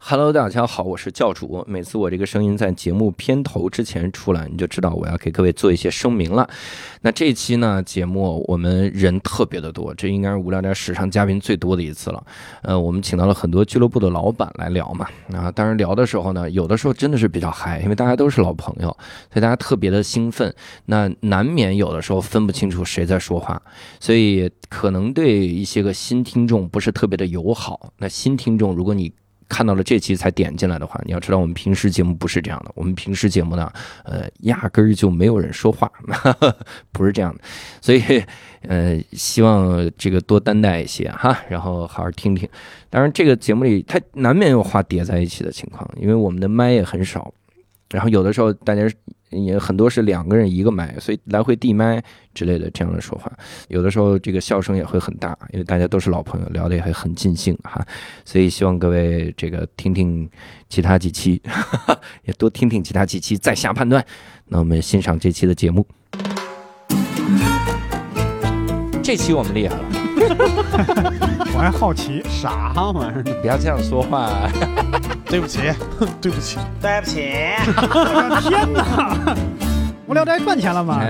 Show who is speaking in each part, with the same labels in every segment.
Speaker 1: Hello，大家好，我是教主。每次我这个声音在节目片头之前出来，你就知道我要给各位做一些声明了。那这一期呢，节目我们人特别的多，这应该是无聊斋史上嘉宾最多的一次了。呃，我们请到了很多俱乐部的老板来聊嘛。啊，当然聊的时候呢，有的时候真的是比较嗨，因为大家都是老朋友，所以大家特别的兴奋。那难免有的时候分不清楚谁在说话，所以可能对一些个新听众不是特别的友好。那新听众，如果你看到了这期才点进来的话，你要知道我们平时节目不是这样的。我们平时节目呢，呃，压根儿就没有人说话， 不是这样的。所以，呃，希望这个多担待一些哈，然后好好听听。当然，这个节目里它难免有话叠在一起的情况，因为我们的麦也很少，然后有的时候大家也很多是两个人一个麦，所以来回递麦之类的这样的说话，有的时候这个笑声也会很大，因为大家都是老朋友，聊的也很尽兴哈，所以希望各位这个听听其他几期， 也多听听其他几期再下判断。那我们欣赏这期的节目，这期我们厉害了，
Speaker 2: 我还好奇，
Speaker 3: 啥玩意儿？
Speaker 1: 不要这样说话。
Speaker 4: 对不起，对不 起，
Speaker 5: 对不起，
Speaker 2: 天哪！无聊斋赚钱了吗？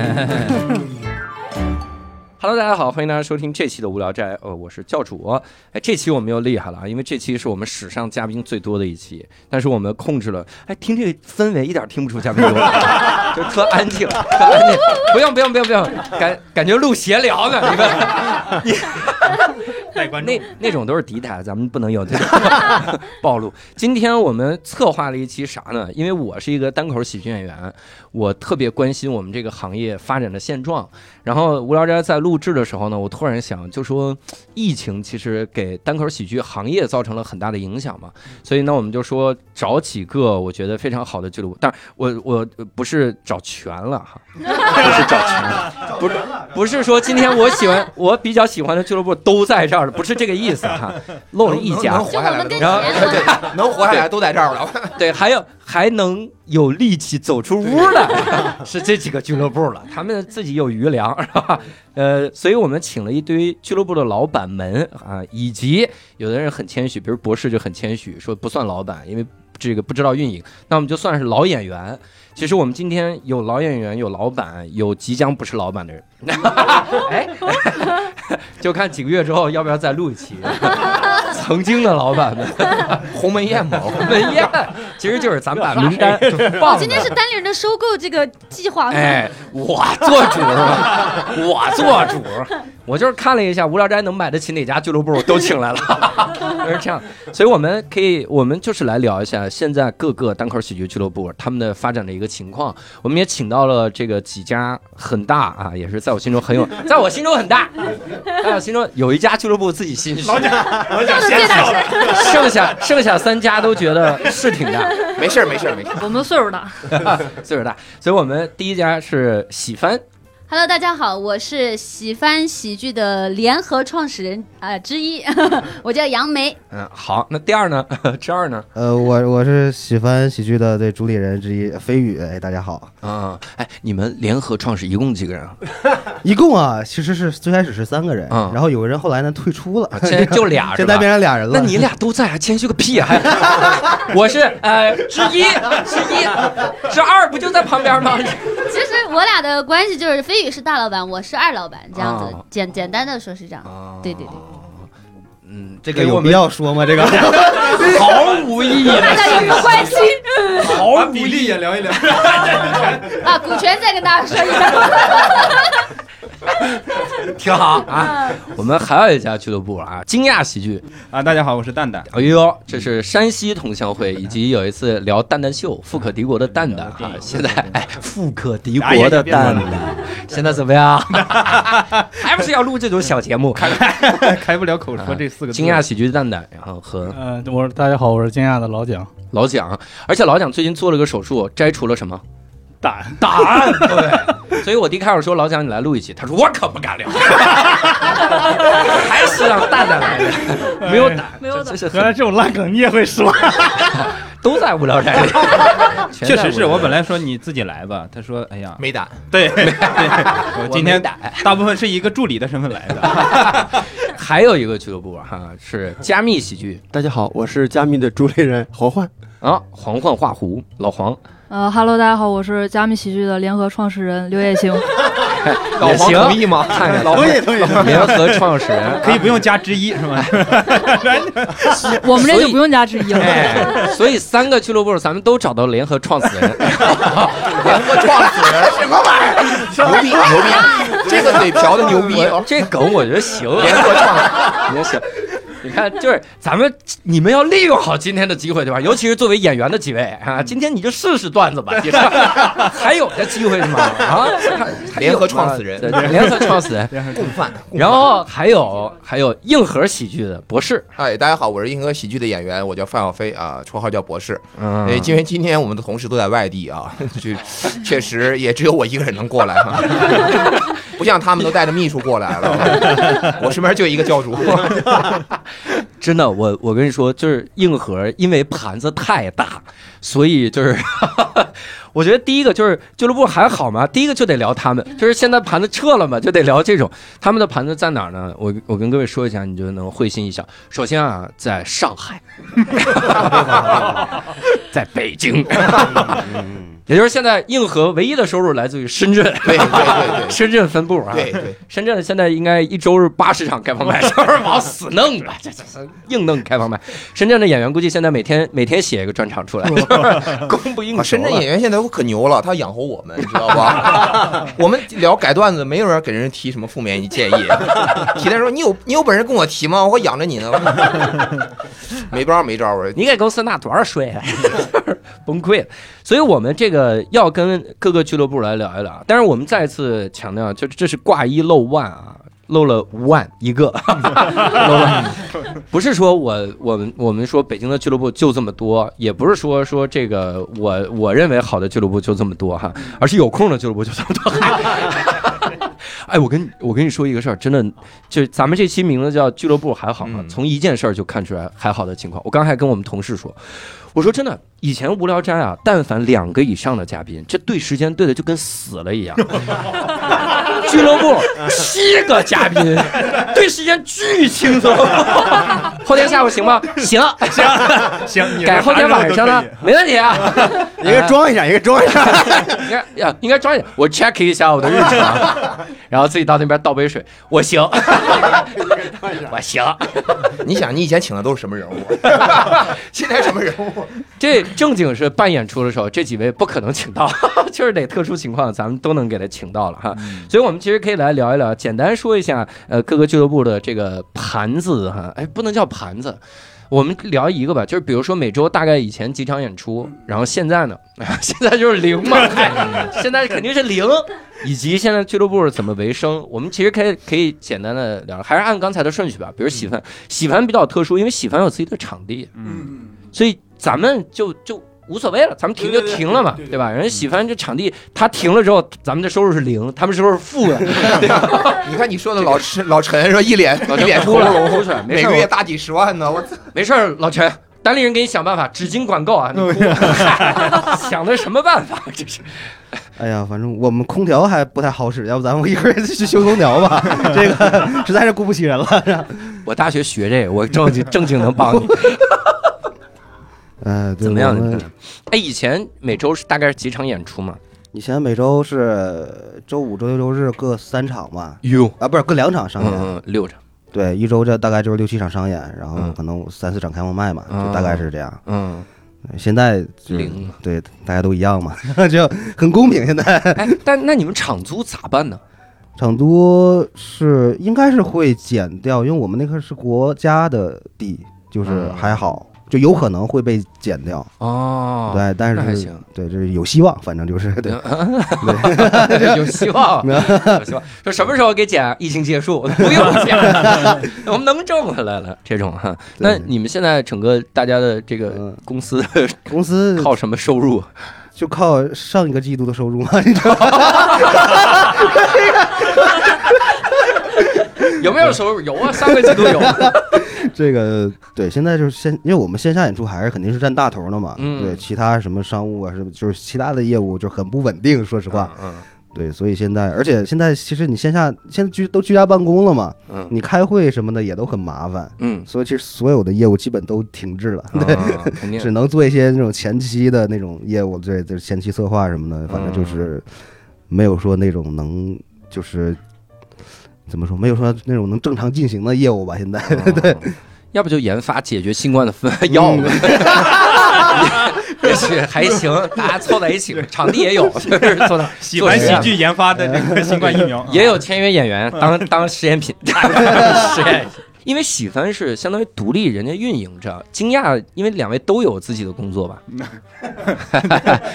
Speaker 1: Hello，大家好，欢迎大家收听这期的无聊斋，呃，我是教主。哎，这期我们又厉害了啊，因为这期是我们史上嘉宾最多的一期，但是我们控制了，哎，听这个氛围一点听不出嘉宾多， 就特安静，特安静。不用不用不用不用，感感觉录闲聊呢，你看，你
Speaker 3: 带观众
Speaker 1: 那那种都是敌台，咱们不能有这种 暴露。今天我们策划了一期啥呢？因为我是一个单口喜剧演员，我特别关心我们这个行业发展的现状。然后无聊斋在录制的时候呢，我突然想，就说疫情其实给单口喜剧行业造成了很大的影响嘛，所以呢，我们就说找几个我觉得非常好的俱乐部，但我我不是找全了哈，不是找全了，不是不是说今天我喜欢我比较喜欢的俱乐部都在这儿了，不是这个意思哈，漏了一家
Speaker 4: 能，活下来的都，
Speaker 1: 然后
Speaker 4: 对，能活下来都在这儿了。
Speaker 1: 对，还有还能有力气走出屋的，是这几个俱乐部了。他们自己有余粮，是吧？呃，所以我们请了一堆俱乐部的老板们啊，以及有的人很谦虚，比如博士就很谦虚，说不算老板，因为这个不知道运营。那我们就算是老演员。其实我们今天有老演员，有老板，有即将不是老板的人。 哎， 就看几个月之后要不要再录一期。 曾经的老板们， 鸿门宴嘛，鸿门宴其实就是咱们把名单放
Speaker 6: 今天
Speaker 1: 着
Speaker 6: 是单立人的收购这个计划，
Speaker 1: 哎，我做主，我做主，我就是看了一下无聊斋能买得起哪家俱乐部，我都请来了，就是这样。所以我们可以，我们就是来聊一下现在各个单口喜剧俱乐部他们的发展的一个情况。我们也请到了这个几家很大啊，也是在我心中很有，在我心中很大，在我心中有一家俱乐部自己心虚，
Speaker 6: 叫的最大声。
Speaker 1: 剩下剩下三家都觉得是挺大。
Speaker 4: 没事儿，没事儿，没事儿。
Speaker 6: 我们岁数大。
Speaker 1: 岁数大，所以我们第一家是喜番，
Speaker 6: Hello，大家好，我是喜翻喜剧的联合创始人啊、呃之一， 我叫杨梅。
Speaker 1: 嗯，好，那第二呢？ 之二呢？
Speaker 7: 呃，我我是喜欢喜剧的这主理人之一飞宇，哎，大家好。
Speaker 1: 啊、哎，你们联合创始一共几个人 啊？
Speaker 7: 一共啊，其实是最开始是三个人，
Speaker 1: 嗯
Speaker 7: 然后有个人后来呢退出了，
Speaker 1: 现在就俩是
Speaker 7: 现
Speaker 1: 吧
Speaker 7: 在变成俩人
Speaker 1: 那
Speaker 7: 了。
Speaker 1: 你俩都在，还谦虚个屁啊！还 我是呃之一，之一，之二不就在旁边吗？
Speaker 6: 其实我俩的关系就是飞宇是大老板，我是二老板，这样子、
Speaker 1: 哦
Speaker 6: 简简单的说是这样。
Speaker 1: 啊
Speaker 6: 对对对，
Speaker 1: 嗯，
Speaker 7: 这
Speaker 1: 这
Speaker 7: 个
Speaker 1: 个我
Speaker 7: 有必
Speaker 1: 们
Speaker 7: 要说吗？这个
Speaker 1: 毫无意义
Speaker 6: 大
Speaker 1: 的，
Speaker 6: 家有个关系
Speaker 1: 毫无意义。
Speaker 3: 例也聊一聊。
Speaker 6: 啊，股权再跟大家说一下。
Speaker 1: 挺好啊。我们还有一家俱乐部啊，惊讶喜剧。
Speaker 3: 啊，大家好，我是蛋蛋。
Speaker 1: 哎呦，这是山西同乡会，
Speaker 3: 嗯
Speaker 1: 以及有一次聊蛋蛋秀，富可敌国的蛋蛋啊，现在
Speaker 3: 嗯
Speaker 1: 哎，富可敌国
Speaker 3: 哎
Speaker 1: 的蛋蛋，现在怎么样？ 还不是要录这种小节目？啊
Speaker 3: 哎开不了口说这四个字。
Speaker 1: 惊讶！喜剧蛋蛋，然后和
Speaker 8: 呃，我是大家好，我是惊讶的老蒋。
Speaker 1: 老蒋，而且老蒋最近做了个手术，摘除了什 么？
Speaker 8: 胆
Speaker 1: 胆，对。所以我第一开始说老蒋你来录一期，他说我可不敢聊， 还是让蛋蛋来的，没有胆，
Speaker 6: 没有胆
Speaker 1: 这是
Speaker 8: 原来这种烂梗你也会说，
Speaker 1: 都在无聊斋里，
Speaker 3: 确实是我本
Speaker 1: 来
Speaker 3: 来说你自己来吧，他说哎呀，
Speaker 4: 没胆，
Speaker 3: 对，对我今
Speaker 1: 没
Speaker 3: 天
Speaker 1: 胆。
Speaker 3: 大部分是以一个助理的身份来的。
Speaker 1: 还有一个俱乐部啊哈是加密喜剧
Speaker 9: 大家好，我是加密的主理人侯焕。
Speaker 1: 啊，黄焕画虎老黄，
Speaker 10: 呃哈喽，大家好，我是加密喜剧的联合创始人刘也 行。
Speaker 1: 老黄同意吗？看看老黄
Speaker 9: 同
Speaker 1: 联合创始人，啊
Speaker 8: 可以不用加之一是吗？
Speaker 10: 我们这就不用加之一了。
Speaker 1: 哎，所以三个俱乐部咱们都找到联合创始人，
Speaker 3: 联合创始人什 么玩意儿？牛逼牛逼，这个嘴瓢的牛逼，啊
Speaker 1: 我这梗我觉得行，啊
Speaker 3: 联合创始 人
Speaker 1: 也行。你看，就是咱们你们要利用好今天的机会，对吧？尤其是作为演员的几位啊，今天你就试试段子 吧，你看还有这机会吗？啊，还有吗
Speaker 3: 联合创始人
Speaker 1: 对联合创始人，
Speaker 3: 共犯。
Speaker 1: 然后还有还有硬核喜剧的博士，
Speaker 3: 嗨，哎大家好，我是硬核喜剧的演员，我叫范晓飞啊，绰号叫博士。
Speaker 1: 嗯
Speaker 3: 哎，因为今天我们的同事都在外地啊， 就确实也只有我一个人能过来哈、 不像他们都带着秘书过来了， 我身边就一个教主。
Speaker 1: 真的，我我跟你说，就是硬核，因为盘子太大，所以就是， 我觉得第一个就是俱乐部还好嘛，第一个就得聊他们，就是现在盘子撤了嘛，就得聊这种他们的盘子在哪儿呢？我我跟各位说一下，你就能会心一笑。首先啊，在上海， 在北京，
Speaker 3: 嗯
Speaker 1: 也就是现在硬核唯一的收入来自于深圳，
Speaker 3: 对对对
Speaker 1: 深圳分部啊，
Speaker 3: 对对对，
Speaker 1: 深圳现在应该一周是八十场开放 麦，这是往死弄吧，这这这硬弄开放麦。深圳的演员估计现在每天每天写一个专场 出来，供不应求
Speaker 3: 啊
Speaker 1: 了。
Speaker 3: 深圳演员现在可牛了，他养活我们，你知道吧？ 我们聊改段子，没有人给人提什么负面建议， 提他说你有你有本事跟我提吗？我养着你呢。 没招儿没招儿，我
Speaker 1: 你给公司纳多少税 啊？崩溃了。所以我们这个要跟各个俱乐部来聊一聊。但是我们再次强调，就是这是挂一漏万啊。漏了五万一 个，漏万， 不是说我我们我们说北京的俱乐部就这么多，也不是说说这个我我认为好的俱乐部就这么多哈，而是有空的俱乐部就这么多。哎，我跟你我跟你说一个事儿，真的，就是咱们这期名字叫俱乐部还好吗？
Speaker 3: 嗯
Speaker 1: 从一件事儿就看出来还好的情况。我刚才还跟我们同事说，我说真的，以前无聊斋啊，但凡两个以上的嘉宾，这对时间对的就跟死了一样。俱乐部七个嘉宾，对时间巨轻松。后天下午行吗？行，
Speaker 8: 行，你
Speaker 1: 改后天晚上呢？没问题啊。
Speaker 9: 一个装一下，一个装一下。
Speaker 1: 应该呀，应该抓紧，我 check 一下我的日程，啊然后自己到那边倒杯水。我行，我行。
Speaker 3: 你想你以前请的都是什么人物？ 现在什么人物？
Speaker 1: 这正经是办演出的时候，这几位不可能请到， 就是得特殊情况，咱们都能给他请到了哈。所以，我们其实可以来聊一聊，简单说一下，呃，各个俱乐部的这个盘子哈，哎，不能叫盘子。我们聊一个吧，就是比如说每周大概以前几场演出，然后现在呢， 现在就是零嘛，哎现在肯定是零，以及现在俱乐部是怎么维生，我们其实可以可以简单的聊，还是按刚才的顺序吧。比如喜凡，喜凡比较特殊，因为喜凡有自己的场地，
Speaker 8: 嗯，
Speaker 1: 所以咱们就就无所谓了，咱们停就停了嘛，对嗯吧？人家喜欢这场地，他停了之后，咱们的收入是零，他们收入是负 的，
Speaker 3: 你看你说的老陈老陈说一脸
Speaker 1: 老
Speaker 3: 一脸
Speaker 1: 陈
Speaker 3: 愁
Speaker 1: 哭
Speaker 3: 容，
Speaker 1: 了，哭出来，没
Speaker 3: 每
Speaker 1: 事
Speaker 3: 个
Speaker 1: 儿，
Speaker 3: 月大几十万呢，我操！
Speaker 1: 没事儿，老陈。单立人给你想办法，纸巾管够 啊！你哭 想的什么办法？这是
Speaker 7: 哎呀，反正我们空调还不太好使，要不咱们一会儿去修空调 吧？这个实在是雇不起人了。
Speaker 1: 我大学学这个，我正 经正经能帮你。
Speaker 7: 呃，对
Speaker 1: 怎么样？
Speaker 7: 我
Speaker 1: 你
Speaker 7: 们
Speaker 1: 看看，哎，以前每周是大概是几场演出嘛？
Speaker 7: 以前每周是周五、周六、周日各三场吧，
Speaker 1: 哟，
Speaker 7: 啊，不是各两场商
Speaker 1: 嗯
Speaker 7: 演。
Speaker 1: 嗯，六场，
Speaker 7: 对，一周这大概就是六七场商演，然后
Speaker 1: 嗯
Speaker 7: 可能三四场开放麦嘛，
Speaker 1: 嗯
Speaker 7: 就大概是这样。
Speaker 1: 嗯，
Speaker 7: 现在就
Speaker 1: 零嘛。
Speaker 7: 对大家都一样嘛， 就很公平。现在
Speaker 1: 哎，但那你们场租咋办呢？
Speaker 7: 场租是应该是会减掉，因为我们那个是国家的地，就是
Speaker 1: 嗯
Speaker 7: 还好，就有可能会被减掉。
Speaker 1: 哦，
Speaker 7: 对，但
Speaker 1: 那还
Speaker 7: 是
Speaker 1: 行嗯
Speaker 7: 对，这是有希望，反正就是对。
Speaker 1: 有希 望，有希望。说什么时候给减？疫情结束， 不用减，我们能挣回来了。这种哈，那
Speaker 7: 对
Speaker 1: 你们现在整个大家的这个
Speaker 7: 嗯
Speaker 1: 公司
Speaker 7: 公司
Speaker 1: 靠什么收入？
Speaker 7: 就靠上一个季度的收入嘛，你知道吗？
Speaker 1: 有没有收入？有啊，上个季度有。
Speaker 7: 这个对，现在就是线，因为我们线下演出还是肯定是占大头的嘛。
Speaker 1: 嗯
Speaker 7: 对，其他什么商务啊，什么就是其他的业务就很不稳定，说实话。
Speaker 1: 嗯，
Speaker 7: 对，所以现在，而且现在其实你线下现在居都居家办公了嘛，
Speaker 1: 嗯
Speaker 7: 你开会什么的也都很麻烦，
Speaker 1: 嗯，
Speaker 7: 所以其实所有的业务基本都停滞了，对，
Speaker 1: 啊肯定
Speaker 7: 只能做一些那种前期的那种业务，对，就是前期策划什么的，反正就是没有说那种能就是怎么说，没有说那种能正常进行的业务吧。现在
Speaker 1: 对，哦嗯要不就研发解决新冠的分药物， 也许还行，大家凑在一起，场地也有，就是凑到
Speaker 8: 喜欢喜
Speaker 1: 做实
Speaker 8: 剧研发的这个新冠疫苗，
Speaker 1: 验也有签约演员当当实验品，
Speaker 8: 啊
Speaker 1: 实验。因为喜番是相当于独立人家运营着，惊讶，因为两位都有自己的工作 吧？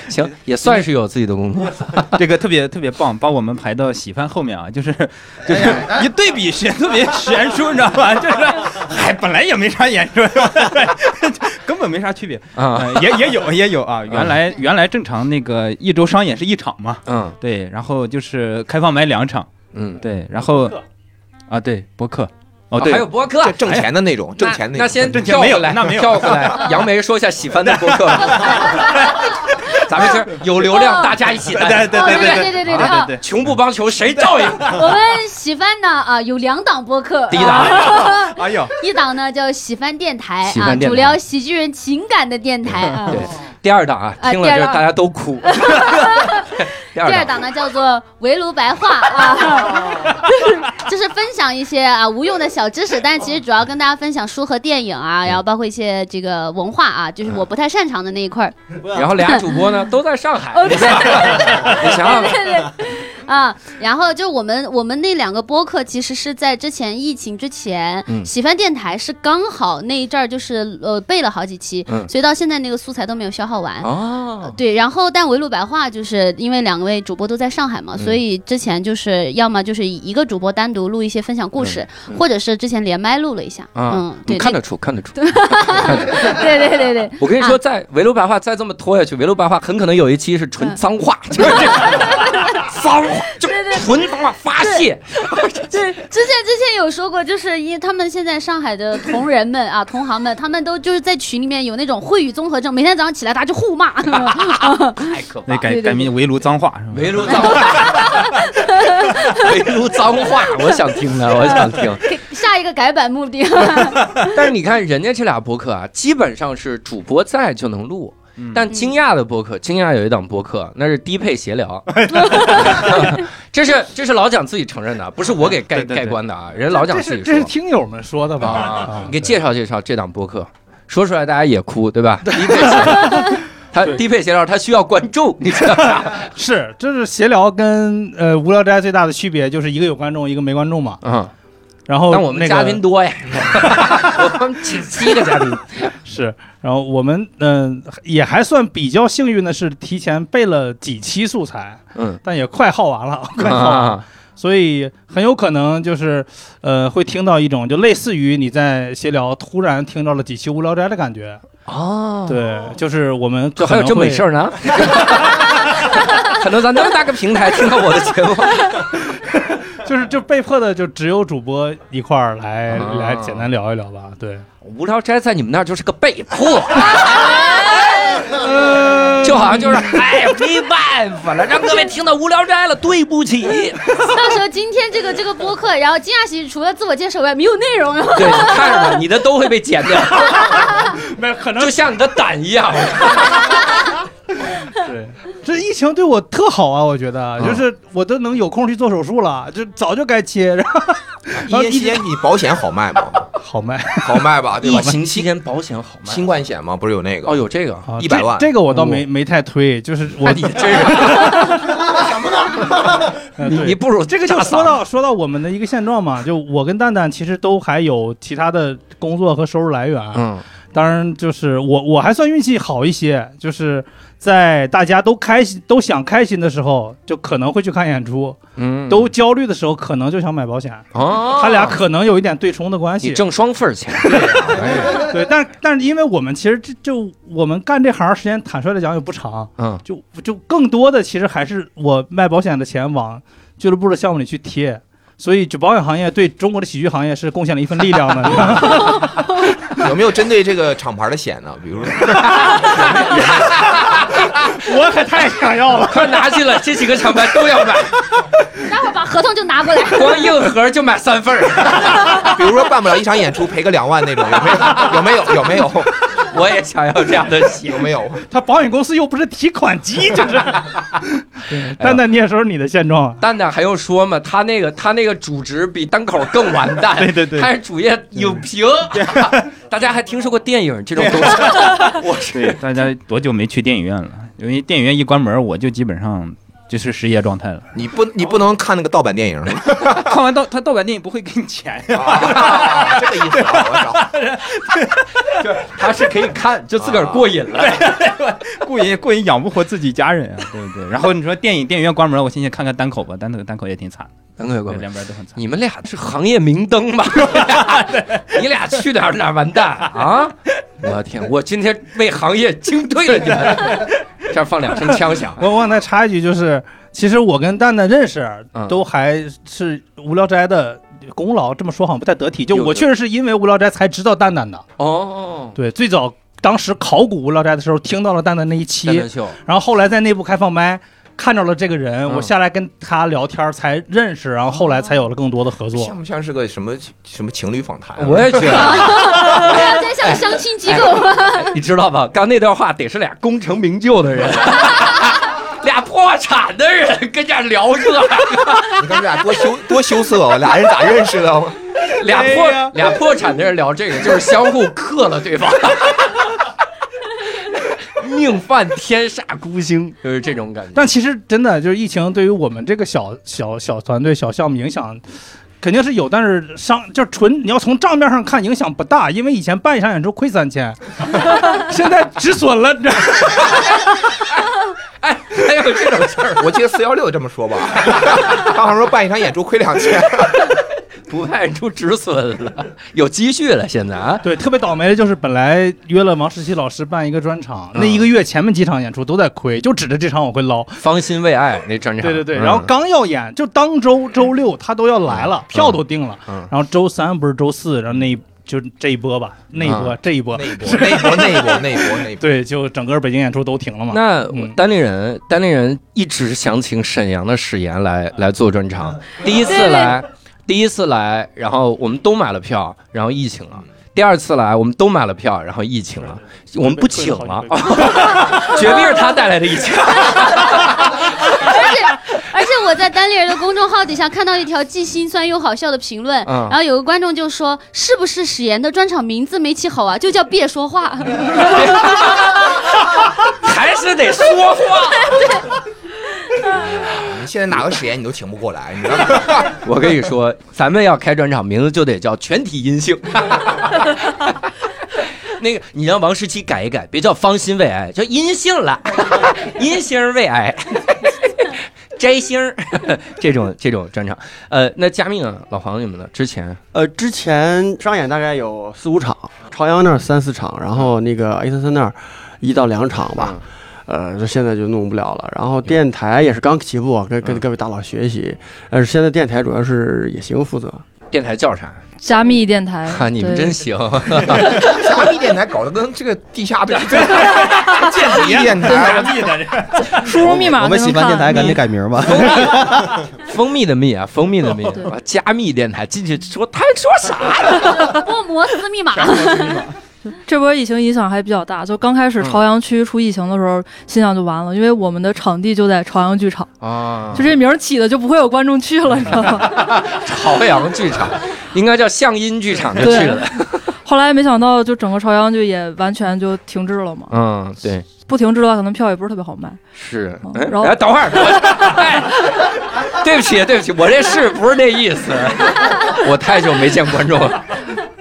Speaker 1: 行，也算是有自己的工作。
Speaker 8: 这个特别特别棒，把我们排到喜番后面啊，就是就是一对比悬特别悬殊，你知道吧？就是哎，本来也没啥演出， 根本没啥区别
Speaker 1: 啊，
Speaker 8: 呃也也有也有啊，原来原来正常那个一周商演是一场嘛，
Speaker 1: 嗯
Speaker 8: 对，然后就是开放买两场，
Speaker 1: 嗯，
Speaker 8: 对，然后啊对播客，哦对
Speaker 1: 还，有博客
Speaker 3: 这，挣钱的那种，挣钱的
Speaker 1: 哎那那
Speaker 3: 那种。
Speaker 1: 先
Speaker 8: 挣钱
Speaker 1: 跳
Speaker 8: 没
Speaker 1: 回
Speaker 8: 有
Speaker 1: 来，
Speaker 8: 那没有
Speaker 1: 跳回 来。杨梅说一下喜欢的播客吧，咱们这有流量，大家一起来。
Speaker 8: 对对
Speaker 6: 哦
Speaker 8: 对
Speaker 6: 对 对对
Speaker 8: 对
Speaker 6: 啊
Speaker 8: 对，
Speaker 1: 穷不帮穷，谁照 应？
Speaker 6: 我们喜番呢啊有两档播客，
Speaker 1: 第一
Speaker 6: 啊
Speaker 1: 档，
Speaker 8: 哎呦，
Speaker 6: 一档呢叫喜番电台
Speaker 1: 喜
Speaker 6: 啊，
Speaker 1: 番电台
Speaker 6: 主聊喜剧人情感的电台啊。
Speaker 1: 对，第二档啊，
Speaker 6: 啊
Speaker 1: 听了
Speaker 6: 第
Speaker 1: 这
Speaker 6: 二档
Speaker 1: 大家都 哭。第
Speaker 6: 第
Speaker 1: 二
Speaker 6: 二
Speaker 1: 档，
Speaker 6: 档呢叫做围炉白话啊，就是分享一些啊无用的小知识，但是其实主要跟大家分享书和电影啊，然后包括一些这个文化啊，就是我不太擅长的那一块儿。
Speaker 1: 然后俩主播呢都在上海，
Speaker 6: 哦
Speaker 1: 你
Speaker 6: 对
Speaker 1: 想 你想想吧，
Speaker 6: 啊，然后就我们我们那两个播客其实是在之前疫情之前，
Speaker 1: 嗯
Speaker 6: 喜番电台是刚好那一阵儿就是呃备了好几期，
Speaker 1: 嗯
Speaker 6: 所以到现在那个素材都没有消耗完。
Speaker 1: 哦，
Speaker 6: 对，然后但围炉白话就是因为两位主播都在上海嘛，
Speaker 1: 嗯
Speaker 6: 所以之前就是要么就是以一个主播单独录一些分享故事，或者是之前连麦录了一下。
Speaker 1: 嗯啊
Speaker 6: 嗯，，
Speaker 1: 你
Speaker 6: 对，啊
Speaker 1: 看
Speaker 6: 那
Speaker 1: 得出，看得出。
Speaker 6: 对对对对，
Speaker 1: 我跟你说，在围炉白话再这么拖下去，围炉白话很可能有一期是
Speaker 6: 嗯
Speaker 1: 纯脏 话，就是这个脏话，就纯脏话发泄。
Speaker 6: 对，之前之前有说过，就是因为他们现在上海的同仁们啊、同行们，他们都就是在群里面有那种会语综合症，每天早上起来大家就 互骂。
Speaker 1: 太可怕
Speaker 8: 那
Speaker 1: 了！
Speaker 8: 改
Speaker 6: 对对
Speaker 8: 改名围炉脏话是吧？
Speaker 1: 围炉脏话， 围炉脏话，我想听的，我想听。
Speaker 6: 下一个改版目 的，
Speaker 1: 但是你看人家这俩播客啊，基本上是主播在就能录。
Speaker 11: 嗯
Speaker 1: 但惊讶的播客，惊讶有一档播客，那是低配闲 聊，这是这是老蒋自己承认的，啊不是我给盖
Speaker 8: 对对对
Speaker 1: 盖棺的啊，人家老蒋
Speaker 11: 这
Speaker 1: 自
Speaker 11: 是
Speaker 1: 己
Speaker 11: 这是
Speaker 1: 说
Speaker 11: 听友们说的吧？
Speaker 1: 啊
Speaker 11: 啊，
Speaker 1: 你给介绍介绍这档播客，说出来大家也哭，对吧？低配闲聊，他低配闲聊，他需要观 众，你知道吧？
Speaker 11: 是，这是闲聊跟呃无聊斋最大的区别就是一个有观众，一个没观众嘛。
Speaker 1: 嗯，
Speaker 11: 然后
Speaker 1: 但我们
Speaker 11: 哦那个
Speaker 1: 嘉宾 多呀，我们请七个嘉宾，
Speaker 11: 是，然后我们嗯、也还算比较幸运的是提前备了几期素材，
Speaker 1: 嗯，
Speaker 11: 但也快耗完了， 快耗完了。
Speaker 1: 啊，
Speaker 11: 所以很有可能就是，呃，会听到一种就类似于你在闲聊突然听到了几期《无聊斋》的感觉。
Speaker 1: 哦，
Speaker 11: 对，就是我们
Speaker 1: 就还有这么回事儿呢？ 可能咱那么大个平台听到我的节 目，
Speaker 11: 儿， 就是就被迫的就只有主播一块儿来、
Speaker 1: 啊
Speaker 11: 来简单聊一聊吧。对，
Speaker 1: 无聊斋在你们那儿就是个被 迫，嗯就好像就是哎没办法了，让各位听到无聊斋了，对不起。
Speaker 6: 到时候今天这个这个播客，然后惊讶喜剧除了自我介绍以外没有内容了。
Speaker 1: 对，你看着吧，你的都会被剪 掉，
Speaker 11: 那可能
Speaker 1: 就像你的胆一样。
Speaker 11: 对，这疫情对我特好啊，我觉得就是我都能有空去做手术了，就早就该切，然后
Speaker 3: 一年期间啊你保险好 卖吗？
Speaker 11: 好卖
Speaker 3: 好卖吧，对
Speaker 1: 疫
Speaker 3: 吧？
Speaker 1: 情期间保险好卖
Speaker 3: 新冠险嘛，不是有那个？
Speaker 1: 哦，有这个，
Speaker 11: 啊！
Speaker 3: 100万
Speaker 11: 这这个我倒没没太推，就是
Speaker 1: 那哦
Speaker 11: 我
Speaker 1: 哎你真是
Speaker 11: 呃
Speaker 1: 你
Speaker 11: 对
Speaker 1: 你不如
Speaker 11: 这个就
Speaker 1: 炸
Speaker 11: 说
Speaker 1: 嗓
Speaker 11: 到说到我们的一个现状嘛，就我跟蛋蛋其实都还有其他的工作和收入来源，啊
Speaker 1: 嗯
Speaker 11: 当然就是我我还算运气好一些，就是在大家都开心都想开心的时候，就可能会去看演出；
Speaker 1: 嗯
Speaker 11: 都焦虑的时候，可能就想买保险。
Speaker 1: 哦，
Speaker 11: 他俩可能有一点对冲的关
Speaker 1: 你
Speaker 11: 系，
Speaker 1: 挣双份儿钱，
Speaker 11: 哎对，但但是因为我们其实这就我们干这行时间，坦率的讲也不长，
Speaker 1: 嗯
Speaker 11: 就就更多的其实还是我卖保险的钱往俱乐部的项目里去贴，所以就保险行业对中国的喜剧行业是贡献了一份力量的。
Speaker 3: 有没有针对这个厂牌的险呢？比如说，
Speaker 11: 我可太想要了。
Speaker 1: 快拿去了，这几个厂牌都要买，
Speaker 6: 待会儿把合同就拿过来。
Speaker 1: 光硬盒就买三份儿。
Speaker 3: 比如说办不了一场演出赔个两万那种，有没有？有没有？
Speaker 1: 我也想要这样的鞋。
Speaker 3: 有没有？有没有？
Speaker 11: 他保险公司又不是提款机，就是 对。蛋蛋，你也说说你的现状啊。
Speaker 1: 蛋蛋还用说吗？他那个他那个主职比单口更完蛋。
Speaker 11: 对对对
Speaker 1: 他是主业影评。 大家还听说过电影这种东西？我
Speaker 8: 对，大家多久没去电影院了？因为电影院一关门，我就基本上就是失业状态了。
Speaker 3: 你不你不能看那个盗版电影，
Speaker 8: 看完盗他盗版电影不会给你钱呀、
Speaker 3: 啊这个意思啊！我操，
Speaker 1: 他是可以看，就自个儿过瘾了。
Speaker 8: 过瘾过瘾养不活自己家人啊，对不对？然后你说电影电影院关门，我先去看看单口吧，单口单口也挺惨的，
Speaker 1: 能有
Speaker 8: 对
Speaker 1: 关
Speaker 8: 两边都很惨。
Speaker 1: 你们俩是行业明灯吧？ 你俩去哪儿哪儿完蛋啊！我的天，我今天为行业惊退了你们。这儿放两声枪响，
Speaker 11: 我我想再插一句，就是其实我跟蛋蛋认识
Speaker 1: 嗯，
Speaker 11: 都还是无聊斋的功劳。这么说好像不太得体，就
Speaker 1: 有
Speaker 11: 我
Speaker 1: 的
Speaker 11: 确实是因为无聊斋才知道蛋蛋的。
Speaker 1: 哦，
Speaker 11: 对，最早当时考古无聊斋的时候，听到了蛋蛋那一期，
Speaker 1: 蛋蛋秀，
Speaker 11: 然后后来在内部开放麦看着了这个人，
Speaker 1: 嗯
Speaker 11: 我下来跟他聊天才认识，然后后来才有了更多的合作
Speaker 3: 像。不像是个什么什么情侣访谈？啊
Speaker 1: 我也觉得，
Speaker 6: 不要再像相亲机构了。
Speaker 1: 你知道吧？刚那段话得是俩功成名就的人，俩破产的人跟这儿聊这，
Speaker 3: 你看这俩多羞多羞涩，我俩人咋认识的？
Speaker 1: 俩破、俩破产的人聊这个，就是相互克了对方。命犯天煞孤星，就是这种感觉。
Speaker 11: 但其实真的就是疫情对于我们这个小小小团队、小项目影响肯定是有，但是商就是纯你要从账面上看影响不大，因为以前办一场演出亏三千，现在止损了。你知道吗
Speaker 1: 哎，还有这种事儿，
Speaker 3: 我记得四幺六这么说吧， 当时说办一场演出亏两千，
Speaker 1: 不派出止损了，有积蓄了，现在啊，
Speaker 11: 对，特别倒霉的就是本来约了王十七老师办一个专场，那一个月前面几场演出都在亏，就指着这场我会捞。
Speaker 1: 芳心为爱那专场，
Speaker 11: 对对对，
Speaker 1: 嗯
Speaker 11: 然后刚要演，就当周周六他都要来了，票都定了，
Speaker 1: 嗯
Speaker 11: 然后周三不是周四，然后那一就这一波吧，嗯那一波、这一波
Speaker 3: 那，一波那一波那一波那一波那一波，
Speaker 11: 对，就整个北京演出都停了嘛。
Speaker 1: 那
Speaker 11: 嗯
Speaker 1: 丹立人，丹立人一直想请沈阳的史岩来
Speaker 11: 嗯
Speaker 1: 来做专场，第一次来，第一次来，然后我们都买了票，然后疫情
Speaker 11: 嗯
Speaker 1: 了。第二次来，我们都买了票，然后疫情了，我们不请了， 绝壁是他带来的疫情。
Speaker 6: 而且我在单立人的公众号底下看到一条既心酸又好笑的评论，
Speaker 1: 嗯
Speaker 6: 然后有个观众就说：“是不是史岩的专场名字没起好啊？ 就叫别说话。
Speaker 1: 还是得说话。
Speaker 3: 你现在哪个实验你都请不过来，你知道吗？
Speaker 1: 我跟你说，咱们要开专场，名字就得叫全体阴性。 那个，你让王十七改一改，别叫芳心为爱，叫阴性了， 阴性为爱， 摘星儿 这种这种专场。呃，那加密呢？老黄你们呢？之前
Speaker 9: 呃，之前商演大概有四五场，朝阳那儿三四场，然后那个 A 三三那儿一到两场吧。呃，这现在就弄不了了。然后电台也是刚起步，啊跟跟
Speaker 1: 嗯
Speaker 9: 各位大佬学习。但是现在电台主要是野行负责，
Speaker 1: 电台叫啥？
Speaker 10: 加密电台
Speaker 1: 哈、，你们
Speaker 10: 对
Speaker 1: 真行。
Speaker 3: 虾米电台搞得跟这个地 下对间谍电台，
Speaker 10: 输入密码
Speaker 7: 我们
Speaker 10: 就
Speaker 7: 喜
Speaker 10: 能
Speaker 7: 欢电台，
Speaker 10: 看。
Speaker 7: 赶紧改名吧。
Speaker 1: 蜂蜜的蜜啊，蜂蜜的蜜，
Speaker 10: 对
Speaker 1: 加密电台进去说他说啥？”
Speaker 6: 波摩斯密码，
Speaker 10: 这波疫情影响还比较大，就刚开始
Speaker 1: 嗯
Speaker 10: 朝阳区出疫情的时候，心想就完了，因为我们的场地就在朝阳剧场，
Speaker 1: 啊
Speaker 10: 就这名儿起的就不会有观众去了，你知道吗？
Speaker 1: 朝阳剧场，应该叫象音剧场就去了。
Speaker 10: 后来没想到，就整个朝阳就也完全就停滞了嘛。
Speaker 1: 嗯，对。
Speaker 10: 不停滞的话，可能票也不是特别好卖。
Speaker 1: 是
Speaker 10: 哦，
Speaker 1: 哎
Speaker 10: 然后
Speaker 1: 哎，等会儿，我哎， 对不起，对不起，我这是不是那意思？我太久没见观众了。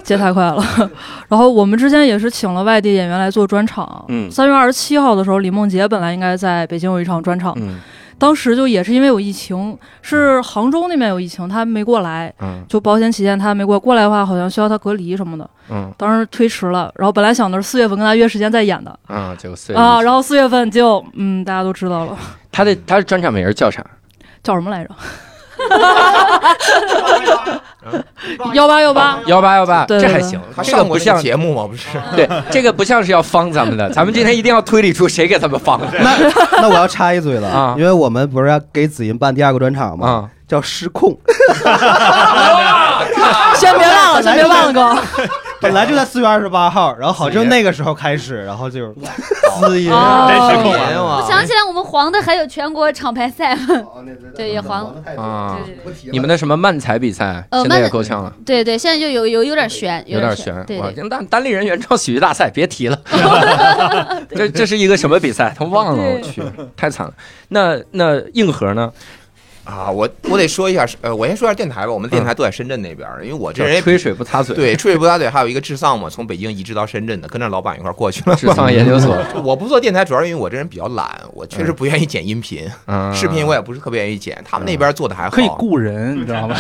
Speaker 10: 接太快了。 然后我们之前也是请了外地演员来做专场。
Speaker 1: 嗯
Speaker 10: 三月二十七号的时候，李梦洁本来应该在北京有一场专场，
Speaker 1: 嗯
Speaker 10: 当时就也是因为有疫情，是杭州那边有疫情，她没过来，
Speaker 1: 嗯
Speaker 10: 就保险起见她没过来。过来的话，好像需要她隔离什么的，
Speaker 1: 嗯
Speaker 10: 当时推迟了。然后本来想的是四月份跟她约时间再演的
Speaker 1: 嗯，结果四月
Speaker 10: 啊，然后四 月份就嗯，大家都知道了，
Speaker 1: 他的他的专场名儿叫啥？
Speaker 10: 叫什么来着？幺八幺 八，
Speaker 1: 幺八幺八，
Speaker 10: 对
Speaker 1: 这还
Speaker 10: 对
Speaker 1: 行，
Speaker 3: 他
Speaker 1: 这个
Speaker 3: 上
Speaker 1: 不
Speaker 3: 过这
Speaker 1: 像
Speaker 3: 个节目吗？不是，
Speaker 1: 对，这个不像是要方咱们的，咱们今天一定要推理出谁给他们方 的
Speaker 7: 那 那我要插一嘴了，
Speaker 1: 啊
Speaker 7: 因为我们不是要给子银办第二个专场吗？
Speaker 1: 啊！
Speaker 7: 叫失控，
Speaker 10: 先别忘了，先别忘了哥。
Speaker 7: 本来就在四月二十八号，然后好像那个时候开 始，然后就滋音
Speaker 10: 哦
Speaker 8: 真
Speaker 10: 失
Speaker 8: 失控了。
Speaker 3: 哎呀妈
Speaker 6: 想起来我们黄的还有全国厂牌 赛，
Speaker 7: 哎
Speaker 6: 对也黄
Speaker 1: 啊
Speaker 6: 对对对
Speaker 1: 你们的什么漫才比赛，
Speaker 6: 呃
Speaker 1: 现在也够呛了，
Speaker 6: 对对，现在就有有有点悬，
Speaker 1: 有
Speaker 6: 点
Speaker 1: 点悬。
Speaker 6: 对
Speaker 1: 哇
Speaker 6: 对，
Speaker 1: 单单立人原创喜剧大赛，别提了，这这是一个什么比赛？他忘了，我去，太惨了。那那硬核呢？
Speaker 3: 啊！我我得说一下，呃，我先说一下电台吧。我们电台都在深圳那边儿，因为我这人
Speaker 1: 叫
Speaker 3: 也
Speaker 1: 嗯吹水不擦嘴，
Speaker 3: 对吹水不打嘴，还有一个智丧嘛，从北京移植到深圳的，跟着老板一块儿过去了。
Speaker 1: 智丧研究所，
Speaker 3: 我不做电台，主要是因为我这人比较懒，我确实不愿意剪音频，
Speaker 1: 嗯，
Speaker 3: 视频我也不是特别愿意剪。他们那边做的还好，
Speaker 11: 可以雇人，你知道吗？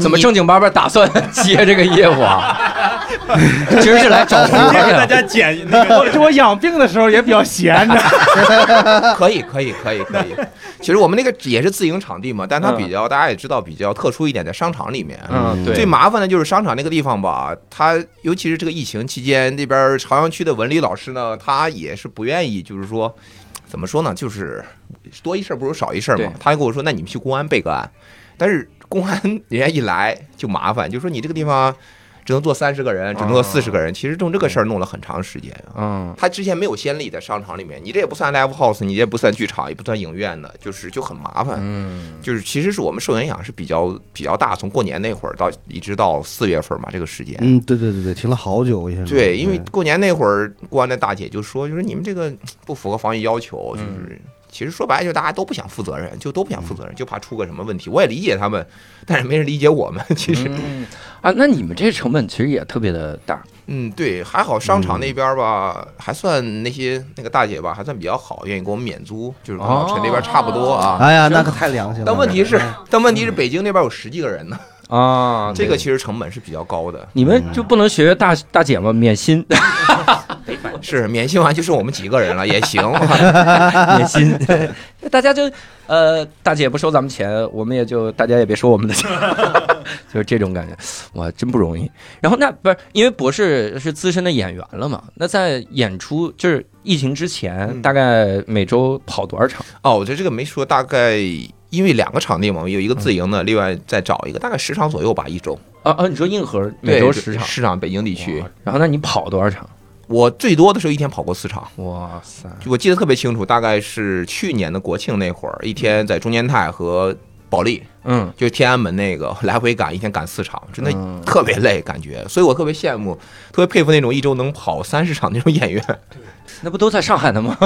Speaker 1: 怎么正经八百打算 接这个业务啊？ 其实是来找活
Speaker 8: 这个
Speaker 1: 的
Speaker 8: 大。家剪那个，
Speaker 11: 我这我养病的时候也比较闲 着，
Speaker 3: 啊可以，可以，可以，可以。其实我们那个也是自营场地嘛，但它比较大家也知道比较特殊一点，在商场里面。
Speaker 1: 嗯，
Speaker 3: 最
Speaker 1: 对，
Speaker 3: 麻烦的就是商场那个地方吧，它尤其是这个疫情期间，那边朝阳区的文理老师呢，他也是不愿意，就是说，怎么说呢，就是多一事不如少一事
Speaker 1: 对
Speaker 3: 嘛。他还跟我说，那你们去公安备个案，但是公安 人家一来就麻烦，就说你这个地方只能坐三十个人，只能坐四十个人。其实弄这个事儿弄了很长时间啊。
Speaker 1: 嗯，
Speaker 3: 他之前没有先例，在商场里面，你这也不算 live house，你这也不算剧场，也不算影院的，就是就很麻烦。
Speaker 1: 嗯，
Speaker 3: 就是其实是我们受影响是比较比较大，从过年那会儿到一直到四月份嘛，这个时间。
Speaker 7: 嗯，对对对对，停了好久，我现在
Speaker 3: 对，因为过年那会儿，公安的大姐就说，就是你们这个不符合防疫要求，就
Speaker 1: 嗯
Speaker 3: 是、其实说白了，就大家都不想负责任，就都不想负责任，就怕出个什么问题。我也理解他们，但是没人理解我们。其实，
Speaker 1: 嗯啊，那你们这成本其实也特别的大，
Speaker 3: 嗯，对，还好商场
Speaker 1: 嗯
Speaker 3: 那边儿吧，还算那些那个大姐吧，还算比较好，愿意给我们免租，就是跟
Speaker 1: 哦
Speaker 3: 老陈那边儿差不多啊。
Speaker 7: 哎呀，那可太良心了。
Speaker 3: 但问题是，但问题是北京那边有十几个人呢，
Speaker 1: 嗯啊
Speaker 3: 这个其实成本是比较高的。
Speaker 1: 你们就不能学学大大姐吗？免薪，
Speaker 3: 是免薪完就剩我们几个人了，也 行。啊
Speaker 1: 免薪， 大家就呃，大姐不收咱们钱，我们也就大家也别收我们的 钱，就是这种感觉，哇，真不容易。然后那不是因为博士是资深的演员了嘛？那在演出就是疫情之前，
Speaker 3: 嗯
Speaker 1: 大概每周跑多少场？
Speaker 3: 哦，我觉得这个没说，大概因为两个场地嘛，有一个自
Speaker 1: 嗯
Speaker 3: 营的，另外再找一个，大概十场左右吧，一周。
Speaker 1: 啊啊，你说硬核每
Speaker 3: 对
Speaker 1: 周十场，
Speaker 3: 十场北京地区
Speaker 1: 哇，然后那你跑多少场？
Speaker 3: 我最多的时候一天跑过四场。
Speaker 1: 哇塞，
Speaker 3: 就我记得特别清楚，大概是去年的国庆那会儿，一天在中间泰和保利，
Speaker 1: 嗯，
Speaker 3: 就是天安门那个 来回赶，一天赶四场，真的
Speaker 1: 嗯
Speaker 3: 特别累，感觉。所以我特别羡慕，特别佩服那种一周能跑三十场那种 演员。
Speaker 1: 那不都在上海 呢吗？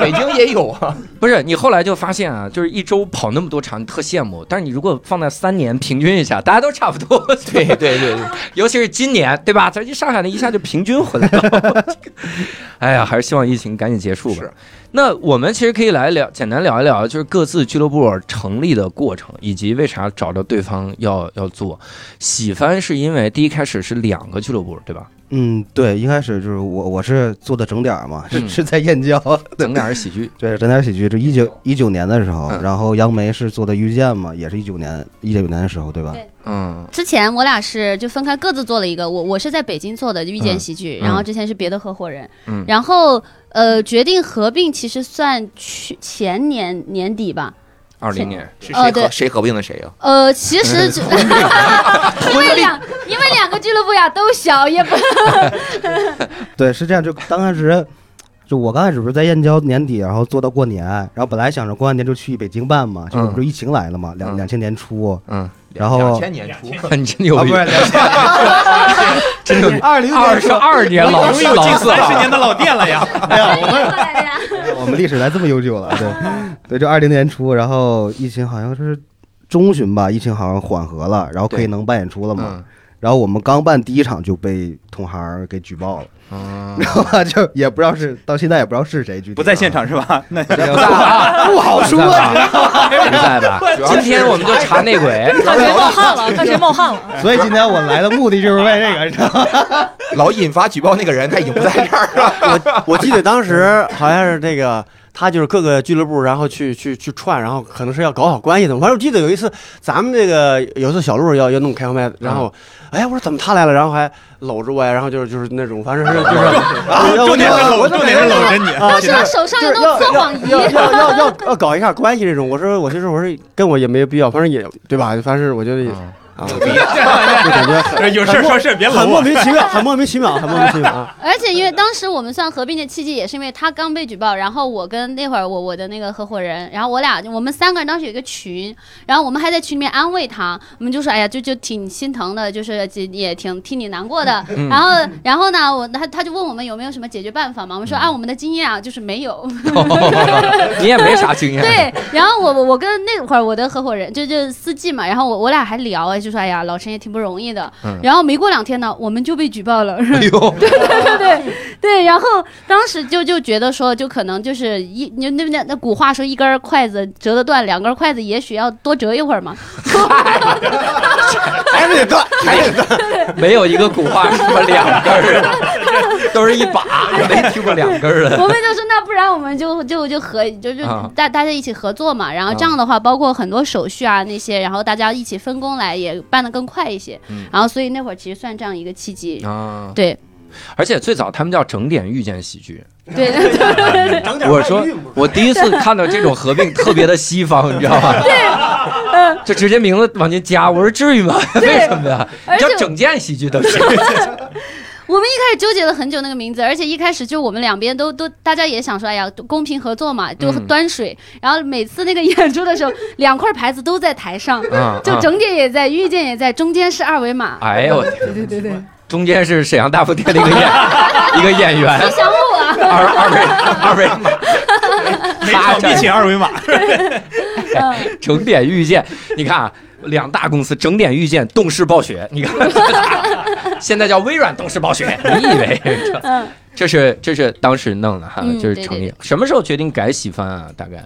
Speaker 3: 北京也有 啊，
Speaker 1: 不是，你后来就发现啊，就是一周跑那么多场，你特羡慕。但是你如果放在三年平均一下，大家都差不多。
Speaker 3: 对对对对。
Speaker 1: 尤其是今年，对吧？咱一上海呢，一下就平均回来了。 哎呀，还是希望疫情赶紧结束吧
Speaker 3: 是。
Speaker 1: 那我们其实可以来聊，简单聊一聊，就是各自俱乐部成立的过程，以及为啥找到对方要要做。喜番是因为第一开始是两个俱乐部，对吧？
Speaker 7: 嗯，对，一开始就是我我是做的整点儿嘛，
Speaker 1: 嗯
Speaker 7: 是是在燕郊，
Speaker 1: 整点儿喜剧，
Speaker 7: 对，整点儿喜剧，就一九一九年的时候，
Speaker 1: 嗯
Speaker 7: 然后杨梅是做的遇见嘛，也是一九年一九年的时候，对吧？
Speaker 6: 对
Speaker 1: 嗯
Speaker 6: 之前我俩是就分开各自做了一个，我我是在北京做的遇见喜剧，
Speaker 1: 嗯
Speaker 6: 然后之前是别的合伙人，
Speaker 1: 嗯
Speaker 6: 然后呃决定合并，其实算去前年年底吧，
Speaker 1: 二零年，
Speaker 3: 是
Speaker 6: 哦
Speaker 3: 谁
Speaker 6: 对
Speaker 3: 合谁合并的谁啊呀、
Speaker 6: 呃其实 就因为两因为两个俱乐部呀都小，也不
Speaker 7: 对，是这样，就刚开始。就我刚开始不是在燕郊年底，然后做到过年，然后本来想着过完年就去北京办嘛，结果
Speaker 1: 嗯
Speaker 7: 不是疫情来了嘛，
Speaker 1: 嗯
Speaker 7: 两两千年初，
Speaker 1: 嗯，
Speaker 7: 然后
Speaker 3: 两千年初，
Speaker 1: 你真牛
Speaker 7: 啊
Speaker 1: 逼
Speaker 7: 不，是
Speaker 1: 真牛逼，
Speaker 7: 二零
Speaker 1: 二十二年老
Speaker 8: 我有
Speaker 1: 老
Speaker 8: 近
Speaker 1: 字
Speaker 8: 三
Speaker 1: 号
Speaker 8: 十年的老店了呀。
Speaker 9: 哎
Speaker 7: 我们历史来这么悠久了，对，对，就二零年初，然后疫情好像是中旬吧，疫情好像缓和了，然后可以
Speaker 1: 对
Speaker 7: 能办演出了嘛。
Speaker 1: 嗯
Speaker 7: 然后我们刚办第一场就被同行给举报了，
Speaker 1: 嗯
Speaker 7: 然后吧就也不知道是到现在也不知道是谁举，
Speaker 8: 不在现，场是吧？那
Speaker 1: 啊不 好说，不在吧？ 今天我们就查内鬼，
Speaker 10: 看谁冒汗了，看谁冒汗了。
Speaker 7: 所以今天我来的目的就是为这个，你知道吗？
Speaker 3: 老引发举报那个人他已经不在这儿了。
Speaker 9: 我记得当时好像是那个他就是各个俱乐部，然后去去去串，然后可能是要搞好关系的。反正我记得有一次，咱们这个有一次小鹿要要弄开放麦，然后，哎，我说怎么他来了？然后还搂着我呀，然后就是就是那种，反正 是就是，啊
Speaker 8: 重点是
Speaker 9: 我
Speaker 8: 搂，
Speaker 9: 就
Speaker 8: 重点是搂着你。
Speaker 9: 啊，
Speaker 6: 当时他手上
Speaker 9: 就
Speaker 6: 有
Speaker 9: 是
Speaker 6: 那
Speaker 9: 要
Speaker 6: 种测
Speaker 9: 要
Speaker 6: 谎仪，
Speaker 9: 要要要要要搞一下关系这种。我说，我就是我说跟我也没有必要，反正也对吧？反正我觉得也啊， 就感觉很
Speaker 8: 有事儿说事儿，别
Speaker 9: 很
Speaker 8: 搂
Speaker 9: 莫
Speaker 8: 我。
Speaker 9: 名 其妙，很莫名其妙，很莫名其妙啊！
Speaker 6: 而且因为当时我们算合并的契机，也是因为他刚被举报，然后我跟那会儿我我的那个合伙人，然后我俩我们三个人当时有一个群，然后我们还在群里面安慰他，我们就说哎呀就就挺心疼的，就是也也挺替你难过的。
Speaker 9: 嗯
Speaker 6: 然后然后呢，我他他就问我们有没有什么解决办法嘛，我们说按我们的经验啊，就是没有。
Speaker 1: 你也没啥经验，
Speaker 6: 对，然后我我我跟那会儿我的合伙人就就司机嘛，然后我我俩还聊哎，就说哎呀老陈也挺不容易的。
Speaker 1: 嗯
Speaker 6: 然后没过两天呢，我们就被举 报了。
Speaker 1: 哎
Speaker 6: 对对对对对，然后当时就就觉得说，就可能就是一就那那那古话说一根筷子折得断，两根筷子也许要多折一 会儿嘛。
Speaker 12: 还是得断，还是得断。
Speaker 1: 没有一个古话说两根儿 的，都是一把，没听过两根儿的。
Speaker 6: 我们就说那不然我们就就就合就就
Speaker 1: 啊
Speaker 6: 大大家一起合作嘛，然后这
Speaker 1: 啊
Speaker 6: 样的话，包括很多手续啊那些，然后大家一起分工来也办得更快一些
Speaker 1: 嗯。
Speaker 6: 然后所以那会儿其实算这样一个契机。
Speaker 1: 啊，
Speaker 6: 对
Speaker 1: 而且最早他们叫整点遇见喜剧，
Speaker 6: 对对对
Speaker 9: 整点
Speaker 1: 我说 我第一次看到这种合并特别的西方，你知道吧？对， 就直接名字往进加，我说至于吗？ 为什么呀？
Speaker 6: 而且
Speaker 1: 叫整件喜剧都 是。
Speaker 6: 我们一开始纠结了很久那个名字，而且一开始就我们两边都都大家也想说，哎呀，公平合作嘛，就
Speaker 1: 嗯
Speaker 6: 端水。然后每次那个演出的时候，两块牌子都在台上，
Speaker 1: 啊
Speaker 6: 就整点也在，遇见也在，中间是二维码。
Speaker 1: 哎呦我天！
Speaker 6: 对对对对，
Speaker 1: 中间是沈阳大饭店的一个演一个演员，
Speaker 6: 吉祥物啊，
Speaker 1: 二二维二 维码，
Speaker 8: 每
Speaker 1: 发
Speaker 8: 场必请二维码。
Speaker 1: 整点遇见，你看啊，两大公司整点遇见动视暴雪，你 看，现在叫微软动视暴雪，你以为这
Speaker 6: 嗯，
Speaker 1: 这是这是当时弄的哈，
Speaker 6: 嗯
Speaker 1: 就是
Speaker 6: 对
Speaker 1: 成
Speaker 6: 对
Speaker 1: 立。什么时候决定改喜番啊？大概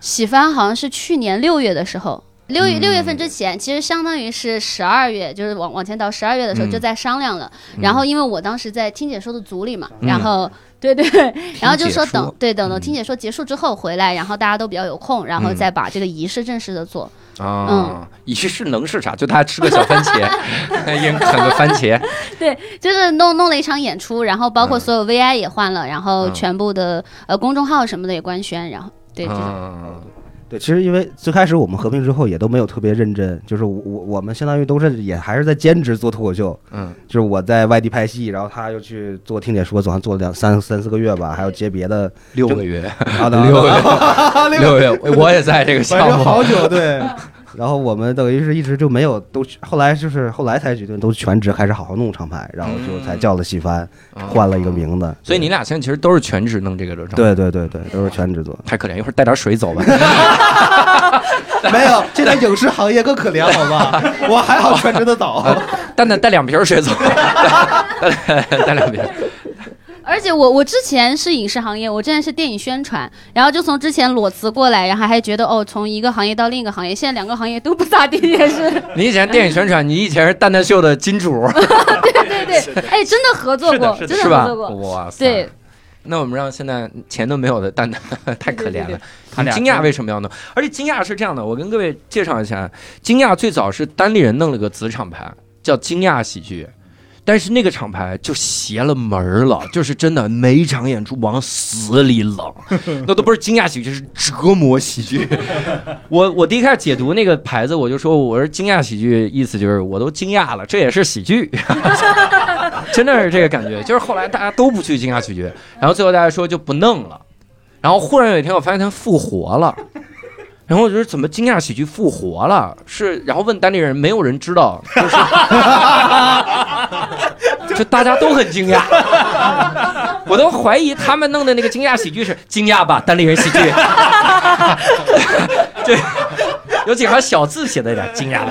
Speaker 6: 喜番好像是去年六月的时候。六月
Speaker 1: 嗯
Speaker 6: 六月份之前，其实相当于是十二月，就是往往前倒十二月的时候
Speaker 1: 嗯
Speaker 6: 就在商量了。
Speaker 1: 嗯
Speaker 6: 然后因为我当时在听解说的组里嘛，
Speaker 1: 嗯
Speaker 6: 然后对对，然后就说
Speaker 1: 听解
Speaker 6: 等对等等
Speaker 1: 嗯
Speaker 6: 听解说结束之后回来，然后大家都比较有空，然后
Speaker 1: 嗯
Speaker 6: 再把这个仪式正式的做。嗯
Speaker 1: 啊，仪式能是啥？就大家吃个小番 茄，一人啃个番茄，
Speaker 6: 就是弄弄了一场演出，然后包括
Speaker 1: 嗯
Speaker 6: 所有 VI 也换了，然后
Speaker 1: 嗯
Speaker 6: 全部的呃公众号什么的也官宣，然后对，就是
Speaker 1: 啊
Speaker 7: 对，其实因为最开始我们合并之后也都没有特别认真，就是我我我们相当于都是也还是在兼职做脱口秀，
Speaker 1: 嗯，
Speaker 7: 就是我在外地拍戏，然后他又去做听解说，早上做了两三三四个月吧，还有接 别的
Speaker 1: 六个月，
Speaker 7: 啊，等
Speaker 1: 六个月，六个月，我也在这个
Speaker 7: 反
Speaker 1: 项
Speaker 7: 正
Speaker 1: 目。
Speaker 7: 好久 对。然后我们等于是一直就没有都，后来就是后来才决定都全职开始好好弄厂牌，然后就才叫了喜番，换了一个名
Speaker 1: 嗯
Speaker 7: 字。
Speaker 1: 哦所以你俩现在其实都是全职弄这个流程，，。
Speaker 7: 对对对对，都是全职做
Speaker 1: 太可怜。一会儿带点水走吧。
Speaker 7: 没有，现在影视行业更可怜，好吧？我还好全职的 早。
Speaker 1: 蛋蛋带两瓶 水走， 带两瓶。
Speaker 6: 而且我我之前是影视行业，我之前是电影宣传，然后就从之前裸辞过来，然后还觉得哦，从一个行业到另一个行业，现在两个行业都不咋地，也 是
Speaker 1: 你以前电影宣传，你以前是蛋蛋秀的金主，
Speaker 6: 对对，哎，真的合作过，真
Speaker 1: 是
Speaker 6: 合
Speaker 1: 吧？
Speaker 6: 作过，
Speaker 1: 哇塞！
Speaker 6: 对。
Speaker 1: 那我们让现在钱都没有的蛋 蛋太可怜了。
Speaker 8: 他
Speaker 1: 你
Speaker 8: 俩
Speaker 1: 惊讶为什么要弄？而且惊讶是这样的，我跟各位介绍一下，惊讶最早是单立人弄了个子厂牌，叫惊讶喜剧。但是那个厂牌就邪了门儿了， 就是真的每一场演出往死里冷， 那都不是惊讶喜剧，是折磨喜剧。 我我第一开始解读那个牌子，我就说我是惊讶喜剧，意思就是我都惊讶了，这也是喜剧， 真的是这个感觉。就是后来大家都不去惊讶喜剧，然后最后大家说就不弄了，然后忽然有一天我发现它复活了。然后我就说怎么惊讶喜剧复活了？是，然后问当地人，没有人知道， 就是，就大家都很惊讶，我都怀疑他们弄的那个惊讶喜剧是惊讶吧，单立人喜剧， 对，有几行小字写的有点惊讶吧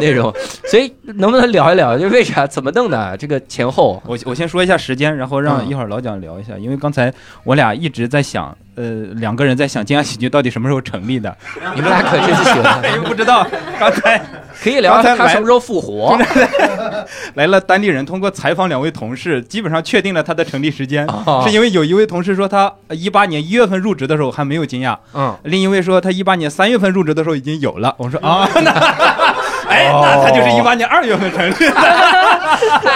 Speaker 1: 那种，所以能不能聊一聊，就为啥怎么弄的？这个前后，
Speaker 8: 我我先说一下时间，然后让
Speaker 1: 嗯
Speaker 8: 一会儿老蒋聊一下，因为刚才我俩一直在想，呃两个人在想惊讶喜剧到底什么时候成立的，
Speaker 13: 你们俩可真行，
Speaker 8: 谁哎不知道？刚才
Speaker 13: 可以聊
Speaker 1: 啊
Speaker 8: 刚才
Speaker 13: 他
Speaker 8: 来
Speaker 13: 什么时候复活。
Speaker 8: 来了当地人，通过采访两位同事，基本上确定了他的成立时间，
Speaker 13: 啊
Speaker 8: 是因为有一位同事说他一八年一月份入职的时候还没有惊讶，
Speaker 1: 啊
Speaker 3: 嗯，
Speaker 8: 另一位说他一八年三月份入职的时候已经有了。我说啊， 那哎，那他就是一八年二月份成立的。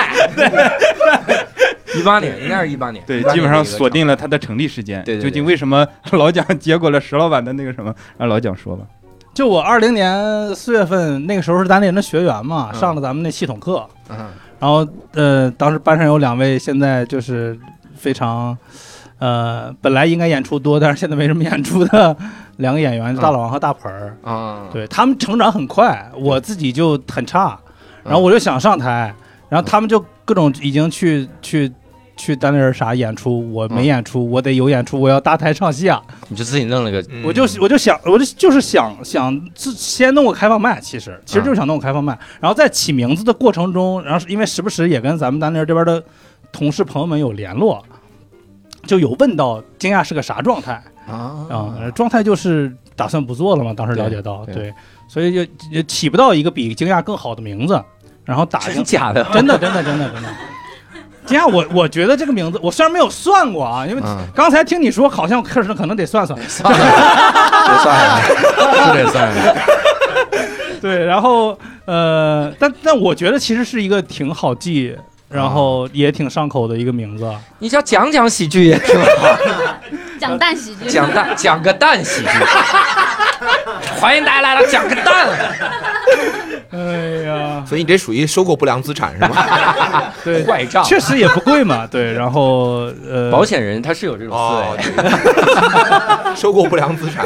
Speaker 13: 一八年应该是一八年，
Speaker 8: 对，
Speaker 13: 18
Speaker 8: 基本
Speaker 13: 年
Speaker 8: 上
Speaker 13: 这个
Speaker 8: 锁
Speaker 13: 场
Speaker 8: 定了他的成立时间。
Speaker 13: 对对对
Speaker 8: 究竟为什么 老蒋接过了石老板的那个什么？让老蒋说吧。
Speaker 11: 就我二零年四月份那个时候是咱那人的学员嘛，
Speaker 3: 嗯
Speaker 11: 上了咱们那系统课，
Speaker 3: 嗯
Speaker 11: 然后呃，当时班上有两位现在就是非常呃，本来应该演出多，但是现在没什么演出的两个演员，大老王和大盆儿，
Speaker 3: 啊，
Speaker 8: 嗯
Speaker 11: 对他们成长很快，我自己就很差，
Speaker 8: 嗯
Speaker 11: 然后我就想上台，然后他们就各种已经去去。去单立人啥演出？我
Speaker 8: 嗯
Speaker 11: 没演出，我得有演出，我要搭台唱戏啊！
Speaker 13: 你就自己弄了个
Speaker 3: 嗯
Speaker 11: 我就我就想，我就就是想想自先弄个开放麦，其实其
Speaker 13: 啊
Speaker 11: 实就是想弄个开放麦，然后在起名字的过程中，然后是因为时不时也跟咱们丹尼尔这边的同事朋友们有联络，就有问到惊讶是个啥状态
Speaker 13: 啊
Speaker 11: 啊、呃状态就是打算不做了嘛，当时了解到，
Speaker 13: 对
Speaker 11: 对，
Speaker 13: 对
Speaker 11: 所以就也起不到一个比惊讶更好的名字，然后打听
Speaker 13: 真假 的，
Speaker 11: 真的真的真的真的。惊讶，我我觉得这个名字，我虽然没有算过啊，因为
Speaker 13: 嗯
Speaker 11: 刚才听你说，好像克什可能得算算，
Speaker 13: 算了，这算了，是这算了。
Speaker 11: 对，然后呃，但但我觉得其实是一个挺好记，然
Speaker 13: 啊
Speaker 11: 后也挺上口的一个名字。
Speaker 13: 你叫讲讲喜剧也挺好，
Speaker 6: 讲淡喜剧，
Speaker 13: 讲 蛋讲个蛋喜剧。欢迎大家来了，讲个蛋，
Speaker 11: 哎呀，
Speaker 3: 所以你这属于收购不良资产是 吗？
Speaker 11: 对，
Speaker 13: 坏账。
Speaker 11: 确实也不贵嘛。对，然后呃，
Speaker 13: 保险人他是有这种思
Speaker 3: 哦
Speaker 13: 维，，
Speaker 3: 对收购不良资产，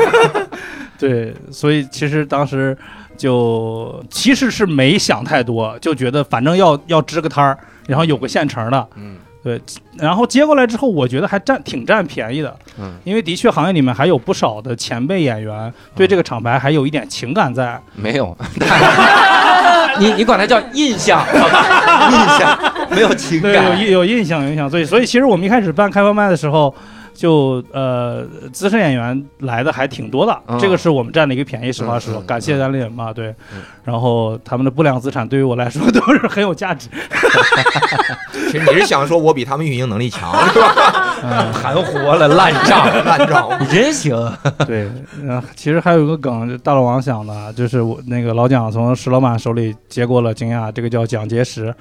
Speaker 11: 对，所以其实当时就其实是没想太多，就觉得反正要要支个摊儿，然后有个现成的，
Speaker 3: 嗯
Speaker 11: 然后接过来之后，我觉得还占挺占便宜的，
Speaker 13: 嗯，
Speaker 11: 因为的确行业里面还有不少的前辈演员对这个厂牌还有一点情感在，
Speaker 13: 没有。你你管它叫印象，好 吧？印象没有情
Speaker 11: 对，有
Speaker 13: 感。
Speaker 11: 印有印象有印象，所以所以其实我们一开始办开放麦的时候，就呃资深演员来的还挺多的，
Speaker 13: 嗯
Speaker 11: 这个是我们占了一个便宜，实话实说，
Speaker 3: 嗯
Speaker 11: 感谢单立人嘛，对，然后他们的不良资产对于我来说 都是很有价值，
Speaker 3: 其实你是想说我比他们运营能力强是吧？
Speaker 13: 盘活了烂账，
Speaker 3: 烂账，
Speaker 13: 你真行。
Speaker 11: 对，嗯，其实还有一个梗，就大老王想的，啊就是我那个老蒋从石老板手里接过了惊讶，这个叫蒋介石，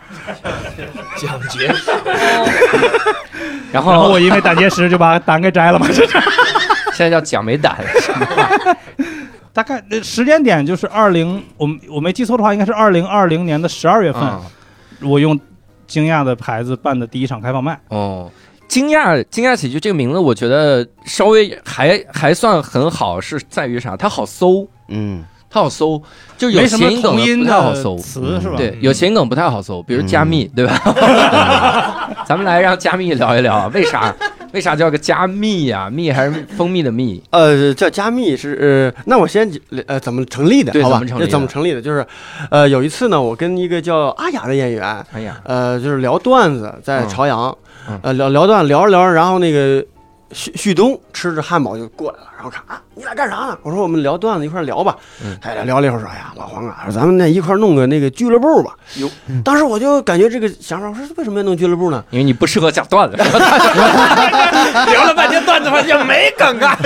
Speaker 3: 蒋杰
Speaker 13: 然
Speaker 1: 哦
Speaker 11: 然后
Speaker 13: 后
Speaker 11: 我因为胆结石就把胆给摘了嘛，这是
Speaker 13: 现在叫蒋没胆，
Speaker 11: 大概呃时间点就是二零，我们我没记错的话，应该是二零二零年的十二月份。
Speaker 13: 嗯
Speaker 11: 我用惊讶的牌子办的第一场开放麦，
Speaker 13: 哦，惊讶惊讶喜剧这个名字，我觉得稍微还还算很好，是在于啥？它好搜，
Speaker 7: 嗯，
Speaker 13: 它好搜，就有
Speaker 11: 没什么
Speaker 13: 谐音梗
Speaker 11: 同音
Speaker 13: 不太好搜
Speaker 11: 的。词是吧？嗯
Speaker 13: 对，有谐音梗不太好搜，比如加
Speaker 9: 嗯
Speaker 13: 密，对吧？ 咱们来让加密聊一 聊，为啥为啥叫个加密呀、蜜还是蜂蜜的蜜？
Speaker 9: 呃，叫加密是呃，那我先呃怎么成立的？
Speaker 13: 对
Speaker 9: 好吧
Speaker 13: 怎么成立的
Speaker 9: 这怎么成立的？就是，呃，有一次呢，我跟一个叫阿雅的演员，
Speaker 13: 哎呀，
Speaker 9: 呃，就是聊段子，在
Speaker 13: 嗯
Speaker 9: 朝阳，
Speaker 13: 嗯
Speaker 9: 呃，聊聊段聊着聊着，然后那个旭旭东吃着汉堡就过来了，然后看啊，你俩干啥呢？我说我们聊段子一块儿聊吧。
Speaker 13: 嗯
Speaker 9: 他俩聊了一会儿说，哎呀，老黄啊，说咱们那一块儿弄个那个俱乐部吧。有，当时我就感觉这个想法，我说为什么要弄俱乐部呢？
Speaker 13: 因为你不适合讲段子，
Speaker 8: 聊了半天段子，发现没梗啊！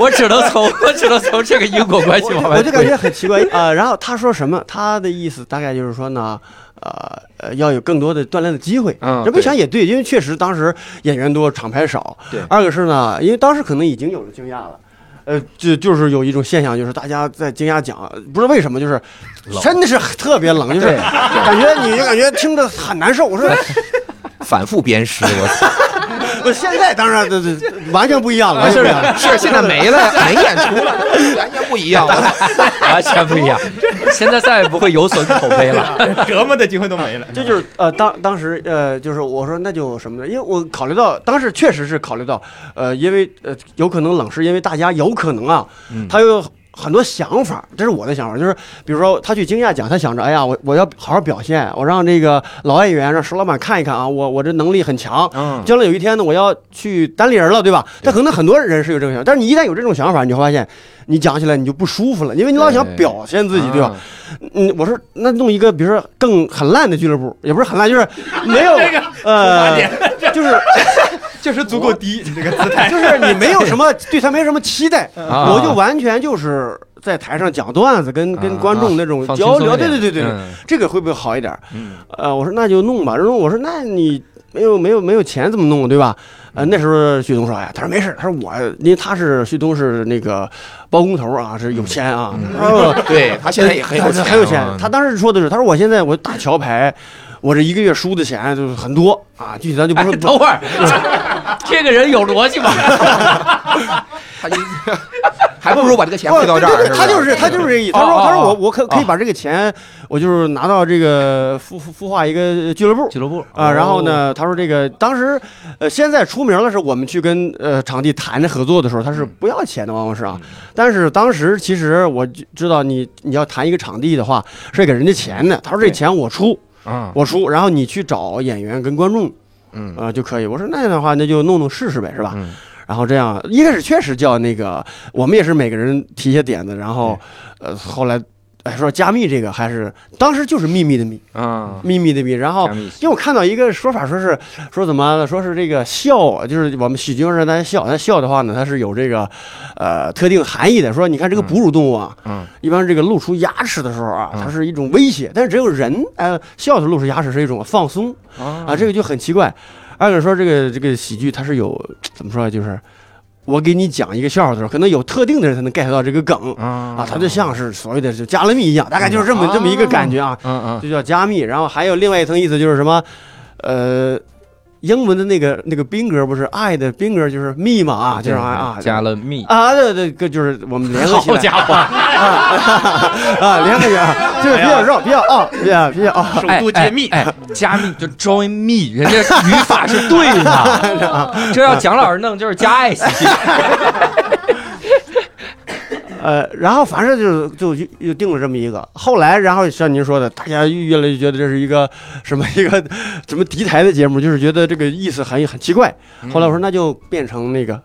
Speaker 13: 我只能从我只能从这个因果关系
Speaker 9: 我就
Speaker 13: 往
Speaker 9: 我
Speaker 13: 外
Speaker 9: 就感
Speaker 13: 推。
Speaker 9: 觉很奇怪啊、呃然后他说什么？他的意思大概就是说呢，呃呃，要有更多的锻炼的机
Speaker 1: 啊
Speaker 9: 会。
Speaker 13: 嗯
Speaker 9: 这么一想也对，因为确实当时演员多，厂牌少。
Speaker 13: 对
Speaker 9: 二个是呢，因为当时可能已经有了惊讶了。呃，就就是有一种现象，就是大家在惊讶讲，不知道为什么，就是真的是特别冷，就是感觉你就感觉听着很难受。我说，
Speaker 3: 反复鞭尸，我操！
Speaker 9: 我现在当然这这完全不一样了，完全
Speaker 3: 是
Speaker 9: 不一样了。
Speaker 3: 是，现在没了，没演出了，嗯完全不一样。
Speaker 13: 完全不一 样，现在再也不会有损口碑了。
Speaker 8: 折磨的机会都没了。
Speaker 9: 这就是呃，当当时呃，就是我说那就什么呢？因为我考虑到当时确实是考虑到，呃，因为呃，有可能冷是因为大家有可能啊，他又很多想法，这是我的想法，就是比如说他去惊讶奖，他想着，哎呀，我我要好好表现，我让这个老演员让石老板看一看啊，我我这能力很强。
Speaker 3: 嗯，
Speaker 9: 将来有一天呢，我要去单立人了，对吧？他可能很多人是有这种想法，但是你一旦有这种想法，你就发现你讲起来你就不舒服了，因为你老想
Speaker 13: 对
Speaker 9: 表现自己，对吧？
Speaker 3: 啊？
Speaker 9: 嗯，我说那弄一个，比如说更很烂的俱乐部，也不是很烂，就是没有呃，就是
Speaker 8: 就是足够低，你这个姿态。
Speaker 9: 就是你没有什么对他没什么期待，
Speaker 13: 啊
Speaker 9: 我就完全就是在台上讲段子，跟跟
Speaker 13: 啊
Speaker 9: 观众那种
Speaker 13: 放轻
Speaker 9: 交
Speaker 13: 松
Speaker 9: 流，
Speaker 13: 一
Speaker 9: 对
Speaker 13: 点
Speaker 9: 对对对，对
Speaker 13: 嗯
Speaker 9: 这个会不会好一点？
Speaker 13: 嗯
Speaker 9: 呃，我说那就弄吧，然后我说那你没有没有没有钱怎么弄，对吧？呃，那时候旭东说，哎呀，他说没事，他说我，因为他是旭东是那个包工头啊，是有钱啊，
Speaker 3: 嗯
Speaker 9: 哦，
Speaker 3: 对他现在也很有钱啊，
Speaker 9: 很有钱。他当时说的是，他说我现在我打桥牌，我这一个月输的钱就是很多啊，具体咱就
Speaker 1: 哎
Speaker 9: 不说。
Speaker 8: 等会儿， 这个人有逻辑吗？
Speaker 3: 他就还不如把这个钱汇到这
Speaker 9: 对
Speaker 3: 儿，
Speaker 9: 对对他就是他就是这意思。他
Speaker 8: 哦
Speaker 9: 说
Speaker 8: 哦
Speaker 9: 他说
Speaker 8: 哦
Speaker 9: 我我可可以把这个钱，我就是拿到这个孵孵孵化一个 俱乐部。
Speaker 13: 俱乐部
Speaker 9: 啊，然后？呢？他说这个当时，呃，现在出名了，是我们去跟呃场地谈合作的时候，他是不要钱的，往往是啊。但是当时其实我就知道你你要谈一个场地的话，是给人家钱的。他说这
Speaker 8: 对
Speaker 9: 钱我出，
Speaker 8: 啊，
Speaker 9: 我出，然后你去找演员跟观众
Speaker 3: 嗯
Speaker 9: 啊、就可以。我说那样的话，那就弄弄试试呗，是吧？
Speaker 3: 嗯
Speaker 9: 然后这样一开始确实叫那个，我们也是每个人提一些点子，然后呃后来哎说加密这个还是当时就是秘密的密，
Speaker 13: 啊，
Speaker 9: 秘密的密。然后
Speaker 13: 加密
Speaker 9: 因为我看到一个说法，说是说怎么说是这个笑，就是我们喜剧让大家笑，但笑的话呢，它是有这个呃特定含义的。说你看这个哺乳动物啊，
Speaker 3: 嗯
Speaker 9: 一般这个露出牙齿的时候啊，
Speaker 3: 嗯
Speaker 9: 它是一种威胁，但是只有人呃笑的时候露出牙齿是一种放松
Speaker 3: 嗯
Speaker 9: 啊，这个就很奇怪。按理说这个这个喜剧它是有怎么说啊，就是我给你讲一个笑话的时候，可能有特定的人才能 get 到这个梗。
Speaker 3: 嗯
Speaker 9: 啊，它就像是所谓的就加勒密一样，大概就是这么、这么一个感觉啊，
Speaker 13: 嗯嗯，
Speaker 9: 就叫加密。然后还有另外一层意思就是什么，呃，英文的那个那个宾格不是爱的宾格就是密嘛啊，就是啊哦啊
Speaker 13: 嗯加了密，
Speaker 9: 啊，对对，对就是我们联合起
Speaker 8: 好
Speaker 9: 来
Speaker 8: 家伙，
Speaker 9: 啊，联合起来就是比较绕，比较哦，比较比较哦，
Speaker 8: 首都揭秘，
Speaker 13: 哎，哎哎加密就 join me，人家语法是对的，这要蒋老师弄就是加爱喜剧，
Speaker 9: 呃，然后反正就就就就定了这么一个。后来，然后像您说的，大家越来越觉得这是一个什么一个 什么敌台的节目，就是觉得这个意思很很奇怪。
Speaker 13: 嗯
Speaker 9: 后来我说那就变成那个。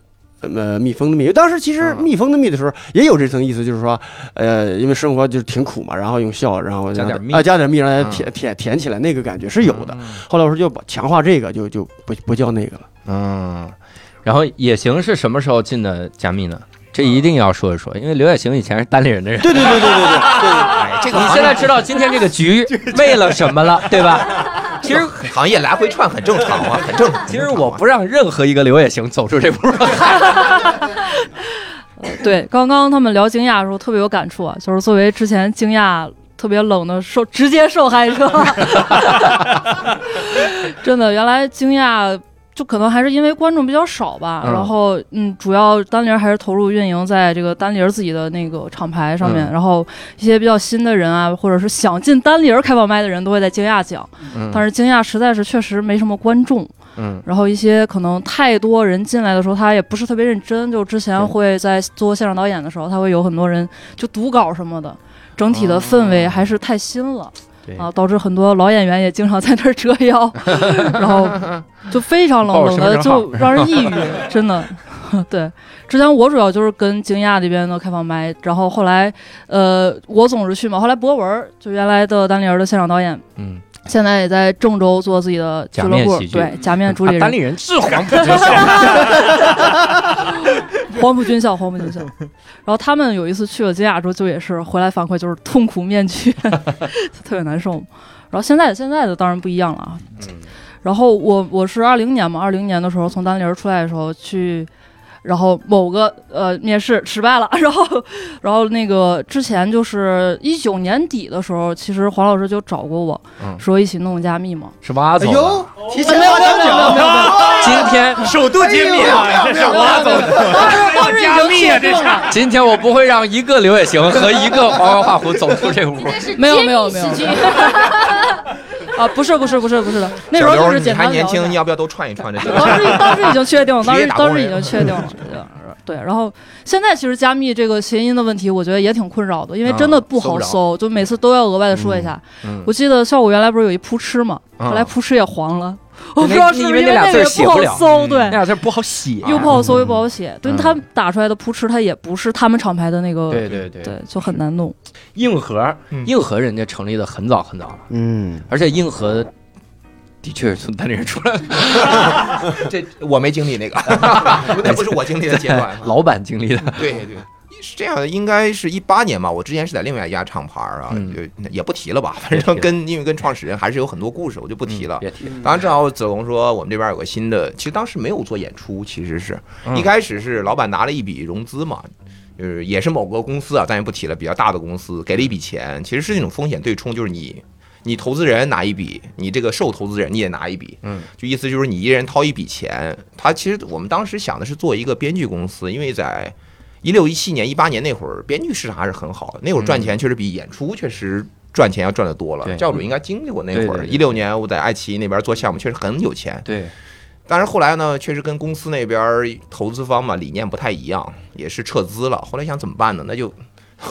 Speaker 9: 呃，蜜蜂的蜜，因为当时其
Speaker 13: 嗯
Speaker 9: 实蜜蜂的蜜的时候也有这层意思，就是说，呃，因为生活就是挺苦嘛，然后用笑，然后
Speaker 13: 加点
Speaker 9: 让它
Speaker 13: 蜜
Speaker 9: 啊，加点蜜，让它
Speaker 3: 嗯
Speaker 9: 甜甜甜起来，那个感觉是有的。后来我说就把强化这个，就就不不叫那个了。
Speaker 13: 嗯，然后野行是什么时候进的加密呢？这一定要说一说，因为刘野行以前是单立人的人。
Speaker 9: 对对对对对对对对。
Speaker 3: 哎，这个
Speaker 13: 你
Speaker 3: 行
Speaker 13: 现在知道今天这个局为了什么了，对吧？其实，
Speaker 3: 行业来回串很正常 啊，很正常。
Speaker 13: 其实我不让任何一个刘野行走出这步。
Speaker 10: 对，刚刚他们聊惊讶的时候特别有感触啊，就是作为之前惊讶特别冷的受直接受害者， 真的，原来惊讶就可能还是因为观众比较少吧，
Speaker 13: 嗯
Speaker 10: 然后嗯，主要单立人还是投入运营在这个单立人自己的那个厂牌上面，然后一些比较新的人啊，或者是想进单立人开放麦的人都会在惊讶讲，
Speaker 13: 嗯
Speaker 10: 但是惊讶实在是确实没什么观众。
Speaker 13: 嗯，
Speaker 10: 然后一些可能太多人进来的时候，他也不是特别认真。就之前会在做现场导演的时候，他会有很多人就读稿什么的，整体的氛围还是太新了。
Speaker 13: 哦对
Speaker 10: 啊，导致很多老演员也经常在那儿折 腰，然后就非常冷冷的，就让人抑郁，真的。 对，之前我主要就是跟惊讶那边的开放麦，然后后来，呃，我总是去嘛。后来博文儿就原来的单立人的现场导演，
Speaker 13: 嗯，
Speaker 10: 现在也在郑州做自己的俱乐
Speaker 13: 假面
Speaker 10: 部
Speaker 13: 喜，剧
Speaker 10: 对，假 面主理
Speaker 13: 啊
Speaker 10: 人。
Speaker 13: 单立人是黄埔
Speaker 10: 黄埔军校，黄埔军校。然后他们有一次去了惊讶之后，就也是回来反馈就是痛苦面具， 就特别难受。然后现在现在的当然不一样了啊。
Speaker 13: 嗯
Speaker 10: 然后我我是二零年嘛，二零年的时候从单立人出来的时候去，然后某个呃面试失败了， 然后然后那个之前就是一九年底的时候，其实黄老师就找过我、
Speaker 13: 嗯
Speaker 10: 说一起弄加密嘛，
Speaker 13: 是挖走的。，
Speaker 9: 哎提前没有没有没
Speaker 13: 哦
Speaker 9: 有没有，
Speaker 13: 今天
Speaker 8: 首都
Speaker 7: 嗯
Speaker 8: 揭秘啊，这是我走的，
Speaker 10: 当时已
Speaker 8: 加
Speaker 10: 经
Speaker 8: 密啊，
Speaker 10: 确
Speaker 8: 这
Speaker 10: 定
Speaker 8: 是。
Speaker 10: 了。
Speaker 13: 今天我不会让一个刘也行和一个黄花画虎走出这屋。
Speaker 6: 这是
Speaker 10: 没有
Speaker 6: 揭秘
Speaker 10: 没有没有
Speaker 6: 喜剧
Speaker 10: 啊，不是不是不是不是的，那时
Speaker 3: 小
Speaker 10: 候
Speaker 3: 刘
Speaker 10: 就是
Speaker 3: 你
Speaker 10: 简单
Speaker 3: 还
Speaker 10: 聊
Speaker 3: 年
Speaker 10: 一下
Speaker 3: 轻，你要不要都串一串这？
Speaker 10: 当时当时已经确定，
Speaker 3: 直
Speaker 10: 当
Speaker 3: 接
Speaker 10: 时
Speaker 3: 打
Speaker 10: 当
Speaker 3: 工
Speaker 10: 时
Speaker 3: 人
Speaker 10: 已经确定了。对，然后现在其实加密这个谐音的问题，我觉得也挺困扰的，因为真的不好
Speaker 3: 啊
Speaker 10: 搜，就每次都要额外的说一下。
Speaker 3: 嗯
Speaker 10: 我记得像我原来不是有一扑哧嘛，
Speaker 3: 啊
Speaker 10: 后来扑哧也黄了，我
Speaker 1: 那
Speaker 10: 不知道是
Speaker 1: 那因
Speaker 10: 不是
Speaker 1: 为
Speaker 10: 因
Speaker 1: 那俩字
Speaker 10: 为个
Speaker 1: 儿
Speaker 10: 也
Speaker 1: 写
Speaker 10: 不
Speaker 1: 不
Speaker 10: 好
Speaker 1: 了
Speaker 10: 搜，对
Speaker 1: 那，俩字儿不好写啊，
Speaker 10: 又不好搜又不好写，对
Speaker 1: 嗯
Speaker 10: 他打出来的扑哧，它也不是他们厂牌的那个，
Speaker 1: 对对对，
Speaker 10: 对，就很难弄。
Speaker 1: 硬核
Speaker 3: 嗯
Speaker 1: 硬核人家成立的很早很早了，
Speaker 7: 嗯，
Speaker 1: 而且硬核的确是从单立人出来的，
Speaker 3: 这我没经历那个，那不是我经历的阶段。 啊
Speaker 1: 老板经历的，
Speaker 3: 对 对，是这样的，应该是一八年吧。我之前是在另外一家厂牌啊，
Speaker 1: 嗯
Speaker 3: 就也不提了吧。反正跟因为跟创始人还是有很多故事，我就不提了。
Speaker 1: 别提
Speaker 3: 当然，正好子龙说我们这边有个新的，其实当时没有做演出，其实是
Speaker 1: 嗯
Speaker 3: 一开始是老板拿了一笔融资嘛，就是也是某个公司啊，咱也不提了，比较大的公司给了一笔钱，其实是那种风险对冲，就是你。你投资人拿一笔，你这个受投资人你也拿一笔，
Speaker 1: 嗯，
Speaker 3: 就意思就是你一人掏一笔钱。他其实我们当时想的是做一个编剧公司，因为在一六一七年、一八年那会儿，编剧市场还是很好的，那会儿赚钱确实比演出确实赚钱要赚得多了
Speaker 1: 嗯对。
Speaker 3: 教主应该经历过那会
Speaker 1: 对对
Speaker 3: 儿，
Speaker 1: 对
Speaker 3: 一六年我在爱奇艺那边做项目，确实很有 钱。
Speaker 1: 对，
Speaker 3: 但是后来呢，确实跟公司那边儿投资方嘛理念不太一样，也是撤资了。后来想怎么办呢？那就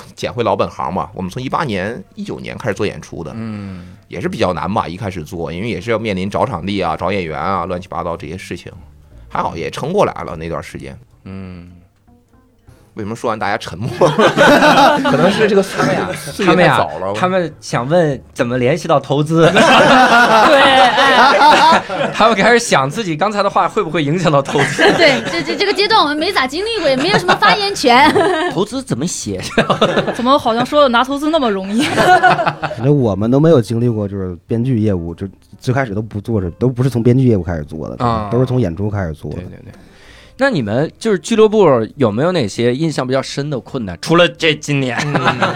Speaker 3: 捡回老本行嘛。我们从一八年、一九年开始做演出的，
Speaker 1: 嗯，
Speaker 3: 也是比较难吧，一开始做，因为也是要面临找场地啊、找演员啊、乱七八糟这些事情。还好也撑过来了那段时间。
Speaker 1: 嗯，
Speaker 3: 为什么说完大家沉默？ 可能是这个他们呀，
Speaker 14: 他们呀
Speaker 3: 早了，
Speaker 14: 他们想问怎么联系到投 资，
Speaker 6: 对，哎，
Speaker 14: 他们开始想自己刚才的话会不会影响到投 资，
Speaker 6: 对，这这这个阶段我们没咋经历过，也没有什么发 言权。
Speaker 14: 投资怎么写？
Speaker 10: 怎么好像说的拿投资那么容易？
Speaker 7: 反正我们都没有经历过，就是编剧业务，就最开始都不做这，都不是从编剧业务开始做的，
Speaker 1: 啊
Speaker 7: 都是从演出开始做的
Speaker 1: 对。对对。那你们就是俱乐部有没有哪些印象比较深的困难？除了这今年，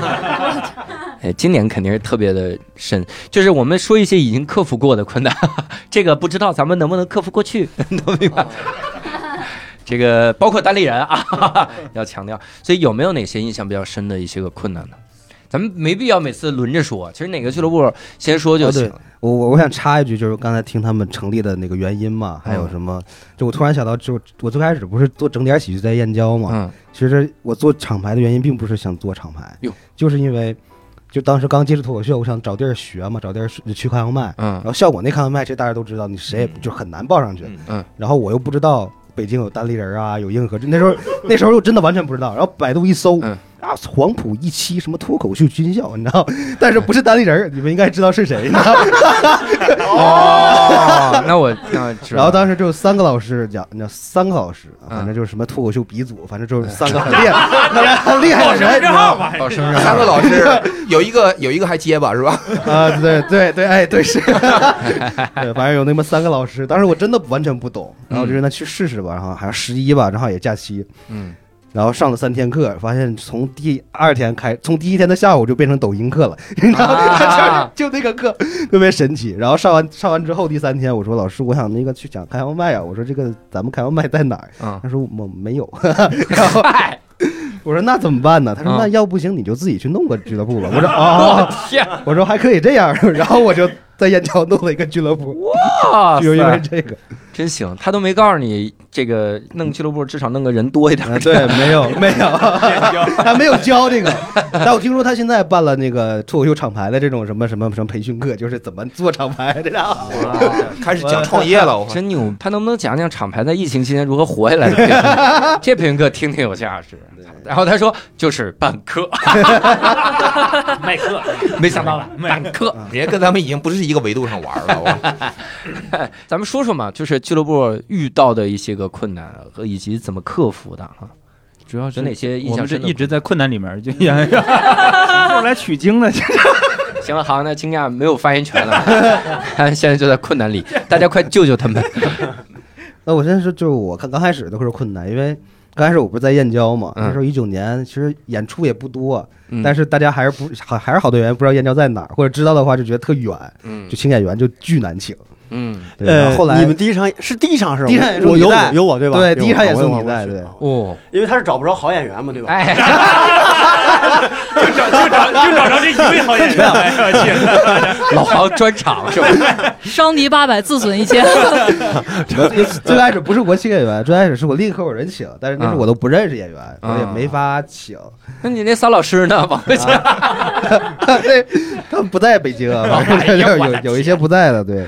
Speaker 1: 哎，今年肯定是特别的深。就是我们说一些已经克服过的困难， 这个不知道咱们能不能克服过去， 能明白？这个包括单立人啊， 要强调。所以有没有哪些印象比较深的一些个困难呢？咱们没必要每次轮着说，其实哪个俱乐部先说就
Speaker 7: 哦
Speaker 1: 行
Speaker 7: 对。我我我想插一句，就是刚才听他们成立的那个原因嘛，还
Speaker 1: 嗯
Speaker 7: 有什么？就我突然想到，就我最开始不是做整点喜剧在燕郊嘛，
Speaker 1: 嗯，
Speaker 7: 其实我做厂牌的原因并不是想做厂牌
Speaker 1: 哟，
Speaker 7: 就是因为就当时刚接触脱口秀，我想找地儿学嘛，找地儿去开放麦，
Speaker 1: 嗯
Speaker 7: 然后效果那开放麦其实大家都知道，你谁也
Speaker 3: 嗯
Speaker 7: 就很难报上去
Speaker 3: 嗯，
Speaker 1: 嗯，
Speaker 7: 然后我又不知道。北京有单立人啊，有硬核，那时候那时候我真的完全不知道。然后百度一搜，
Speaker 1: 嗯
Speaker 7: 啊，黄埔一期什么脱口秀军校，你知道？ 但是不是单立人，你们应该知道 是谁。你知道
Speaker 1: 哦，嗯 那我那知
Speaker 7: 然后
Speaker 1: 道。
Speaker 7: 当时就三个老师讲，你知道三个老师，啊
Speaker 1: 嗯
Speaker 7: 反正就是什么脱口秀鼻祖，反正就是三个很厉害、 很厉害的人，你知道吗？
Speaker 1: 报生日
Speaker 3: 三个老师有一个有一个还结巴 是吧？
Speaker 7: 啊，对对对，哎，对是， 对，反正有那么三个老师，当时我真的完全不懂，然后就让他去试试吧，然后好像十一吧，然后也假期，
Speaker 1: 嗯，
Speaker 7: 然后上了三天课，发现从第二天开，从第一天的下午就变成抖音课了，你知道
Speaker 1: 啊
Speaker 7: 吗？ 就是就那个课特别神奇。然后上完上完之后，第三天我说老师，我想那个去讲开放麦啊，我说这个咱们开放麦在哪儿？
Speaker 1: 嗯
Speaker 7: 他说我没有， 然后。我说那怎么办呢？他说
Speaker 1: 嗯
Speaker 7: 那要不行你就自己去弄个俱乐部吧。 我说啊，
Speaker 1: 天
Speaker 7: 我说还可以这样， 然后我就在燕郊弄了一个俱乐部，
Speaker 1: 啊，
Speaker 7: 就因为这个。
Speaker 1: 真行，他都没告诉你这个弄俱乐部，至少弄个人多一点。
Speaker 7: 啊， 对，没有没有， 他没有教这个。但我听说他现在办了那个脱口秀厂牌的这种什么什么什么培训课，就是怎么做厂牌这样。
Speaker 3: 开始讲创业了，我
Speaker 1: 真牛！他能不能讲讲厂牌在疫情期间如何活下来的？这培训课听听有价值。然后他说就是办课，
Speaker 8: 麦克，
Speaker 1: 没想到吧？
Speaker 8: 麦克，
Speaker 1: 课，
Speaker 3: 人家跟咱们已经不是一个维度上玩了。我
Speaker 1: 咱们说说嘛，就是俱乐部遇到的一些个困难和以及怎么克服的哈。
Speaker 8: 主要
Speaker 1: 有
Speaker 8: 是
Speaker 1: 哪些印
Speaker 8: 我
Speaker 1: 象
Speaker 8: 们这
Speaker 1: 深的
Speaker 8: 一直在困难里面，就 后来取经了，
Speaker 1: 行了，好，那惊讶没有发言权了， 他现在就在困难里，大家快救救他们。
Speaker 7: 那我先说，就是我看刚开始都是困难，因为刚开始我不是在燕郊嘛，
Speaker 1: 嗯
Speaker 7: 那时候一九年，其实演出也不多，
Speaker 1: 嗯
Speaker 7: 但是大家还是不还还是好多演员不知道燕郊在哪儿，或者知道的话就觉得特远，
Speaker 1: 嗯
Speaker 7: 就请演员就巨难请。
Speaker 1: 嗯，
Speaker 7: 对然后后来
Speaker 9: 呃你们第一场是第一场是吧
Speaker 7: 第一场也是
Speaker 9: 我
Speaker 7: 你
Speaker 9: 有
Speaker 7: 带
Speaker 9: 我有我对吧？
Speaker 7: 对
Speaker 9: 有
Speaker 7: 第一场也是
Speaker 9: 我有我哎
Speaker 7: 你带
Speaker 9: 我
Speaker 7: 对
Speaker 9: 我
Speaker 1: 哦，
Speaker 9: 因为他是找不着好演员嘛，对吧？
Speaker 1: 哎，
Speaker 8: 就找就找就找着这一位好演员来我去，
Speaker 1: 老黄专 场是吧？
Speaker 10: 伤敌八百，自损一千。
Speaker 7: 最开始不是我请演员，最开始是我另一个合伙人请，但是那时
Speaker 1: 嗯
Speaker 7: 候我都不认识演员，我也没法请。
Speaker 1: 那你那仨老师呢？王
Speaker 8: 啊
Speaker 1: 慧强，
Speaker 7: 对，他们不在北京啊，
Speaker 1: 哎
Speaker 7: 有有一些不在了，对。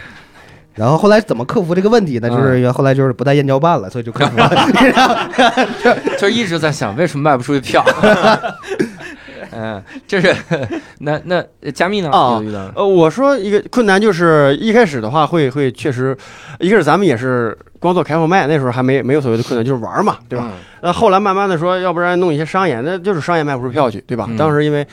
Speaker 7: 然后后来怎么克服这个问题呢？就是
Speaker 1: 嗯
Speaker 7: 因为后来就是不在燕郊办了，所以就克 服了。
Speaker 1: 就一直在想为什么卖不出去 票。嗯，这是那那呃加密呢？
Speaker 9: 哦
Speaker 1: 有遇到吗
Speaker 9: 呃，我说一个困难就是一开始的话会会确实，一开始咱们也是光做开放麦，那时候还没没有所谓的困难，就是玩儿嘛，对
Speaker 7: 嗯
Speaker 9: 吧？那、后来慢慢的说，要不然弄一些商演，那就是商演卖不出票去，对吧？
Speaker 1: 嗯
Speaker 9: 当时因为。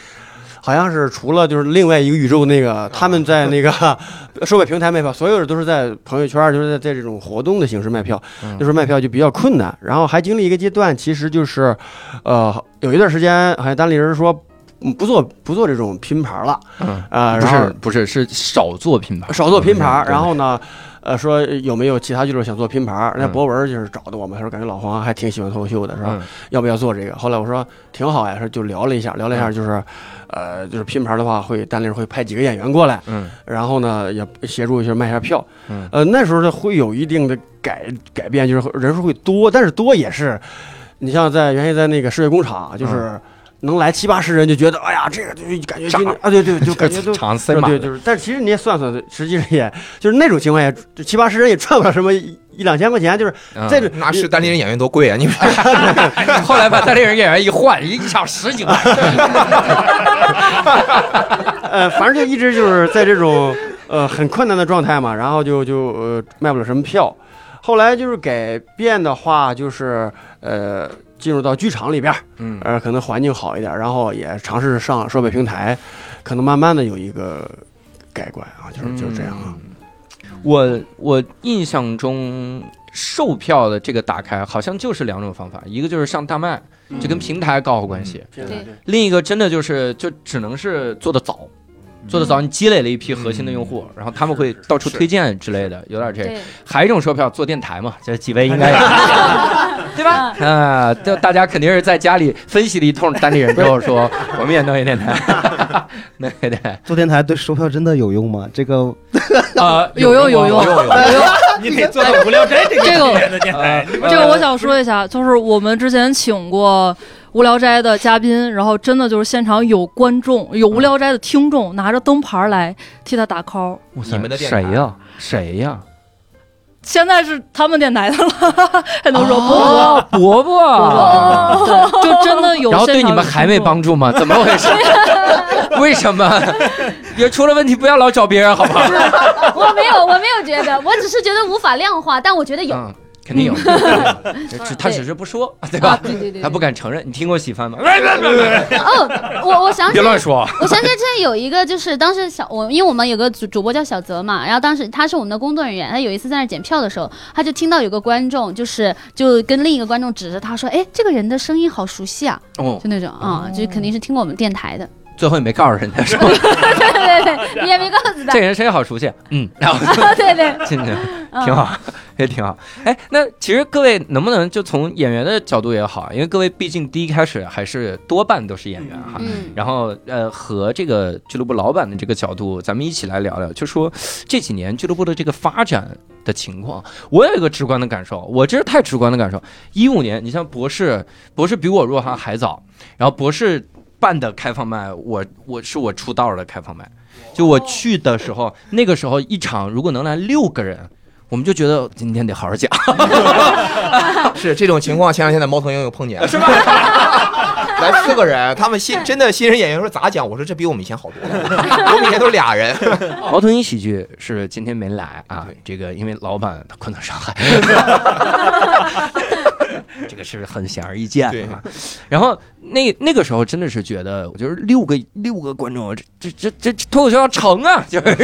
Speaker 9: 好像是除了就是另外一个宇宙那个，他们在那个 售卖平台卖票，所有的都是在朋友圈，就是在在这种活动的形式卖票，
Speaker 1: 嗯
Speaker 9: 那时候卖票就比较困难。然后还经历一个阶段，其实就是，呃，有一段时间好像单立人说嗯不做不做这种拼盘了，
Speaker 1: 嗯
Speaker 9: 啊、
Speaker 1: 不
Speaker 9: 然后
Speaker 1: 是不是是少做品牌，
Speaker 9: 少做拼盘儿，
Speaker 1: 嗯
Speaker 9: 然后呢，呃，说有没有其他俱乐部想做拼盘儿？那
Speaker 1: 嗯
Speaker 9: 博文就是找的我们，他说感觉老黄还挺喜欢脱口秀的，是吧？
Speaker 1: 嗯
Speaker 9: 要不要做这个？后来我说挺好呀，说就聊了一下，聊了
Speaker 1: 嗯
Speaker 9: 一下就是，呃，就是拼盘儿的话会单立人会派几个演员过来，
Speaker 1: 嗯
Speaker 9: 然后呢也协助一下卖一下票，
Speaker 1: 嗯
Speaker 9: 呃，那时候呢会有一定的改改变，就是人数会多，但是多也是，你像在原先在那个世界工厂
Speaker 1: 嗯
Speaker 9: 就是。能来七八十人就觉得，哎呀，这个就感觉今天啊，对对，就 感觉都
Speaker 1: 长塞
Speaker 9: 对
Speaker 1: 满
Speaker 9: 对，
Speaker 1: 了，
Speaker 9: 就是，但是其实你也算算，实际上也就是那种情况下，就七八十人也赚不了什么一一两千块钱，就是
Speaker 1: 嗯
Speaker 9: 在这
Speaker 3: 那是单立人演员多贵啊！你们
Speaker 8: 哎
Speaker 1: 后来把单立人演员一换，一场十 几万，
Speaker 9: 呃，反正就一直就是在这种呃很困难的状态嘛，然后就就呃卖不了什么票。后来就是改变的话，就是呃进入到剧场里边儿，
Speaker 1: 嗯
Speaker 9: 呃可能环境好一点，然后也尝试上设备平台，可能慢慢的有一个改观啊，就是就是这样啊。
Speaker 1: 我我印象中售票的这个打开好像就是两种方法，一个就是上大麦，就跟平台搞好关系；
Speaker 6: 对
Speaker 1: 另一个真的就是就只能是做的早，做的早你积累了一批核心的用户，然后他们会到处推荐之类的，有点这个。
Speaker 6: 对，
Speaker 1: 还有一种售票做电台嘛，这几位应 该也对吧？啊，就大家肯定是在家里分析了一通单立人之后说， 我们也弄一电台， 弄一电 台
Speaker 7: 做电台对售票真的有用吗？这个
Speaker 1: 啊，
Speaker 10: 有用有用
Speaker 1: 有用。
Speaker 8: 你得做到无 聊斋这个哎
Speaker 10: 这个
Speaker 8: 级别的电
Speaker 1: 啊
Speaker 8: 台。
Speaker 10: 这个
Speaker 1: 呃
Speaker 10: 我想说一下，就是我们之前请过《无聊斋》的嘉宾，然后真的就是现场有观众，有《无聊斋》的听众拿着灯牌来替他打 call。
Speaker 1: 哇塞
Speaker 3: 你们的电台
Speaker 1: 谁呀？谁呀？
Speaker 10: 现在是他们电台的了，还能说
Speaker 1: 哦
Speaker 10: 不
Speaker 1: 伯伯。
Speaker 10: 不，对，就真的有。
Speaker 1: 然后对你们还没帮助吗？怎么回 事？为什么？也出了问题不要老找别人，好不好？
Speaker 6: 我没有，我没有觉得，我只是觉得无法量化，但我觉得有
Speaker 1: 嗯，肯定有，只他只是不说，对
Speaker 6: 啊
Speaker 1: 吧，？
Speaker 6: 对对对，
Speaker 1: 他
Speaker 6: 对
Speaker 1: 不敢承认。你听过喜欢吗？
Speaker 6: 哦，我我想起
Speaker 1: 别乱说。
Speaker 6: 我想起来之前有一个，就是当时小我，因为我们有个主主播叫小泽嘛，然后当时他是我们的工作人员，他有一次在那儿检票的时候，他就听到有个观众，就是就跟另一个观众指着他说：“哎，这个人的声音好熟悉啊！”
Speaker 1: 哦，
Speaker 6: 就那种啊、就肯定是听过我们电台的。
Speaker 1: 最后也没告诉人家说
Speaker 6: 对对对，你也没告诉他
Speaker 1: 这。人谁好熟悉，嗯，然后
Speaker 6: 对 对，
Speaker 1: 进去
Speaker 6: 嗯
Speaker 1: 挺好，也挺好。哎，那其实各位能不能就从演员的角度也好，因为各位毕竟第一开始还是多半都是演员哈，
Speaker 6: 嗯，
Speaker 1: 然后呃，和这个俱乐部老板的这个角度，咱们一起来聊聊，就说这几年俱乐部的这个发展的情况。我有一个直观的感受，我这是太直观的感受。一五年，你像博士，博士比我入行还早，然后博士办的开放麦，我我是我出道的开放麦，就我去的时候，那个时候一场如果能来六个人。我们就觉得今天得好好讲，
Speaker 3: 是这种情况，前两天在猫头鹰又碰见了，是吧？ 来四个人，他们新真的新人演员说咋讲？我说这比我们以前好多了， 我们以前都是俩人。
Speaker 1: 猫头鹰喜剧是今天没来啊
Speaker 3: 对，
Speaker 1: 这个因为老板他困到上 海，这个是很显而易见的嘛。然后那那个时候真的是觉得，我就是六个六个观众，这这这这这脱口秀要成啊， 就是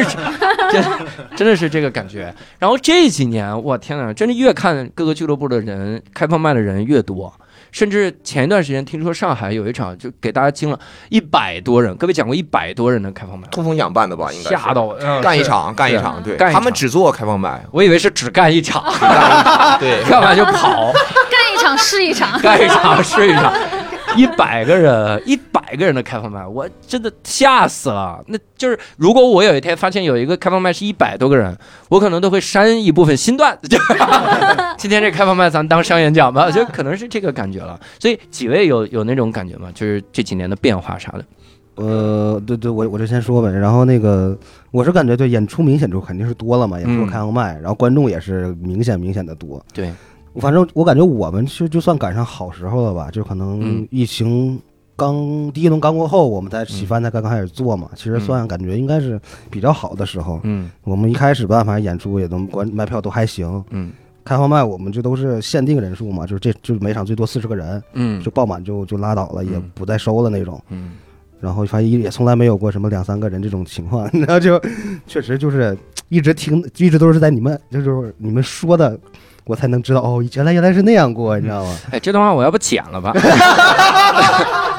Speaker 1: 这真的是这个感觉。然后这几年，我天哪，真的越看各个俱乐部的人开放麦的人越多。甚至前一段时间听说上海有一场就给大家惊了，一百多人，各位讲过一百多人的开放麦，
Speaker 3: 通风奖办的吧，应该是
Speaker 1: 吓到我，嗯
Speaker 3: 干一
Speaker 1: 是
Speaker 3: 场，干一场，对，
Speaker 1: 干一
Speaker 3: 他们
Speaker 1: 场
Speaker 3: 只做开放麦，
Speaker 1: 我以为是只干一场，
Speaker 3: 对，
Speaker 1: 干完就跑，
Speaker 6: 干一场是一场。
Speaker 1: 干一场是一场。一百个人，一百个人的开放麦，我真的吓死了。那就是如果我有一天发现有一个开放麦是一百多个人，我可能都会删一部分新段子。就是 今天这开放麦咱们当商演讲吧，就可能是这个感觉了。所以几位有有那种感觉吗？就是这几年的变化啥的。
Speaker 7: 呃，对对，我我就先说呗。然后那个，我是感觉就演出明显就肯定是多了嘛，演出
Speaker 1: 嗯
Speaker 7: 开放麦，然后观众也是明显明显的多。
Speaker 1: 对，
Speaker 7: 反正我感觉我们是就算赶上好时候了吧，就可能
Speaker 1: 嗯
Speaker 7: 疫情刚第一轮刚过后，我们才喜番才刚刚开始做嘛，其实算感觉应该是比较好的时候。
Speaker 1: 嗯
Speaker 7: 我们一开始办，反正演出也能关卖票都还行。
Speaker 1: 嗯
Speaker 7: 开放麦我们这都是限定人数嘛，就是这就是每场最多四十个人，
Speaker 1: 嗯
Speaker 7: 就爆满就就拉倒了，也
Speaker 1: 嗯
Speaker 7: 不再收了那种。
Speaker 1: 嗯
Speaker 7: 然后反正也从来没有过什么两三个人这种情况， 然后就确实就是一直听，一直都是在你们就是你们说的，我才能知道哦，原来原来是那样过，你知道 吗？
Speaker 1: 哎，这段话我要不剪了吧？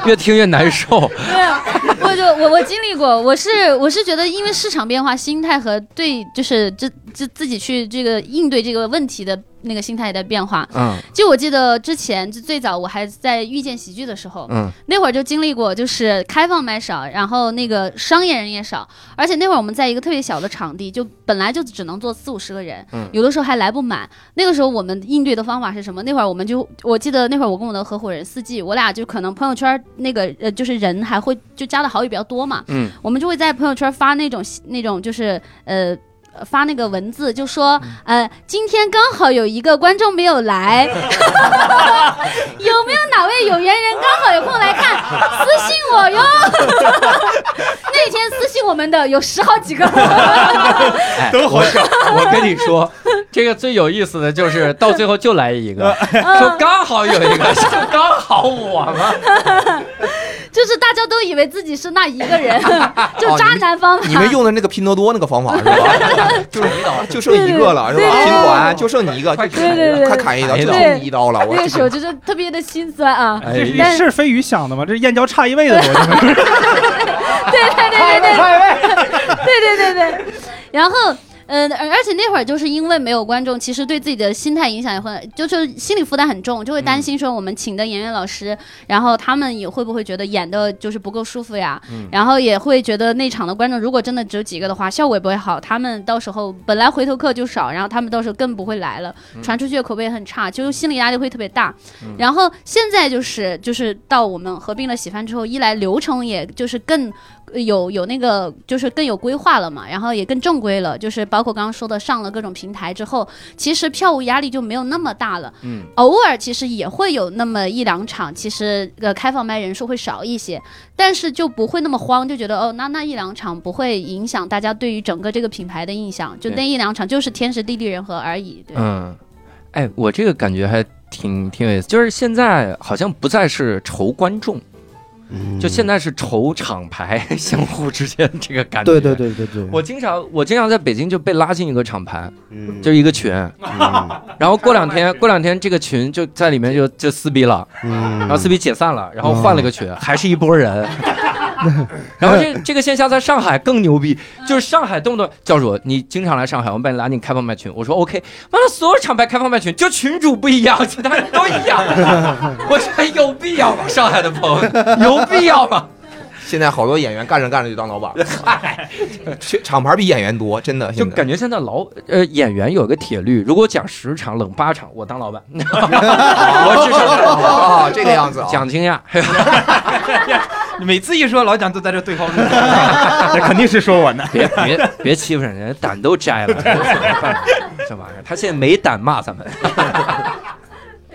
Speaker 1: 越听越难受。
Speaker 6: 对啊，我就我我经历过，我是我是觉得，因为市场变化，心态和对就是这这自己去这个应对这个问题的那个心态的变化。
Speaker 1: 嗯
Speaker 6: 就我记得之前就最早我还在遇见喜剧的时候，
Speaker 1: 嗯
Speaker 6: 那会儿就经历过，就是开放麦少，然后那个商业人也少，而且那会儿我们在一个特别小的场地，就本来就只能坐四五十个人，
Speaker 1: 嗯
Speaker 6: 有的时候还来不满。那个时候我们应对的方法是什么？那会儿我们就，我记得那会儿我跟我的合伙人四季，我俩就可能朋友圈那个呃，就是人还会就加的好友比较多嘛，
Speaker 1: 嗯
Speaker 6: 我们就会在朋友圈发那种那种就是呃。发那个文字就
Speaker 3: 嗯
Speaker 6: 说，呃，今天刚好有一个观众没有来， 有没有哪位有缘人刚好有空来看，私信我哟。 那天私信我们的有十好几个，
Speaker 1: 哎，都好笑。我跟你说，这个最有意思的就是到最后就来一个，说刚好有一个，是刚好我们。
Speaker 6: 就是大家都以为自己是那一个人，就渣男方
Speaker 3: 哦
Speaker 6: 法。
Speaker 3: 你们用的那个拼多多那个方法是吧？就是就剩一个了是吧？拼团就剩你一个，就
Speaker 6: 对对对
Speaker 3: 快砍一刀，
Speaker 1: 砍一
Speaker 3: 就
Speaker 1: 刀
Speaker 3: 剩你一刀了。我
Speaker 6: 那个时候就是特别的心酸啊！
Speaker 1: 哎
Speaker 11: 这是
Speaker 6: 但
Speaker 11: 是非鱼想的吗？这是燕郊差一位的逻辑 吗？
Speaker 6: 对对对对对， 对对对对。然后，嗯、呃，而且那会儿就是因为没有观众，其实对自己的心态影响也会，就是心理负担很重，就会担心说我们请的演员老师，然后他们也会不会觉得演的就是不够舒服呀？然后也会觉得那场的观众如果真的只有几个的话，效果也不会好，他们到时候本来回头客就少，然后他们到时候更不会来了，传出去的口碑也很差，就是心理压力会特别大。然后现在就是就是到我们合并了喜番之后，一来流程也就是更呃有有那个就是更有规划了嘛，然后也更正规了，就是包括刚刚说的上了各种平台之后，其实票务压力就没有那么大了。
Speaker 1: 嗯，
Speaker 6: 偶尔其实也会有那么一两场，其实呃开放麦人数会少一些，但是就不会那么慌，就觉得哦那那一两场不会影响大家对于整个这个品牌的印象，就
Speaker 1: 对
Speaker 6: 那一两场就是天时地利人和而已。对，
Speaker 1: 嗯，哎，我这个感觉还挺挺有意思，就是现在好像不再是愁观众，就现
Speaker 7: 在，
Speaker 1: 在是愁厂牌 相互之间这个感觉。
Speaker 7: 对对。对对对，
Speaker 1: 我经常我经常在北京就被拉进一个厂牌，
Speaker 7: 嗯
Speaker 1: 就是一个群，
Speaker 7: 嗯
Speaker 1: 然后过两天过两天这个群就在里面就就撕逼了，
Speaker 7: 嗯，
Speaker 1: 然后撕逼解散了，然后换了个群，还是一波人。然后这这个现象在上海更牛逼，就是上海动不动教主，你经常来上海，我们把你拉进开放麦群，我说 OK，完了所有厂牌开放麦群就群主不一样，其他人都一样，我说有必要吗？上海的朋友有必要吗？
Speaker 3: 现在好多演员干着干着就当老板了， 去厂牌比演员多，真的。
Speaker 1: 就
Speaker 3: 现在
Speaker 1: 感觉现在老呃演员有个铁律，如果讲十场冷八场，我当老板，
Speaker 3: 哦
Speaker 1: 我至少
Speaker 3: 啊，这个样子啊，
Speaker 1: 讲惊讶。
Speaker 8: 每次一说老蒋都在这对号入座，那肯定是说我呢。
Speaker 1: 别别别欺负人，人家胆都摘了，这玩意儿，他现在没胆骂咱们。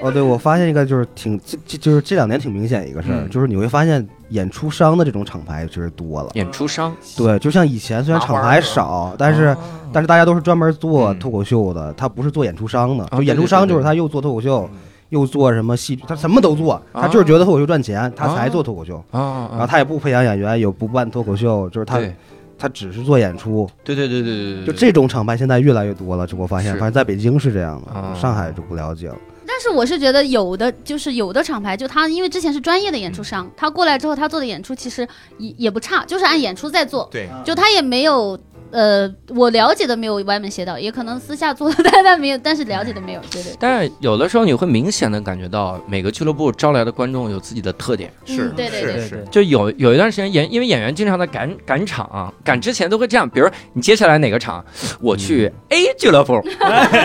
Speaker 7: 哦，对，我发现一个就是挺这这就是这两年挺明显一个事儿，
Speaker 1: 嗯
Speaker 7: 就是你会发现演出商的这种厂牌其实多了。
Speaker 1: 演出商，
Speaker 7: 对，就像以前虽然
Speaker 3: 麻
Speaker 7: 厂
Speaker 3: 花
Speaker 7: 牌
Speaker 3: 儿是吧
Speaker 7: 少，但是但是大家都是专门做
Speaker 1: 嗯
Speaker 7: 脱口秀的，他不是做演出商的。
Speaker 1: 啊
Speaker 7: 就演
Speaker 1: 对
Speaker 7: 出
Speaker 1: 对
Speaker 7: 商
Speaker 1: 对
Speaker 7: 就是
Speaker 1: 对嗯
Speaker 7: 他又做脱口秀，又做什么戏剧，他什么都做，他就是觉得脱口秀赚钱，
Speaker 1: 哦
Speaker 7: 他才做脱口秀。
Speaker 1: 啊
Speaker 7: 哦然后他也不培养演员，也不办脱口秀，就是他
Speaker 1: 对
Speaker 7: 他只是做演出。
Speaker 1: 对对对对对，
Speaker 7: 就这种厂牌现在越来越多了，这我发现，
Speaker 1: 是
Speaker 7: 反正在北京是这样
Speaker 1: 啊
Speaker 7: 的，上海就不了 解了。
Speaker 6: 但是我是觉得有的就是有的厂牌，就他因为之前是专业的演出商，
Speaker 1: 嗯
Speaker 6: 他过来之后他做的演出其实也也不差，就是按演出在做，
Speaker 3: 对，
Speaker 6: 就他也没有呃，我了解的没有歪门邪道，也可能私下做的，但但没有，但是了解的没有，对对，
Speaker 1: 但是有的时候你会明显的感觉到每个俱乐部招来的观众有自己的特点，
Speaker 6: 嗯对对对
Speaker 8: 对
Speaker 3: 是是，
Speaker 1: 就有有一段时间演，因为演员经常在赶赶场啊、赶之前都会这样，比如你接下来哪个场，我去 A 俱乐部，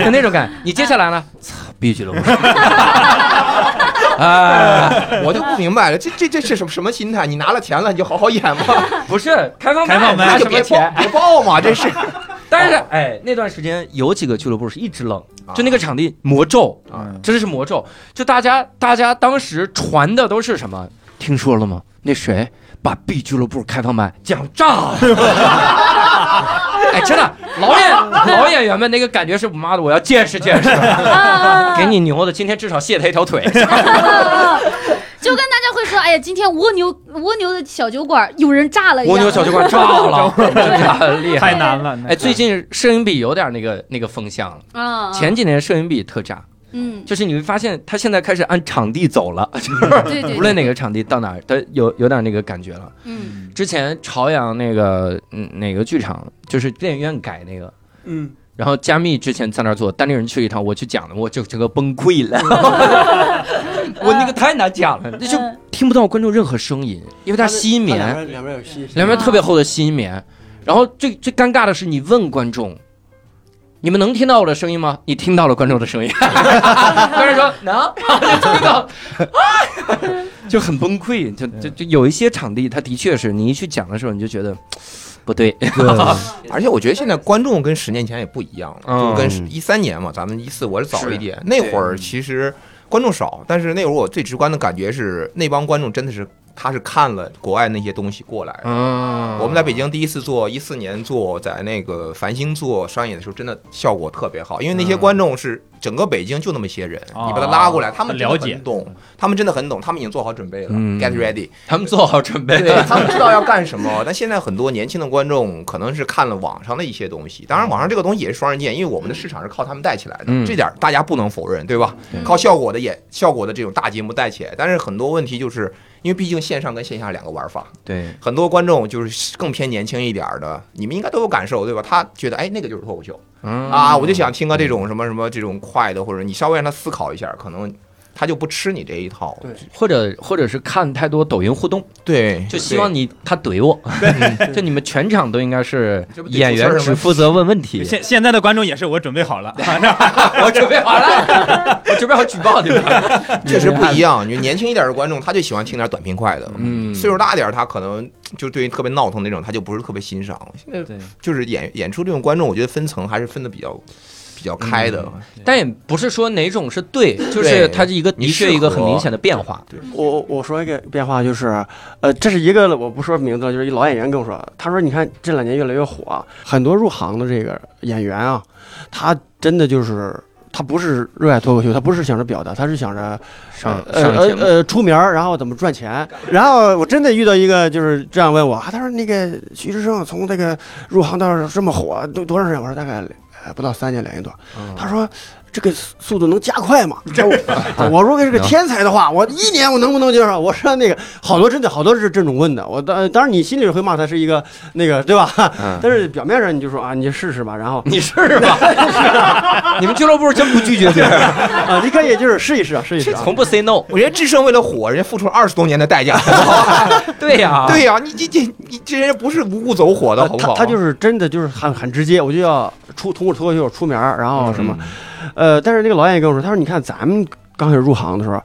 Speaker 1: 就那种感觉。你接下来呢？操，B 俱乐部。 啊，
Speaker 3: 我就不明白了，这这这是什么什么心态？你拿了钱了， 你就好好演吧，
Speaker 1: 不是开放
Speaker 8: 开放麦
Speaker 1: 拿
Speaker 3: 那
Speaker 1: 什
Speaker 3: 就
Speaker 1: 么
Speaker 3: 别报
Speaker 1: 钱？
Speaker 3: 别报 嘛，这是
Speaker 1: 但是哎，那段时间有几个俱乐部是一直冷，啊就
Speaker 3: 啊
Speaker 1: 那个场地魔咒啊，真的是魔咒。就大家大家当时传的都是什么？听说了吗？那谁把 B 俱乐部开放麦讲炸 了？哎，真的，老演老演员们那个感觉是，妈的，我要见识 见识，
Speaker 6: 啊
Speaker 1: 给你牛的，今天至少卸他一条腿。
Speaker 6: 就跟大家会说，哎呀，今天蜗牛蜗牛的小酒馆有人炸了一样，
Speaker 1: 蜗牛小酒馆炸了， 真的厉害。
Speaker 8: 太难了。那
Speaker 1: 哎，最近摄影笔有点那个那个风向了，
Speaker 6: 啊，
Speaker 1: 前几年摄影笔特炸。
Speaker 6: 嗯，
Speaker 1: 就是你会发现，他现在开始按场地走了，
Speaker 6: 对 对，
Speaker 1: 无论哪个场地到哪儿，他有有点那个感觉了。
Speaker 6: 嗯
Speaker 1: 之前朝阳那个嗯哪个剧场，就是电影院改那个，
Speaker 2: 嗯，
Speaker 1: 然后加密之前在那儿做，单立人去一趟，我去讲的，我就整个崩溃了， 我那个太难讲了，那就
Speaker 6: 嗯
Speaker 1: 听不到观众任何声音，因为它吸啊音棉，
Speaker 9: 两边两边有吸，
Speaker 1: 两边特别厚的吸音棉。然后最最尴尬的是，你问观众，你们能听到我的声音吗？你听到了观众的声音， 观众说能，然后就听到，啊、 就很崩溃。就就就有一些场地，它的确是你一去讲的时候，你就觉 得不对，
Speaker 3: 而且我觉得现在观众跟十年前也不一样了，
Speaker 1: 嗯
Speaker 3: 就跟一三年嘛，咱们一四我是早一点，那
Speaker 1: 对
Speaker 3: 会儿其实观众少，但是那会儿我最直观的感觉是，那帮观众真的是他是看了国外那些东西过来的。
Speaker 1: 嗯，
Speaker 3: 我们在北京第一次做，一四年做，在那个繁星做商演的时候，真的效果特别好，因为那些观众是整个北京就那么些人，
Speaker 8: 嗯哦
Speaker 3: 你把他拉过来，他们真的
Speaker 8: 了解
Speaker 3: 很懂，他们真的很懂，他们已经做好准备了、
Speaker 1: 嗯
Speaker 3: g e t ready，
Speaker 1: 他们做好准备
Speaker 3: 对，他们知道要干什么。但现在很多年轻的观众可能是看了网上的一些东西，当然网上这个东西也是双刃剑，因为我们的市场是靠他们带起来的，
Speaker 1: 嗯
Speaker 3: 这点大家不能否认，对
Speaker 8: 嗯
Speaker 3: 吧？
Speaker 6: 对
Speaker 3: 靠效果的演效果的这种大节目带起来，但是很多问题就是因为毕竟线上跟线下两个玩法，
Speaker 1: 对，
Speaker 3: 很多观众就是更偏年轻一点儿的，你们应该都有感受，对吧？他觉得哎，那个就是脱口秀
Speaker 1: 嗯
Speaker 3: 啊，我就想听个这种什么什么这种快的，或者你稍微让他思考一下，可能他就不吃你这一套。
Speaker 9: 对
Speaker 1: 或者或者是看太多抖音互动，
Speaker 3: 对，
Speaker 1: 就希望你他怼我， 就你们全场都应该是
Speaker 3: 这不得
Speaker 1: 演
Speaker 3: 出
Speaker 1: 员
Speaker 3: 事儿
Speaker 1: 只
Speaker 3: 吗
Speaker 1: 负责问问题，
Speaker 8: 现现在的观众也是我准备好了，啊
Speaker 1: 我准备好了， 我准备好举报你们。
Speaker 3: 确实不一样。你年轻一点的观众，他就喜欢听点短平快的。
Speaker 1: 嗯
Speaker 3: 岁数大点儿，他可能就对于特别闹腾那种，他就不是特别欣赏。现在
Speaker 1: 对
Speaker 3: 就是演演出这种观众，我觉得分层还是分的比较比较开的。
Speaker 1: 但也不是说哪种是对，就是
Speaker 3: 对
Speaker 1: 它是一个
Speaker 3: 你
Speaker 1: 的确
Speaker 3: 适
Speaker 1: 一个很
Speaker 3: 合
Speaker 1: 明显的变化。
Speaker 9: 我我我说一个变化就是，呃，这是一个我不说名字了，就是一老演员跟我说，他说你看这两年越来越火，很多入行的这个演员啊，他真的就是他不是热爱脱口秀，他不是想着表达，他是想着
Speaker 1: 上
Speaker 9: 呃
Speaker 1: 上节
Speaker 9: 呃
Speaker 1: 目，
Speaker 9: 呃出名儿，然后怎么赚钱。然后我真的遇到一个就是这样问我，啊、他说那个徐志胜从这个入行到这么火，都多长时间？我说大概呃不到三年两年多。
Speaker 1: 嗯
Speaker 9: 他说。这个速度能加快吗？这我 我如果
Speaker 1: 嗯
Speaker 9: 是个天才的话，我一年我能不能接受？我说那个好多真的好多是这种问的，我当当然你心里会骂他是一个那个对吧？
Speaker 1: 嗯
Speaker 9: 但是表面上你就说啊，你试试吧，然后
Speaker 1: 你是吧？ 你们俱乐部真不拒绝别人，
Speaker 9: 啊，你可以就是试一试啊，试一试啊。
Speaker 1: 从不 say no。
Speaker 3: 我觉得智胜为了火，人家付出了二十多年的代价。
Speaker 1: 对呀，
Speaker 3: 对呀、你这这你这人不是无故走火的，好不好？
Speaker 9: 呃他他就是真的就是很很直接，我就要出通过脱口秀出名儿，然后什么，呃，但是那个老演员跟我说，他说你看咱们刚开始入行的时候，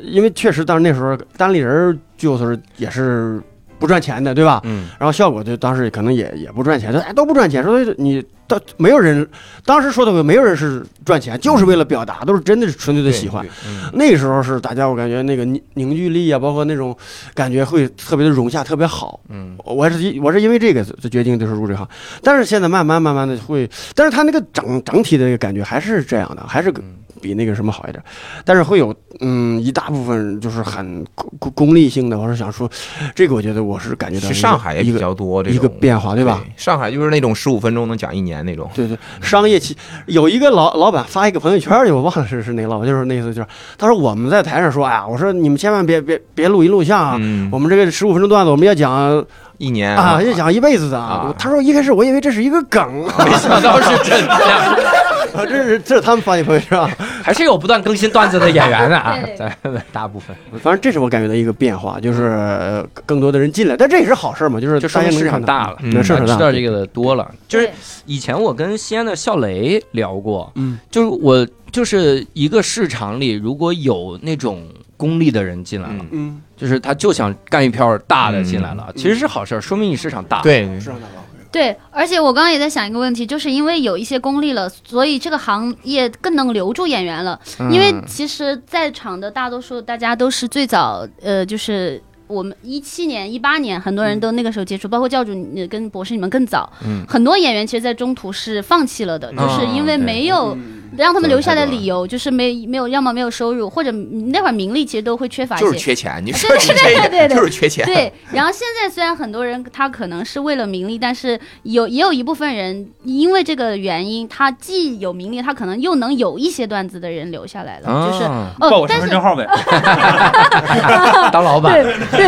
Speaker 9: 因为确实当时那时候单立人儿就是也是不赚钱的，对吧？
Speaker 1: 嗯，
Speaker 9: 然后效果就当时可能也也不赚钱，说哎都不赚钱，说你到没有人，当时说的没有人是赚钱，就是为了表达，都是真的是纯粹的
Speaker 3: 对
Speaker 9: 喜欢。
Speaker 3: 对嗯
Speaker 9: 那时候是大家，我感觉那个凝凝聚力啊，包括那种感觉会特别的融洽，特别好。
Speaker 3: 嗯，
Speaker 9: 我是因我是因为这个就决定就是入这行，
Speaker 3: 嗯
Speaker 9: 但是现在慢慢慢慢的会，但是他那个整整体的那个感觉还是这样的，还是比那个什么好一点，但是会有嗯一大部分就是很功功功利性的，或者想说这个，我觉得我是感觉到
Speaker 3: 是
Speaker 9: 一
Speaker 3: 上
Speaker 9: 个
Speaker 3: 海也
Speaker 9: 一
Speaker 3: 比
Speaker 9: 个
Speaker 3: 较多这
Speaker 9: 一个
Speaker 3: 种，
Speaker 9: 变化，对吧？？
Speaker 3: 上海就是那种十五分钟能讲一年那种，
Speaker 9: 对对，商业企有一个老老板发一个朋友圈儿去，我忘了是是哪个老板，就是那意思就是，他说我们在台上说，哎呀，我说你们千万别别别录音录像啊，
Speaker 3: 嗯，
Speaker 9: 我们这个十五分钟段子我们要讲啊，
Speaker 3: 一年
Speaker 1: 哎
Speaker 9: 要讲一辈子的
Speaker 3: 啊
Speaker 9: 他说一开始我以为这是一个梗，
Speaker 1: 没想到是真的，
Speaker 9: 啊 这是这是他们发的朋友圈啊，
Speaker 1: 还是有不断更新段子的演员的啊
Speaker 6: 对，
Speaker 1: 咱们大部分
Speaker 9: 反正这是我感觉的一个变化，就是呃更多的人进来，但这也是好事儿嘛，就是
Speaker 1: 就说
Speaker 9: 大家
Speaker 1: 明
Speaker 9: 能
Speaker 1: 市场
Speaker 9: 看到，
Speaker 1: 大了。
Speaker 9: 对，市
Speaker 1: 啊
Speaker 9: 场
Speaker 1: 知
Speaker 9: 大，
Speaker 1: 道这个的多了，就是
Speaker 6: 对
Speaker 1: 以前我跟西安的笑雷聊过，
Speaker 9: 嗯，
Speaker 1: 就是我就是一个市场里如果有那种功利的人进来了，
Speaker 3: 嗯
Speaker 9: 嗯，
Speaker 1: 就是他就想干一票大的进来了，其实是好事儿，说明你市场大。，
Speaker 3: 对，
Speaker 9: 市场大吧。
Speaker 6: 对，而且我刚刚也在想一个问题，就是因为有一些功利了，所以这个行业更能留住演员了。
Speaker 3: 嗯
Speaker 6: 因为其实，在场的大多数大家都是最早，呃，就是我们一七年、一八年，很多
Speaker 3: 嗯
Speaker 6: 人都那个时候接触，包括教主你跟博士你们更早。
Speaker 1: 嗯
Speaker 6: 很多演员其实，在中途是放弃了的，
Speaker 3: 哦
Speaker 6: 就是因为
Speaker 1: 对
Speaker 6: 没有
Speaker 8: 嗯
Speaker 6: 让他们留下的理由，就是没没有，要么没有收入，或者那会儿名利其实都会缺乏一些。
Speaker 3: 就是缺钱，你说
Speaker 6: 对
Speaker 3: 是
Speaker 6: 对
Speaker 3: 这
Speaker 6: 对对
Speaker 3: 个，
Speaker 6: 对
Speaker 3: 就是缺钱，
Speaker 6: 对，然后现在虽然很多人他可能是为了名利，但是有也有一部分人因为这个原因，他既有名利，他可能又能有一些段子的人留下来了，就是
Speaker 1: 啊
Speaker 8: 报
Speaker 6: 哦
Speaker 8: 我，身
Speaker 6: 但
Speaker 8: 份
Speaker 6: 是
Speaker 8: 证号呗。
Speaker 6: 啊
Speaker 1: 当老板
Speaker 6: 对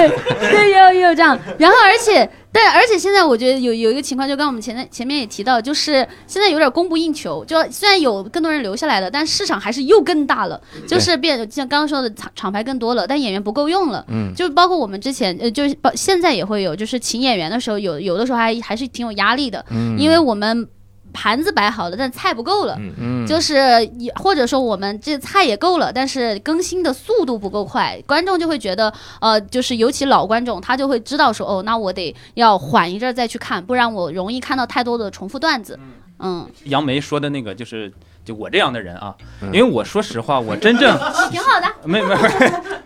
Speaker 6: 对对，也有也有这样。然后而且但而且现在我觉得有有一个情况，就刚我们前面前面也提到，就是现在有点供不应求，就虽然有更多人留下来了，但市场还是又更大了，就是变像刚刚说的厂厂牌更多了，但演员不够用了。
Speaker 1: 嗯，
Speaker 6: 就包括我们之前呃，就是包现在也会有，就是请演员的时候有有的时候还还是挺有压力的，
Speaker 1: 嗯
Speaker 6: 因为我们盘子摆好了，但菜不够了。
Speaker 3: 嗯
Speaker 1: 嗯
Speaker 6: 就是也或者说我们这菜也够了，但是更新的速度不够快，观众就会觉得，呃，就是尤其老观众，他就会知道说，哦，那我得要缓一阵儿再去看，不然我容易看到太多的重复段子。嗯，
Speaker 8: 杨梅说的那个就是，就我这样的人啊，
Speaker 3: 嗯
Speaker 8: 因为我说实话，我真正
Speaker 6: 哦挺好的。
Speaker 8: 没 没，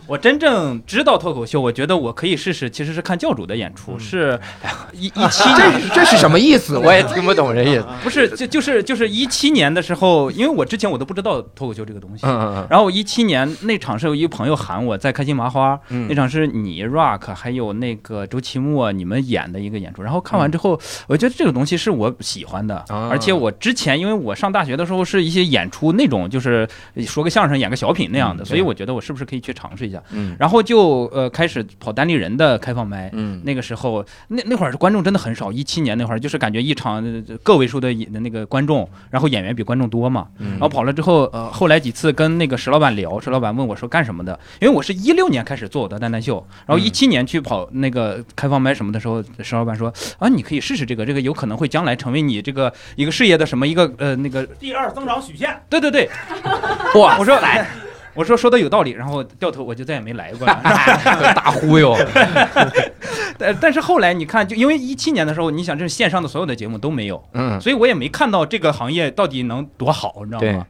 Speaker 8: 我真正知道脱口秀，我觉得我可以试试，其实是看教主的演出，是一一七年，
Speaker 3: 这这是什么意 思？我也
Speaker 1: 听不懂这意思。
Speaker 8: 不是就就是就是一七年的时候，因为我之前我都不知道脱口秀这个东西。
Speaker 1: 嗯嗯
Speaker 8: 然后一七年那场是有一个朋友喊我在开心麻花，
Speaker 1: 嗯
Speaker 8: 那场是你 Rock 还有那个周奇墨你们演的一个演出，然后看完之后，我觉得这个东西是我喜欢的，
Speaker 1: 啊
Speaker 8: 而且我之前因为我上大学的时候是一些演出那种就是说个相声演个小品那样的，
Speaker 1: 嗯
Speaker 8: 所以
Speaker 1: 对
Speaker 8: 我觉得我是不是可以去尝试一下，
Speaker 1: 嗯
Speaker 8: 然后就呃开始跑单立人的开放麦。
Speaker 1: 嗯
Speaker 8: 那个时候，那那会儿观众真的很少，一七年那会儿就是感觉一场呃个位数的演那个观众，然后演员比观众多嘛，
Speaker 1: 嗯，
Speaker 8: 然后跑了之后，呃，后来几次跟那个石老板聊，石老板问我说干什么的，因为我是一六年开始做我的蛋蛋秀，然
Speaker 1: 嗯
Speaker 8: 后一七年去跑那个开放麦什么的时候，石老板说啊，你可以试试这个，这个有可能会将来成为你这个一个事业的什么一个呃那个，
Speaker 2: 第二增长曲线，
Speaker 8: 对对对，
Speaker 1: 哇，
Speaker 8: 我说来。我说说的有道理，然后掉头我就再也没来过了。
Speaker 1: 大忽悠，
Speaker 8: 但但是后来你看，就因为一七年的时候，你想这是线上的所有的节目都没有，
Speaker 1: 嗯，
Speaker 8: 所以我也没看到这个行业到底能多好，你知道吗？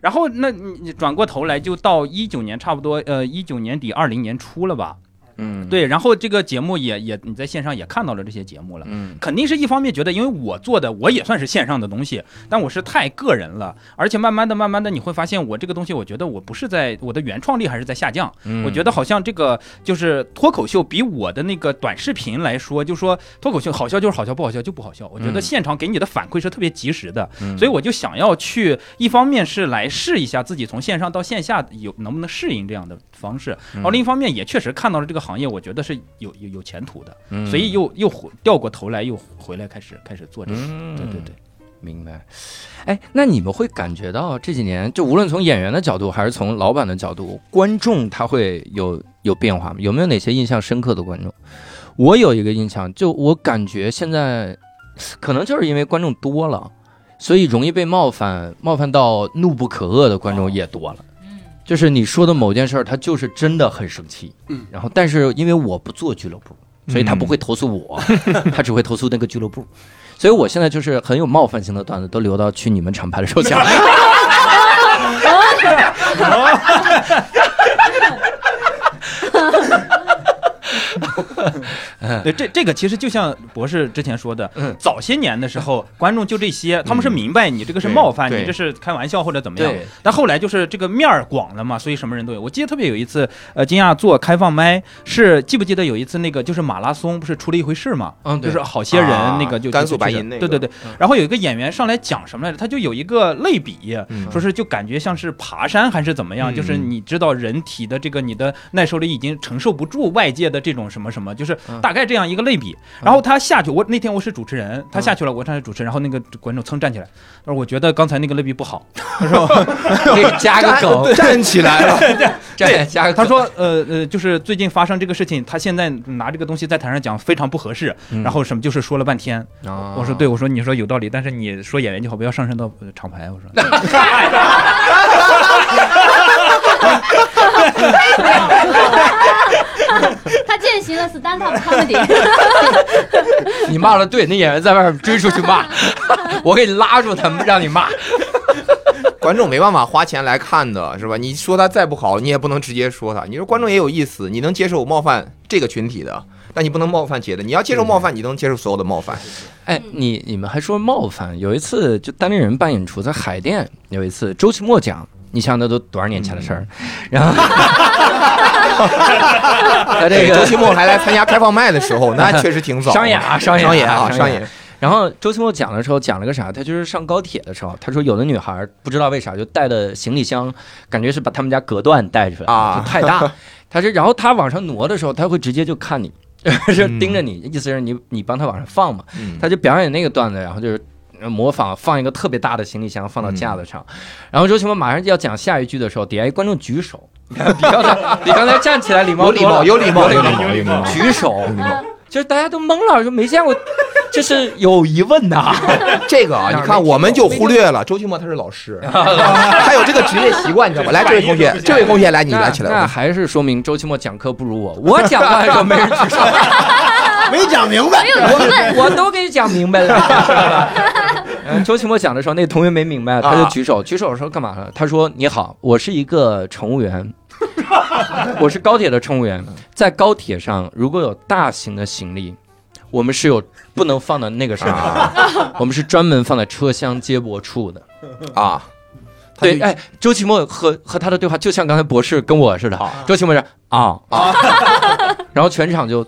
Speaker 8: 然后，那你你转过头来就到一九年，差不多呃一九年底二零年初了吧？
Speaker 1: 嗯，
Speaker 8: 对，然后这个节目也也你在线上也看到了这些节目了，
Speaker 1: 嗯，
Speaker 8: 肯定是一方面觉得，因为我做的我也算是线上的东西，但我是太个人了，而且慢慢的、慢慢的你会发现，我这个东西我觉得我不是在我的原创力还是在下降，
Speaker 1: 嗯，
Speaker 8: 我觉得好像这个就是脱口秀比我的那个短视频来说，就说脱口秀好笑就是好笑，不好笑就不好笑。我觉得
Speaker 1: 嗯
Speaker 8: 现场给你的反馈是特别及时的，
Speaker 1: 嗯，
Speaker 8: 所以我就想要去，一方面是来试一下自己从线上到线下有能不能适应这样的方式，
Speaker 1: 嗯
Speaker 8: 然后另一方面也确实看到了这个行业，我觉得是有有有前途的，
Speaker 1: 嗯
Speaker 8: 所以又又回掉过头来又回来开始开始做这个。
Speaker 1: 嗯，
Speaker 8: 对对对，
Speaker 1: 明白。哎，那你们会感觉到这几年，就无论从演员的角度还是从老板的角度，观众他会有有变化吗？有没有哪些印象深刻的观众？我有一个印象，就我感觉现在可能就是因为观众多了，所以容易被冒犯，冒犯到怒不可遏的观众也多了。就是你说的某件事儿，他就是真的很生气，
Speaker 9: 嗯，
Speaker 1: 然后但是因为我不做俱乐部，所以他不会投诉我，他只会投诉那个俱乐部。所以我现在就是很有冒犯性的段子，都留到去你们厂牌的时候讲。
Speaker 8: 对，这这个其实就像博士之前说的，
Speaker 3: 嗯
Speaker 8: 早些年的时 候，观众就这些，他们是明白你这个是冒犯，
Speaker 1: 对
Speaker 8: 你这是开玩笑或者怎么样
Speaker 1: 对。
Speaker 8: 但后来就是这个面儿广了嘛，所以什么人都有。我记得特别有一次，呃，金亚做开放麦，是记不记得有一次那个就是马拉松不是出了一回事嘛？
Speaker 1: 嗯，
Speaker 8: 就
Speaker 1: 对
Speaker 8: 是，好些人
Speaker 3: 啊
Speaker 8: 那个就
Speaker 3: 甘
Speaker 8: 就
Speaker 3: 肃白
Speaker 8: 是
Speaker 3: 银那
Speaker 8: 对
Speaker 3: 个
Speaker 8: 对对。然后有一个演员上来讲什么来着？他就有一个类比，
Speaker 3: 嗯
Speaker 8: 说是就感觉像是爬山还是怎么样，
Speaker 1: 嗯
Speaker 8: 就是你知道人体的这个你的耐受力已经承受不住外界的这种什么什么，就是
Speaker 1: 嗯
Speaker 8: 大概这样一个类比。然后他下去，我那天我是主持人，
Speaker 1: 嗯
Speaker 8: 他下去了，我上去主持，然后那个观众噌站起来，他说我觉得刚才那个类比不好，他说
Speaker 1: 可以加个梗，
Speaker 3: 站起来了，
Speaker 1: 对，加个
Speaker 8: 他
Speaker 1: 梗，
Speaker 8: 说呃呃，就是最近发生这个事情，他现在拿这个东西在台上讲非常不合适，
Speaker 1: 嗯
Speaker 8: 然后什么就是说了半天，
Speaker 1: 啊
Speaker 8: 我说对，，我说你说有道理，但是你说演员就好，不要上升到呃厂牌。我 说，
Speaker 6: 他践行了 stand up comedy，
Speaker 1: 你骂了对，那演员在外面追出去骂，我给你拉住他们，让你骂。
Speaker 3: 观众没办法花钱来看的，是吧？你说他再不好，你也不能直接说他。你说观众也有意思，你能接受冒犯这个群体的，但你不能冒犯别的。你要接受冒犯，你能接受所有的冒犯。
Speaker 1: 哎，你你们还说冒犯？有一次就单立人办演出，在海淀有一次周奇墨讲，你想想那都多少年前的事儿， 然后他这
Speaker 3: 周
Speaker 1: 个
Speaker 3: 奇墨还来参加开放麦的时候，那确实挺早。
Speaker 1: 商演啊，商演
Speaker 3: 商演
Speaker 1: 啊，
Speaker 3: 啊，
Speaker 1: 商
Speaker 3: 商
Speaker 1: 演。
Speaker 3: 演。
Speaker 1: 然后周奇墨讲的时候讲了个啥？他就是上高铁的时候，他说有的女孩不知道为啥就带的行李箱，感觉是把他们家隔断带出来
Speaker 3: 啊
Speaker 1: 就太 大。他是，然后他往上挪的时候，他会直接就看你， 就盯着你，意思是你你帮他往上放嘛。
Speaker 3: 嗯
Speaker 1: 他就表演那个段子，然后就是呃模仿放一个特别大的行李箱放到架子上，然后周奇墨马上要讲下一句的时候，底下一观众举 手，比刚才比刚才站起来礼貌
Speaker 3: 有礼
Speaker 1: 多了
Speaker 3: 貌，有礼貌，
Speaker 1: 有礼
Speaker 3: 有礼
Speaker 1: 貌
Speaker 3: 貌，有礼貌。
Speaker 1: 举 手，就是大家都懵了，说没见过，这是有疑问呐。
Speaker 3: 这个啊，你看我们就忽略了周奇墨他是老 师，他有这个职业习惯，你知道吗？来，这位同学，这位同学，来你
Speaker 1: 那
Speaker 3: 来起
Speaker 1: 那
Speaker 3: 来。
Speaker 1: 还是说明周奇墨讲课不如我，我讲课的时候没人举手，
Speaker 9: 没讲明白。
Speaker 1: 我我都给你讲明白 了。嗯周奇墨讲的时候，那同学没明白，
Speaker 9: 啊
Speaker 1: 他就举手，举手的时候干嘛了？他说：“你好，我是一个乘务 员，我是高铁的乘务员，在高铁上如果有大型的行李。”我们是有不能放到那个上面
Speaker 9: 啊
Speaker 1: 的，我们是专门放在车厢接驳处的。
Speaker 3: 啊，
Speaker 1: 对，哎，周奇墨和和他的对话就像刚才博士跟我似的，周奇墨是啊啊， 然后全场就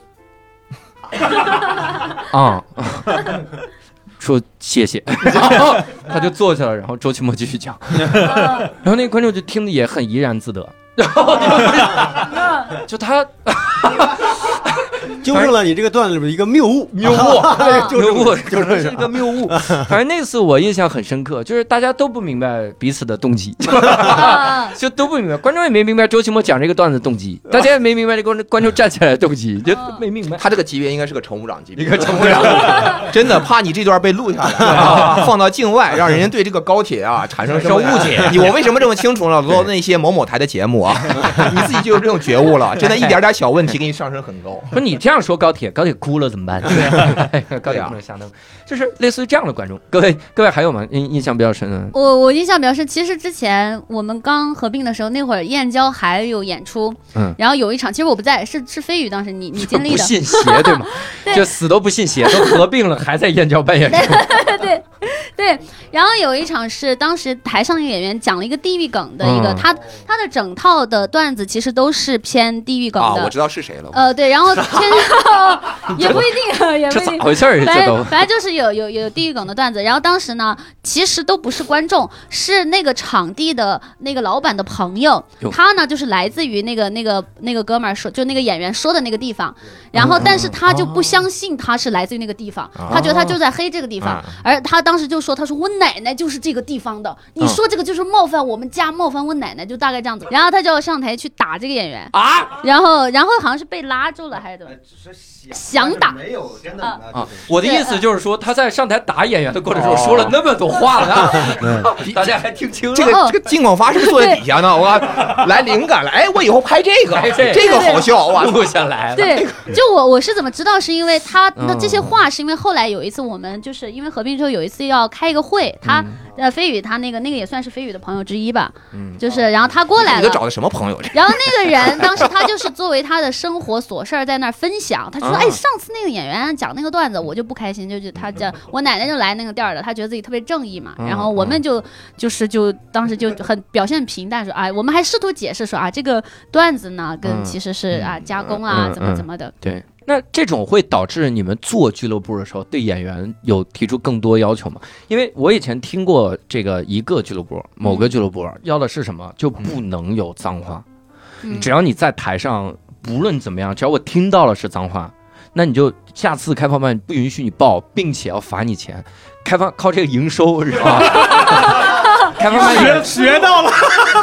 Speaker 1: 啊，说谢谢，然后他就坐下了，然后周奇墨继续讲，然后那观众就听的也很怡然自得，然后就就他
Speaker 9: 纠正了你这个段子里边一个谬误，
Speaker 1: 谬误。
Speaker 6: 啊
Speaker 9: 就
Speaker 1: 谬误，
Speaker 9: 就这
Speaker 1: 是一个谬误。反正那次我印象很深刻，就是大家都不明白彼此的动机，
Speaker 6: 啊
Speaker 1: 就都不明白，观众也没明白周奇墨讲这个段子的动机，大家也没明白这观众观众站起来的动机，就
Speaker 6: 嗯
Speaker 1: 没明白。
Speaker 3: 他这个级别应该是个乘务长级别，一个乘务长， 真的怕你这段被录下来， 啊放到境外，让人家对这个高铁 啊产生什么误解？你我为什么这么清楚呢？做那些某某台的节目 啊，你自己就有这种觉悟了，真的一点点小问题给你上升很高。
Speaker 1: 不是你这样说高铁，高铁哭了怎么办？ 对，啊高铁不能瞎弄，就是类似于这样的观众。各位各位还有吗？印印象比较深的，
Speaker 6: 我我印象比较深，其实之前我们刚合并的时候，那会儿燕郊还有演出，
Speaker 1: 嗯
Speaker 6: 然后有一场，其实我不在，是是飞宇当时你你经历
Speaker 1: 不
Speaker 6: 的，
Speaker 1: 信邪对吗？
Speaker 6: 对
Speaker 1: 就死都不信邪，都合并了还在燕郊办 演出。
Speaker 6: 对，然后有一场是当时台上那个演员讲了一个地域梗的一个，
Speaker 1: 嗯
Speaker 6: 他他的整套的段子其实都是偏地域梗
Speaker 3: 啊，
Speaker 6: 的，
Speaker 3: 我知道是谁了。
Speaker 6: 呃对，然 后其实也不一定，啊也不
Speaker 1: 这
Speaker 6: 一
Speaker 1: 咋
Speaker 6: 定。
Speaker 1: 回事儿？啊
Speaker 6: 反
Speaker 1: 这
Speaker 6: 正
Speaker 1: 都
Speaker 6: 反正就是有有有地狱梗的段子，然后当时呢，其实都不是观众，是那个场地的那个老板的朋友
Speaker 1: 哟，
Speaker 6: 他呢就是来自于那个那个那个哥们儿说，就那个演员说的那个地方，
Speaker 1: 嗯
Speaker 6: 然后但是他就不相信他是来自于那个地方，
Speaker 1: 啊
Speaker 6: 他觉得他就在黑这个地
Speaker 1: 嗯
Speaker 6: 方，而他当时就说，他说我奶奶就是这个地方的，
Speaker 1: 嗯
Speaker 6: 你说这个就是冒犯我们家，冒犯我奶奶，就大概这样子，然后他就上台去打这个演员啊，然后然后好像是被拉住了还是怎
Speaker 7: 哎
Speaker 6: 么，想打
Speaker 7: 没有真
Speaker 6: 的啊
Speaker 1: 啊，我的意思就是说，他在上台打演员的过程中说了那么多话了， 大家还听清了。
Speaker 3: 这个这个金广发是不是坐在底下呢？我来灵感了，哎，我以后拍这个
Speaker 1: 拍，这个
Speaker 3: 这个好笑哇！
Speaker 1: 录下来了。
Speaker 6: 对，就我我是怎么知道，是因为他那
Speaker 1: 嗯
Speaker 6: 这些话是因为后来有一次我们就是因为合并之后有一次要开一个会，他呃飞宇他那个那个也算是飞宇的朋友之一吧，
Speaker 3: 嗯
Speaker 6: 就是然后他过来
Speaker 3: 你都
Speaker 6: 了，
Speaker 3: 找的什么朋友？这
Speaker 6: 然后那个人当时他就是作为他的生活琐事儿在那儿分享，他就说：“
Speaker 3: 啊
Speaker 6: 哎，上次那个演员讲那个段子，我就不开心，就就他讲我奶奶就来那个店儿了，她觉得自己特别正义嘛。
Speaker 3: 嗯
Speaker 6: 然后我们就就是就当时就很表现平淡，说哎，我们还试图解释说啊，这个段子呢跟
Speaker 1: 嗯
Speaker 6: 其实是啊加工啊
Speaker 1: 嗯
Speaker 6: 怎么
Speaker 1: 嗯
Speaker 6: 怎么的。
Speaker 1: 对，那这种会导致你们做俱乐部的时候对演员有提出更多要求吗？因为我以前听过这个一个俱乐部，
Speaker 11: 嗯
Speaker 1: 某个俱乐部要的是什么，就不能有脏话，
Speaker 6: 嗯
Speaker 1: 只要你在台上，不论怎么样，只要我听到了是脏话，那你就下次开放麦不允许你报，并且要罚你钱，开放靠这个营收是 吧？开放麦 演
Speaker 11: 学到了，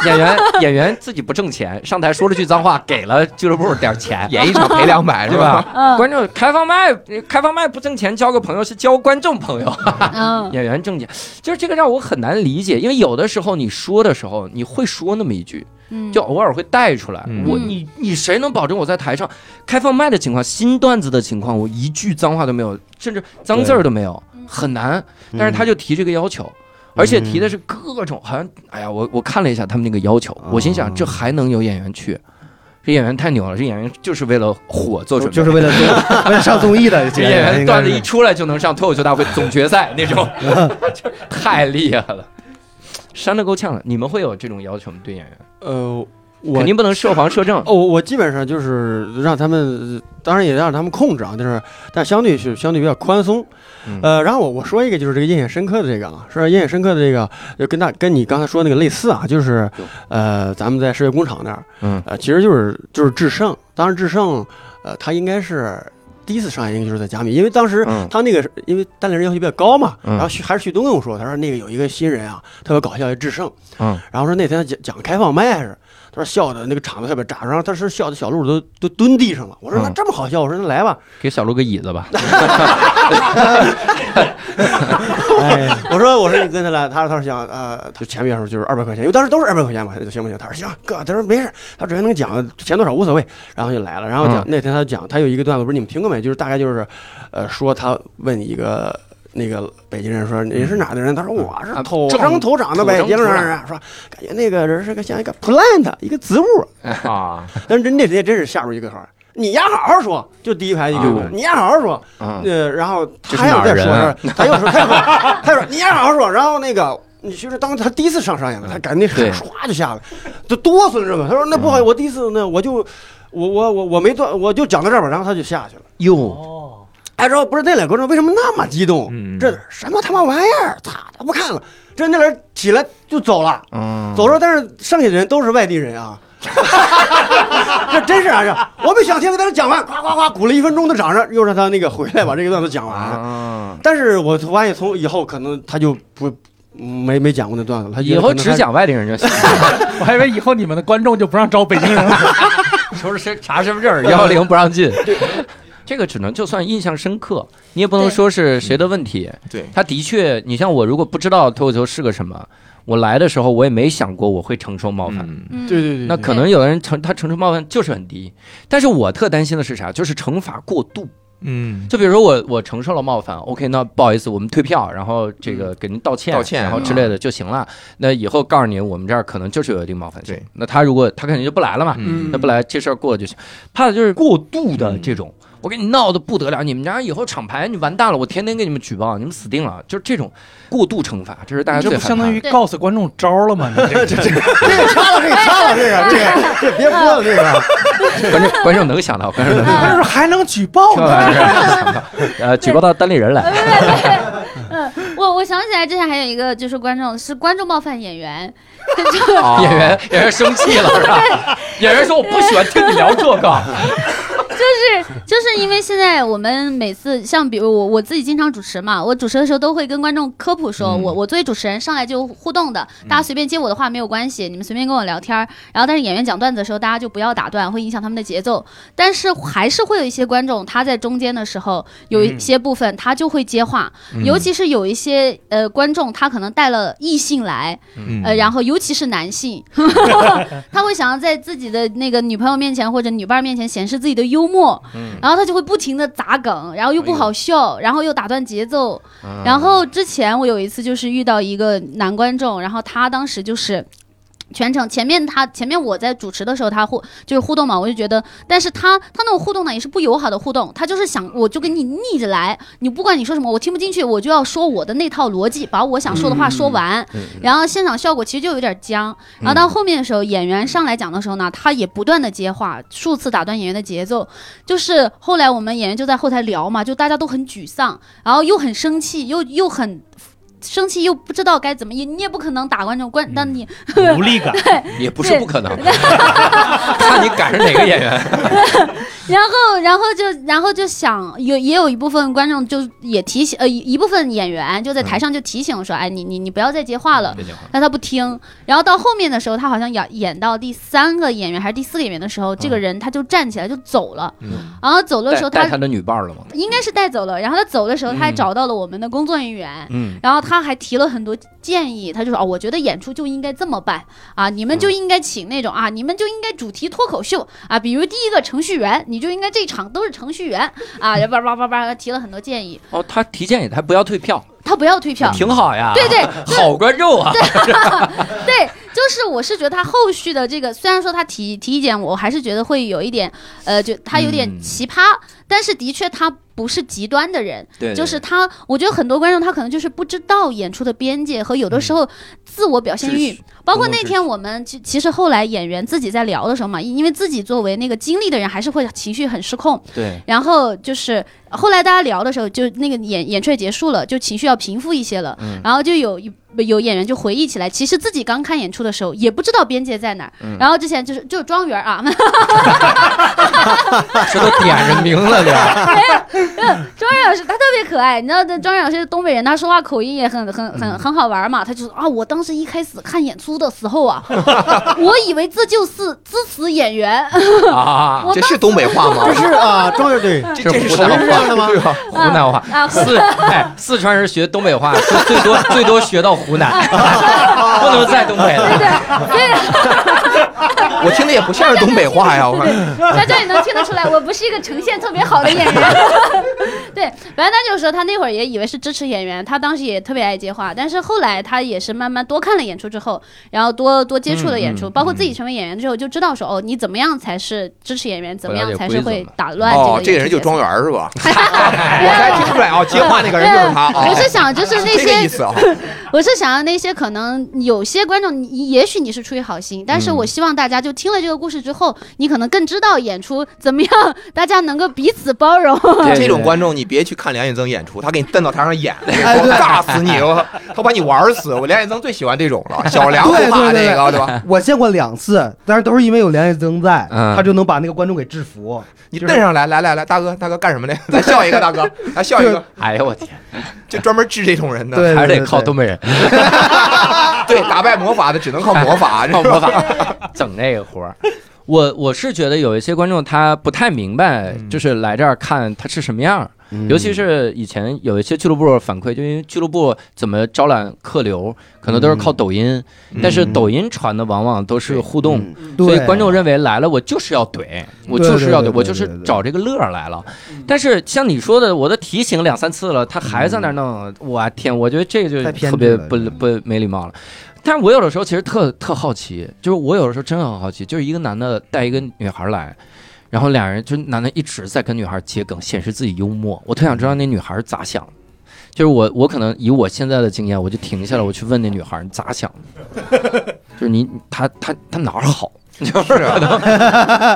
Speaker 1: 演员演员自己不挣钱，上台说了句脏话，给了俱乐部点儿钱，
Speaker 3: 演一场赔两百是
Speaker 1: 对
Speaker 3: 吧？
Speaker 1: 吧？
Speaker 6: 嗯
Speaker 1: 观众开放麦，开放麦不挣钱，交个朋友是交观众朋 友，
Speaker 6: 嗯
Speaker 1: 演员挣钱，就是这个让我很难理解，因为有的时候你说的时候，你会说那么一句，
Speaker 6: 嗯，
Speaker 1: 就偶尔会带出来。
Speaker 3: 嗯
Speaker 1: 我你你谁能保证我在台上开放麦的情况、新段子的情况，我一句脏话都没有，甚至脏字儿都没有
Speaker 6: 对嗯，
Speaker 1: 很难。但是他就提这个要求。而且提的是各种，好像，哎呀，我我看了一下他们那个要求，我心想，这还能有演员去？这演员太牛了，这演员就是为了火做准备，
Speaker 7: 就是为了综为了上综艺的
Speaker 1: 这
Speaker 7: 这
Speaker 1: 演员
Speaker 7: 些
Speaker 1: 段子一出来就能上脱口秀大会总决赛那种，就太厉害了，删的够呛了。你们会有这种要求吗？对演员，
Speaker 9: 呃，我
Speaker 1: 肯定不能涉黄涉政。
Speaker 9: 哦，我我基本上就是让他们，当然也让他们控制啊，就是但相对是相对比较宽松。呃，然后我我说一个就是这个印象深刻的这个啊，说印象深刻的这个，就跟大跟你刚才说那个类似啊，就是呃，咱们在世界工厂那儿，
Speaker 1: 嗯，
Speaker 9: 呃，其实就是就是智胜，当时智胜，呃，他应该是。第一次上映就是在加密，因为当时
Speaker 1: 嗯
Speaker 9: 他那个是、因为单立人要求比较高嘛，
Speaker 1: 嗯
Speaker 9: 然后徐还是徐东跟我说，他说那个有一个新人啊，特别搞笑，叫智胜，
Speaker 1: 嗯，
Speaker 9: 然后说那天他讲讲开放麦是，他说笑的那个场子特别炸，然后他说笑的小鹿都都蹲地上了。我说
Speaker 1: 嗯
Speaker 9: 那这么好笑，我说那来吧。
Speaker 1: 给小鹿个椅子吧。
Speaker 9: 哎，我说我说你跟他来，他说他说想呃，就前面时候就是二百块钱，因为当时都是二百块钱嘛，他说行不行？他说行，哥，他说没事，他只要能讲钱多少无所谓，然后就来了。然后讲、那天他讲他有一个段子，不是你们听过没？就是大概就是，呃，说他问一个。那个北京人说你是哪儿的人？他说我是土生土啊长的北京人。啊说感觉那个人是个像一个 plant 一个植物，
Speaker 1: 啊，
Speaker 9: 但是真那天真是吓住一个孩儿，你丫好好说，就第一排一个，
Speaker 1: 啊
Speaker 9: 你丫好好说，
Speaker 1: 嗯
Speaker 9: 呃，然后
Speaker 1: 这是
Speaker 9: 他要
Speaker 1: 哪儿
Speaker 9: 再说
Speaker 1: 人啊
Speaker 9: 说，他又说，他又说，他又说你丫好好说，然后那个。你其实当他第一次上上
Speaker 1: 嗯
Speaker 9: 演了，他感觉那
Speaker 1: 对
Speaker 9: 汗唰就下来，就哆嗦着嘛。他说：“那不好意思，我第一次呢，我就我我我我没断，我就讲到这儿吧。”然后他就下去了。
Speaker 1: 哟，
Speaker 9: 哎，然后不是那俩观众为什么那么激动？
Speaker 1: 嗯
Speaker 9: 这什么他妈玩意儿？操，他不看了。这那俩人起来就走了。
Speaker 1: 嗯，
Speaker 9: 走了，但是剩下的人都是外地人啊。 这真是啊，这我们想听，给他讲完，夸夸夸，鼓了一分钟的掌声，又让他那个回来把这个段子讲完。
Speaker 1: 啊，
Speaker 9: 但是我发现从以后可能他就不没没讲过那段子了，他觉
Speaker 1: 以
Speaker 9: 得
Speaker 1: 后
Speaker 9: 可能
Speaker 1: 只
Speaker 9: 他
Speaker 1: 讲外地人就行，
Speaker 8: 我还以为以后你们的观众就不让招北京人 了。
Speaker 1: 说是身查身份证幺幺零不让进。这个只能就算印象深刻，你也不能
Speaker 6: 对
Speaker 1: 说是谁的问题。
Speaker 3: 对
Speaker 1: 他的确，你像我，如果不知道脱口秀是个什么，我来的时候我也没想过我会承受冒犯。
Speaker 3: 嗯，
Speaker 6: 嗯
Speaker 9: 对对对，
Speaker 1: 那可能有的人承他承受冒犯就是很低，但是我特担心的是啥？就是惩罚过度。
Speaker 3: 嗯，
Speaker 1: 就比如说我我承受了冒犯，OK，那不好意思，我们退票，然后这个给您道歉，
Speaker 3: 嗯道歉啊
Speaker 1: 然后之类的就行了。那以后告诉您，我们这儿可能就是有一定冒犯性
Speaker 3: 对。
Speaker 1: 那他如果他肯定就不来了嘛，
Speaker 3: 嗯
Speaker 1: 那不来这事儿过了就行。怕的就是过度的这种，我给你闹得不得了，你们家以后厂牌你完蛋了，我天天给你们举报，你们死定了。就是这种过度惩罚，这是大家
Speaker 8: 这
Speaker 1: 最
Speaker 8: 不
Speaker 1: 害
Speaker 8: 相
Speaker 1: 怕
Speaker 8: 当
Speaker 1: 的
Speaker 8: 于
Speaker 6: 对
Speaker 8: 告诉观众招了吗？你 这个
Speaker 9: 这个掐了，这个掐了，这个这个这个别播了，这个
Speaker 1: 观众观众能想到，观众能想到。
Speaker 8: 但是还能举报呢？
Speaker 1: 呃，举报到单立人来，
Speaker 6: 嗯我我想起来之前还有一个就是观众是观众冒犯演员，
Speaker 1: 演员演员生气了 是吧？演员说我不喜欢听你聊这个，
Speaker 6: 就是就是因为现在我们每次像比如我我自己经常主持嘛，我主持的时候都会跟观众科普说，我我作为主持人上来就互动的，大家随便接我的话没有关系，你们随便跟我聊天儿。然后但是演员讲段子的时候，大家就不要打断，会影响他们的节奏。但是还是会有一些观众他在中间的时候有一些部分他就会接话，
Speaker 3: 嗯
Speaker 6: 尤其是有一些呃观众他可能带了异性来，
Speaker 3: 嗯
Speaker 6: 呃，然后尤其是男 性，他会想要在自己的那个女朋友面前或者女伴儿面前显示自己的幽默，目，
Speaker 3: 嗯
Speaker 6: 然后他就会不停的砸梗，然后又不好笑，然后又打断节奏。
Speaker 3: 嗯
Speaker 6: 然后之前我有一次就是遇到一个男观众，然后他当时就是。呃全程前面他前面我在主持的时候，他互就是互动嘛，我就觉得，但是他他那种互动呢也是不友好的互动，他就是想我就跟你逆着来，你不管你说什么，我听不进去，我就要说我的那套逻辑，把我想说的话说完，然后现场效果其实就有点僵。然后到后面的时候，演员上来讲的时候呢，他也不断的接话，数次打断演员的节奏，就是后来我们演员就在后台聊嘛，就大家都很沮丧，然后又很生气，又又很。生气又不知道该怎么，也你也不可能打观众，观但你
Speaker 8: 无力感，
Speaker 1: 也不是不可能，看你赶上哪个演员。
Speaker 6: 然后，然后就，然后就想，有也有一部分观众就也提醒，呃，一一部分演员就在台上就提醒说，哎，你你你不要再接话了，但他不听。然后到后面的时候，他好像演演到第三个演员还是第四个演员的时候，这个人他就站起来就走了，
Speaker 3: 嗯
Speaker 6: 然后走的时
Speaker 1: 带
Speaker 6: 候
Speaker 1: 带
Speaker 6: 他
Speaker 1: 他的女伴了吗？
Speaker 6: 应该是带走了，然后他走的时候，他还
Speaker 1: 嗯
Speaker 6: 找到了我们的工作人员，
Speaker 1: 嗯，
Speaker 6: 然后他还提了很多建议，他就说哦，我觉得演出就应该这么办啊，你们就应该请那种啊，你们就应该主题脱口秀啊，比如第一个程序员，你就应该这场都是程序员啊，叭叭叭叭提了很多建议，
Speaker 1: 哦，他提建议，他不要退票，
Speaker 6: 他不要退票，
Speaker 1: 挺好呀。
Speaker 6: 对对，
Speaker 1: 好观众啊！
Speaker 6: 对，就是我是觉得他后续的这个，虽然说他提提意见，我还是觉得会有一点，呃，就他有点
Speaker 1: 嗯
Speaker 6: 奇葩，但是的确他不是极端的人，
Speaker 1: 对对
Speaker 6: 就是他，我觉得很多观众他可能就是不知道演出的边界和有
Speaker 1: 嗯
Speaker 6: 的时候自我表现欲，包括那天我们其其实后来演员自己在聊的时候嘛，因因为自己作为那个经历的人，还是会情绪很失控，
Speaker 1: 对，
Speaker 6: 然后就是后来大家聊的时候，就那个演演出也结束了，就情绪要平复一些了。
Speaker 1: 嗯
Speaker 6: 然后就有一有演员就回忆起来，其实自己刚看演出的时候也不知道边界在哪儿。
Speaker 1: 嗯
Speaker 6: 然后之前就是就是庄园啊，
Speaker 1: 这都点上名了 的。
Speaker 6: 庄园老师他特别可爱，你知道这庄园老师是东北人，他说话口音也很很很很好玩嘛。他就说啊，我当时一开始看演出的时候啊，我以为这就是支持演员，
Speaker 1: 啊，
Speaker 6: 我
Speaker 3: 这是东北话
Speaker 9: 这
Speaker 3: 吗？
Speaker 9: 是啊，庄园对，
Speaker 3: 这是
Speaker 1: 湖
Speaker 3: 什么
Speaker 1: 南话
Speaker 9: 是这样，的吗？
Speaker 1: 湖南话。
Speaker 6: 啊，
Speaker 1: 四哎，四川人学东北话，就最多最多学到湖 南，不能在东北了。
Speaker 3: 我听的也不像是东北话呀，我看。
Speaker 6: 在这里能听得出来，我不是一个呈现特别好的演员。对，反正他就说他那会儿也以为是支持演员，他当时也特别爱接话，但是后来他也是慢慢多看了演出之后，然后多多接触了演出，包括自己成为演员之后，就知道说哦，你怎么样才是支持演员，怎么样才是会打乱
Speaker 3: 哦，这
Speaker 6: 这个演出节奏。
Speaker 3: 个人就庄园儿是吧？
Speaker 6: 没
Speaker 3: 我
Speaker 6: 有
Speaker 3: 才听出来啊，接话那个人就是他啊
Speaker 6: 我，是想，就是那
Speaker 3: 这个意
Speaker 6: 些
Speaker 3: 思啊。
Speaker 6: 我是想让那些可能有些观众，你也许你是出于好心，但是
Speaker 3: 嗯
Speaker 6: 我希望大家就听了这个故事之后，你可能更知道演出怎么样，大家能够彼此包容。
Speaker 3: 这种观众你别去看梁远增演出，他给你瞪到台上 演，哎我尬死你！我他把你玩死！我梁远增最喜欢这种 了，小梁不
Speaker 7: 对
Speaker 3: 怕
Speaker 7: 对对
Speaker 3: 那个对吧？
Speaker 7: 我见过两次，但是都是因为有梁远增在，
Speaker 1: 嗯
Speaker 7: 他就能把那个观众给制服。
Speaker 3: 你瞪上来，来来来，大哥大哥干什么呢？ 咱笑一个，大哥，来笑一个，
Speaker 1: 哎呦我天，
Speaker 3: 就专门治这种人的。
Speaker 7: 对，
Speaker 1: 还是
Speaker 7: 对
Speaker 1: 得靠。东北人，
Speaker 3: 对，打败魔法的只能 靠魔法，
Speaker 1: 靠魔
Speaker 3: 法。
Speaker 1: 法整这个活儿。我我是觉得有一些观众他不太明白，就是来这儿看他是什么样儿，
Speaker 7: 对
Speaker 1: 尤其是以前有一些俱乐部反馈，就因为俱乐部怎么招揽客流，可能都是靠抖音，
Speaker 3: 嗯
Speaker 1: 但是抖音传的往往都是互动，，
Speaker 7: 嗯嗯
Speaker 1: 所以
Speaker 7: 对
Speaker 1: 观众认为来了我就是要怼，我就是要怼，
Speaker 7: 对对对
Speaker 1: 我就是找这个乐儿来了。但是像你说的，我都提醒两三次了，他还在那儿弄，我天，我觉得这就
Speaker 7: 嗯太偏
Speaker 1: 特
Speaker 7: 执
Speaker 1: 别
Speaker 7: 了嗯
Speaker 1: 不
Speaker 7: 这个
Speaker 1: 不没礼貌了。但是我有的时候其实特特好奇，就是我有的时候真的很好奇，就是一个男的带一个女孩来，然后俩人就男的一直在跟女孩接梗，显示自己幽默，我特想知道那女孩咋想的。就是我，我可能以我现在的经验，我就停下来，我去问那女孩你咋想的，就是你她她她哪儿好，
Speaker 3: 是啊，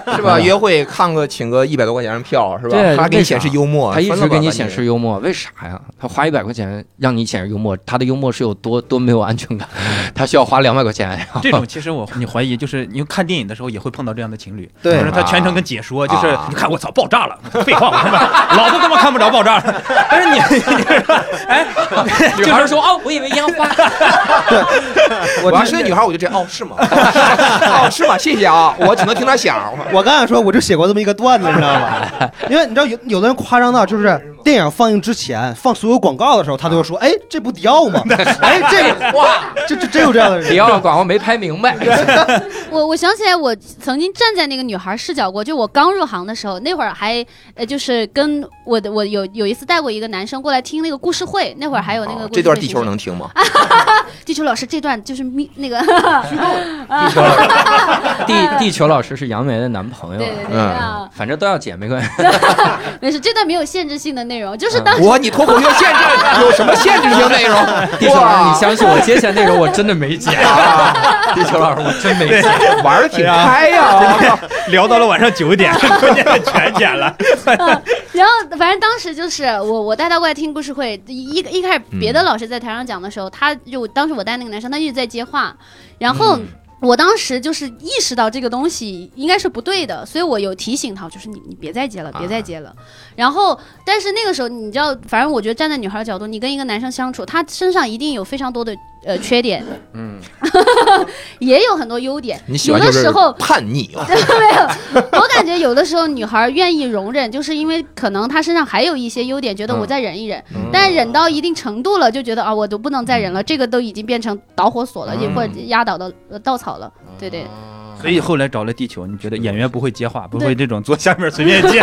Speaker 3: 嗯是吧？约会看个请个一百多块钱的票是吧
Speaker 1: 对？
Speaker 3: 他给你显示幽默，
Speaker 1: 他一
Speaker 3: 分
Speaker 1: 直
Speaker 3: 了吧
Speaker 1: 给你
Speaker 3: 感觉
Speaker 1: 显示幽默，为啥呀？他花一百块钱让你显示幽默，他的幽默是有多多没有安全感？ 他需要花两百块 钱。
Speaker 8: 这种其实我你怀疑，就是你看电影的时候也会碰到这样的情侣，
Speaker 7: 对
Speaker 8: 就是他全程跟解说，就是、
Speaker 3: 啊
Speaker 8: 你看我操爆炸了，废话，我他妈老子他妈看不着爆炸了，但是你， 你哎，
Speaker 1: 女孩说：“哦，我以为烟花。
Speaker 3: 我要是那女孩，我就这样，哦，是吗？ 哦，是吗？谢谢啊，我只能听她响。
Speaker 7: 我刚想说，我就写过这么一个段子，你知道吗？因为你知道有有的人夸张到就是
Speaker 15: 电影放映之前放所有广告的时候，他都会说：“哎，这不迪奥吗？ 哎，这个 哇，这这真有这样的人。”
Speaker 1: 迪奥广告没拍明 白，
Speaker 6: 我我想起来，我曾经站在那个女孩视角过，就我刚入行的时候，那会儿还呃，就是跟我的我有有一次带过一个男生过来听那个故事会，那会儿还有那个、
Speaker 3: 哦这段地球能听吗？
Speaker 6: 地球老师这段就是咪那
Speaker 3: 哎
Speaker 6: 个
Speaker 1: 地球老师，地地球老师是杨梅的男朋友，
Speaker 6: 对
Speaker 3: 嗯
Speaker 6: 对对啊
Speaker 1: 反正都要剪没关系。
Speaker 6: 没事，这段没有限制性的内容，就是 当时、
Speaker 3: 哇，你脱口秀限制有什么限制性内 容？
Speaker 1: 地球老师，你
Speaker 3: 哇，
Speaker 1: 相信 我，接下来内容我真的没剪。
Speaker 3: 啊
Speaker 1: 地球老师，我真没剪。
Speaker 3: 玩的挺开哎 呀！
Speaker 8: 聊到了晚上九点，关键全剪了。
Speaker 6: 然后反正当时就是我我带他过来听故事会，一一开始别的老师在台上讲的时候，他就当时我带那个男生，他一直在接话，然后。
Speaker 3: 嗯
Speaker 6: 我当时就是意识到这个东西应该是不对的，所以我有提醒他，我就是你你别再接了，
Speaker 3: 啊
Speaker 6: 别再接了。然后，但是那个时候你知道，反正我觉得站在女孩的角度，你跟一个男生相处，他身上一定有非常多的呃缺点，
Speaker 1: 嗯，
Speaker 6: 也有很多优点。
Speaker 3: 你喜欢
Speaker 6: 有
Speaker 3: 就
Speaker 6: 的
Speaker 3: 是
Speaker 6: 时候
Speaker 3: 叛逆 啊？
Speaker 6: 没有，我感觉有的时候女孩愿意容忍，就是因为可能她身上还有一些优点，觉得我再忍一
Speaker 3: 嗯
Speaker 6: 忍，但忍到一定程度了，就觉得啊，我都不能再忍了，这个都已经变成导火索了，也或者压倒的呃稻草了，对对。
Speaker 8: 所以后来找了地球，你觉得演员不会接话，不会这种坐下面随便接，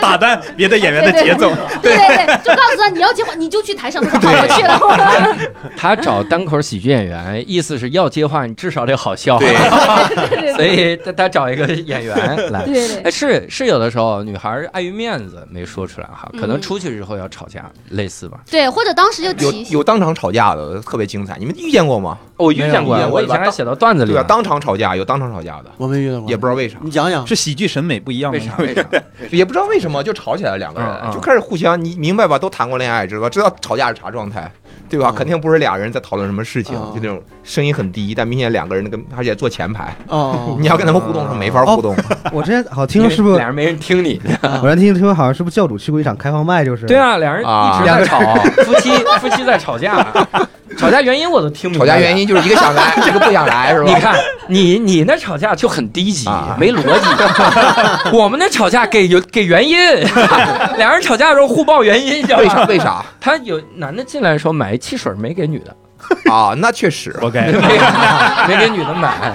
Speaker 8: 打断别的演员的节奏。
Speaker 6: 对对对，就告诉他你要结婚，你就去台上说好，我 去了。
Speaker 1: 他找单口喜剧演员，意思是要接话，你至少得好笑。
Speaker 3: 对，
Speaker 1: 所以他他找一个演员来。
Speaker 6: 对对
Speaker 1: 哎，是是，有的时候女孩儿碍于面子没说出来哈，可能
Speaker 6: 嗯
Speaker 1: 出去之后要吵架，类似吧。
Speaker 6: 对，或者当时就
Speaker 3: 有
Speaker 6: 提
Speaker 3: 有当场吵架的，特别精彩。你们遇见过吗？
Speaker 1: 我遇见过
Speaker 3: 没有遇，见过
Speaker 1: 我以前还写到段子里
Speaker 3: 对吧？啊
Speaker 1: 了。
Speaker 3: 当场吵架有当场吵架的，
Speaker 9: 我没遇到过，
Speaker 3: 也不知道为啥，
Speaker 9: 你讲讲，
Speaker 8: 是喜剧审美不一样吗？
Speaker 1: 为啥？为啥？
Speaker 3: 也不知道为什么就吵起来了，两个
Speaker 1: 嗯嗯
Speaker 3: 人就开始互相，你明白吧？都谈过恋爱，知道吧？知道吵架是啥状态，对吧？
Speaker 9: 嗯
Speaker 3: 肯定不是俩人在讨论什么事情，
Speaker 9: 嗯
Speaker 3: 就那种声音很低，但明显两个人那个，而且坐前排，
Speaker 9: 哦
Speaker 3: 你要跟他们互动是没法互动。
Speaker 7: 我之前好像听说是不
Speaker 1: 因为
Speaker 7: 是
Speaker 1: 俩？人没人听 你？
Speaker 7: 我之前听说好像是不是教主去过一场开放麦，就是
Speaker 1: 对，啊，俩人一直在吵， 夫妻夫妻在吵架，吵架原因我都听明
Speaker 3: 吵
Speaker 1: 白了。
Speaker 3: 架原因就是一个想 来，一个不想来，是吧？
Speaker 1: 你看，你你那吵架就很低级，
Speaker 3: 啊
Speaker 1: 没逻辑。 我们那吵架给有给原因， 俩人吵架的时候互报原因，你知 道
Speaker 3: 为啥？
Speaker 1: 吧？
Speaker 3: 为啥
Speaker 1: 他有男的进来的时候买一汽水没给女的，
Speaker 3: 啊？那确实，
Speaker 8: 活该。
Speaker 1: 没给女的买，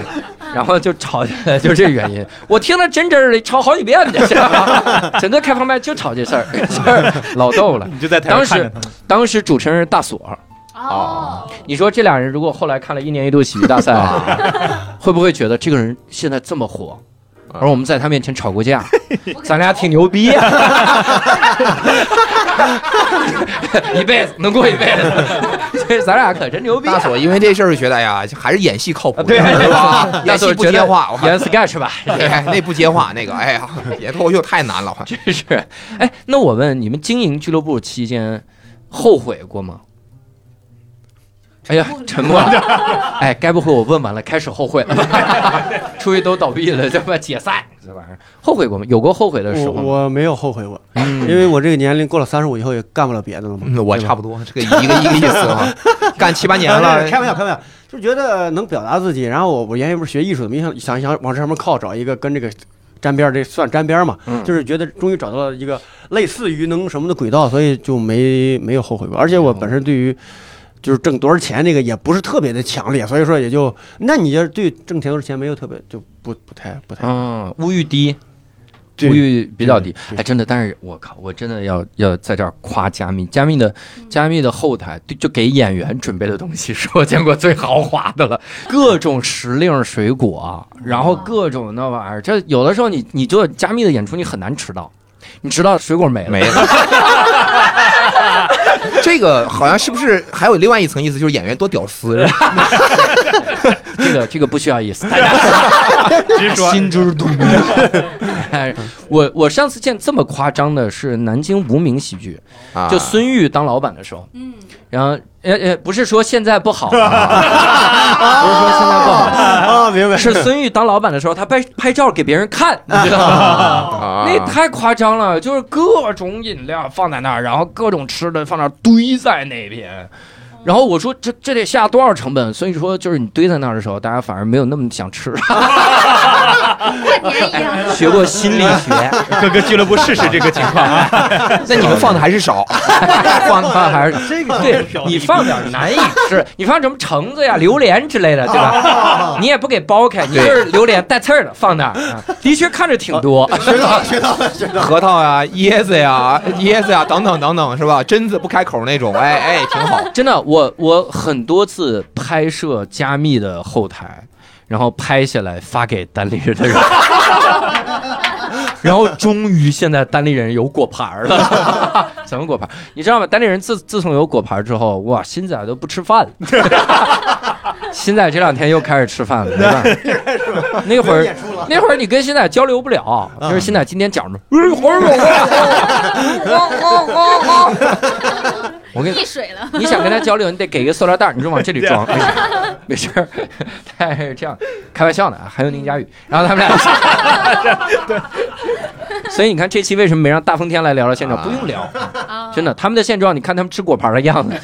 Speaker 1: 然后就吵起来，就这原因。我听了真真儿的吵好几遍 的，整个开放麦就吵这事儿， 这儿老逗了。
Speaker 8: 你就在台嗯上看着他们，
Speaker 1: 当时主持人是大锁，
Speaker 6: 哦，
Speaker 1: 你说这俩人如果后来看了一年一度喜剧大赛，
Speaker 8: 啊
Speaker 1: 会不会觉得这个人现在这么火？而我们在他面前吵过 架，咱俩挺牛逼、啊， 一辈子能过一辈子， 这咱俩可真牛逼、
Speaker 3: 大
Speaker 1: 啊。
Speaker 3: 锁因为这事儿觉得哎呀，还是演戏靠谱，
Speaker 1: 对
Speaker 3: 是吧？
Speaker 1: 大
Speaker 3: 演
Speaker 1: 锁
Speaker 3: 戏不
Speaker 1: 觉
Speaker 3: 接
Speaker 1: 得
Speaker 3: 话，我
Speaker 1: 演 sketch 吧，
Speaker 3: 对，那不接话，那个哎呀，演脱口秀太难了。
Speaker 1: 真 是。哎，那我问你们，经营俱乐部期间后悔过吗？哎呀，沉默了。 哎，该不会我问完了，开始后悔了吧？ 出去都倒闭了，这不解散这玩意儿，后悔过吗？有过后悔的时
Speaker 9: 我
Speaker 1: 候吗？
Speaker 9: 我没有后悔过，
Speaker 1: 嗯
Speaker 9: 因为我这个年龄过了三十五以后也干不了别的了嘛。
Speaker 3: 嗯，我差不多，这个一个一个意思啊， 干七八年
Speaker 9: 啊
Speaker 3: 了
Speaker 9: 对，开玩笑，开玩笑，就是觉得能表达自己。然后我我原先不是学艺术的嘛，想想想往这上面靠，找一个跟这个沾边儿，这算沾边儿嘛，就是觉得终于找到了一个类似于能什么的轨道，所以就没没有后悔过。而且我本身对于就是挣多少钱这个也不是特别的强烈，所以说也就那你要对挣钱多少钱没有特别就不不太不太
Speaker 1: 嗯，物欲低，物
Speaker 9: 哎对
Speaker 1: 欲比较低。
Speaker 9: 对
Speaker 1: 哎，真的，但是我靠，我真的要要在这儿夸加密，加密的加密的后台就就给演员准备的东西 是我见过最豪华的了，各种时令水果，然后各种那玩意儿，这有的时候你你做加密的演出你很难迟到，你迟到水果没了，
Speaker 3: 没了。 这个好像是不是还有另外一层意思，就是演员多屌丝？是吧
Speaker 1: 这个这个不需要意思，大家
Speaker 8: 直说
Speaker 1: 心知肚明。 哎我我上次见这么夸张的是南京无名喜剧，
Speaker 3: 啊，
Speaker 1: 就孙玉当老板的时候，
Speaker 6: 嗯，
Speaker 1: 然后呃呃，不是说现在不好啊， 不是说现在不
Speaker 8: 哦
Speaker 1: 好，
Speaker 9: 啊，明白
Speaker 1: 是孙玉当老板的时候，他拍拍照给别人看，你知道 吗？
Speaker 3: 啊
Speaker 1: 那太夸张了，就是各种饮料放在那儿，然后各种吃的放那儿堆在那边。然后我说这这得下多少成本？所以说就是你堆在那儿的时候，大家反而没有那么想吃。
Speaker 6: 过年一 样。
Speaker 1: 学过心理学，
Speaker 8: 各个俱乐部试试这个情 况啊。
Speaker 3: 那你们放的还是少，
Speaker 1: 放放还是
Speaker 15: 这个
Speaker 1: 对你放点难 以吃，你放什么橙子呀、榴莲之类的，对吧？你也不给剥开，你就是榴莲带刺儿的放那儿，啊的确看着挺多。
Speaker 3: 学到学到学到，核桃呀、椰子呀、椰子呀等等等等，是吧？榛子不开口那种，哎哎，挺 好。
Speaker 1: 真的，我我很多次拍摄加密的后台，然后拍下来发给单立人的 人，然后终于现在单立人有果盘儿 了，怎么果盘儿？你知道吗？单立人自自从有果盘儿之后，哇，新仔都不吃饭了。 新仔这两天又开始吃 饭了，啊没办法。那会 儿，那会儿你跟新仔交流不了，就是新仔今天讲着，哎呦，哎呦我跟你
Speaker 6: 溢水了，
Speaker 1: 你想跟他交流，你得给一个塑料袋儿，你就往这里装，没事儿，没事儿， 他还是这样开玩笑呢。还有宁佳宇，然后他们俩， 对，所以你看这期为什么没让大风天来聊聊现状？不用聊，
Speaker 10: 嗯
Speaker 6: 啊
Speaker 1: 真的，他们的现状，你看他们吃果盘的样子，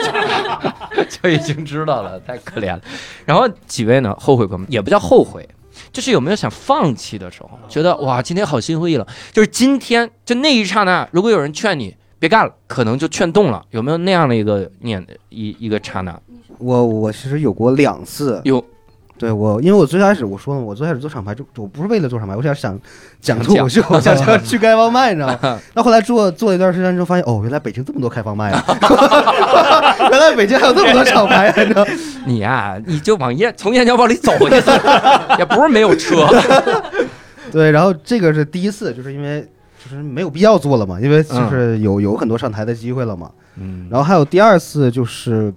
Speaker 1: 就已经知道了，太可怜了。然后几位呢？后悔过吗？也不叫后悔。就是有没有想放弃的时候？觉得哇，今天好心灰意冷。就是今天，就那一刹那，如果有人劝你别干了，可能就劝动了。有没有那样的一个念一一个刹那？
Speaker 7: 我我其实有过两次，
Speaker 1: 有
Speaker 7: 对我，因为我最开始我说了，我最开始做厂牌就我不是为了做厂牌，我想想讲
Speaker 1: 想？
Speaker 7: 脱口 秀，我想想去开放麦，你知道 吗那后来做做了一段时间之后，发现哦，原来北京这么多开放麦啊， 原来北京还有这么多厂牌啊，你知道吗？
Speaker 1: 你呀、你就往燕从燕郊往里走 去，也不是没有车。
Speaker 7: 对，然后这个是第一次，就是因为就是没有必要做了嘛，因为就是有、有很多上台的机会了嘛。
Speaker 1: 嗯，
Speaker 7: 然后还有第二次就是，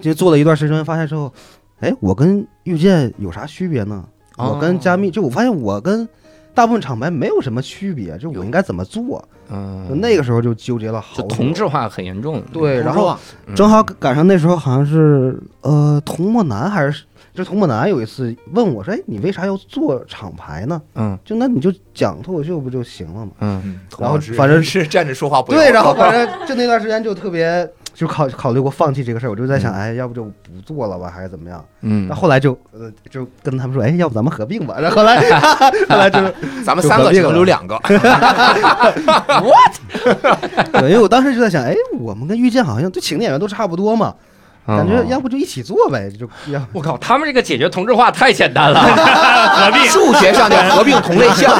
Speaker 7: 就做了一段时间，发现之后，哎，我跟遇见有啥区别呢？
Speaker 1: 哦
Speaker 7: 我跟加密，就我发现我跟大部分厂牌没有什么区别，就我应该怎么做？就
Speaker 1: 嗯，
Speaker 7: 那个时候就纠结了好
Speaker 1: 就
Speaker 7: 久。
Speaker 1: 同质化很严重。
Speaker 7: 对，然
Speaker 15: 同
Speaker 7: 后正好赶上那时候好像是呃童漠南还是就是童漠南有一次问我说，哎，你为啥要做厂牌呢？
Speaker 1: 嗯
Speaker 7: 就那你就讲脱口秀不就行了吗？
Speaker 1: 嗯，
Speaker 7: 然后反正
Speaker 3: 是站着说话不腰
Speaker 7: 对，然后反正就那段时间就特别就考考虑过放弃这个事儿，我就在想，哎，要不就不做了吧，还是怎么样？
Speaker 1: 嗯
Speaker 7: 那，后来就呃就跟他们说，哎，要不咱们合并吧？然后后来后来就是，
Speaker 3: 咱们三个只能留两个，
Speaker 7: 对因为我当时就在想，哎，我们跟遇见好像就请的演员都差不多嘛，感觉
Speaker 1: 嗯
Speaker 7: 要不就一起做呗，就要
Speaker 1: 我靠，他们这个解决同质化太简单了。
Speaker 3: 数学上叫合并同类项。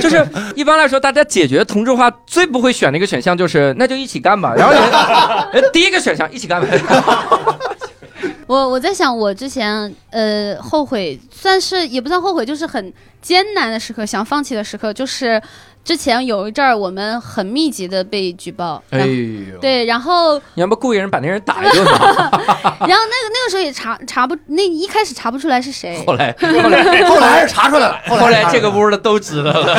Speaker 1: 就是一般来说，大家解决同质化最不会选的一个选项就是那就一起干吧。然后 人，人第一个选项一起干吧。
Speaker 6: 我我在想，我之前呃后悔，算是也不算后悔，就是很艰难的时刻，想放弃的时刻，就是之前有一阵儿我们很密集的被举报，
Speaker 8: 哎
Speaker 6: 然后
Speaker 1: 哎呦，
Speaker 6: 对，然后
Speaker 1: 你要不雇一人把那人打一顿 吧？
Speaker 6: 然后那个那个时候也查查不那一开始查不出来是谁，
Speaker 1: 后来，后来，
Speaker 3: 哎后来还是查出来了，
Speaker 1: 后来这个屋的都知道了。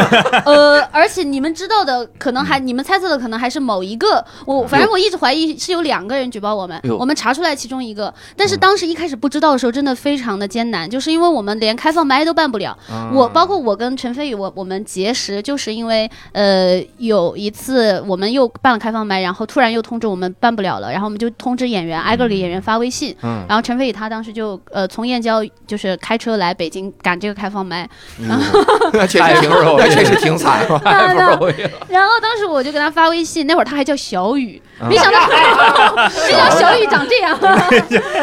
Speaker 6: 呃，而且你们知道的可能还你们猜测的可能还是某一个，我反正我一直怀疑是有两个人举报我们，
Speaker 1: 呦
Speaker 6: 我们查出来其中一个，但是当时一开始不知道的时候真的非常的艰难，就是因为我们连开放麦都办不了，我包括我跟陈飞宇，我我们结识，就是因为呃有一次我们又办了开放麦，然后突然又通知我们办不了了，然后我们就通知演员，挨个给演员发微信，
Speaker 1: 嗯
Speaker 6: 然后陈飞宇他当时就呃从燕郊就是开车来北京赶这个开放麦，
Speaker 3: 那确实挺，那确实挺惨。啊
Speaker 1: 太不容易了。
Speaker 6: 然后当时我就给他发微信，那会儿他还叫小雨，没 想到没想到小雨长这样，
Speaker 1: 啊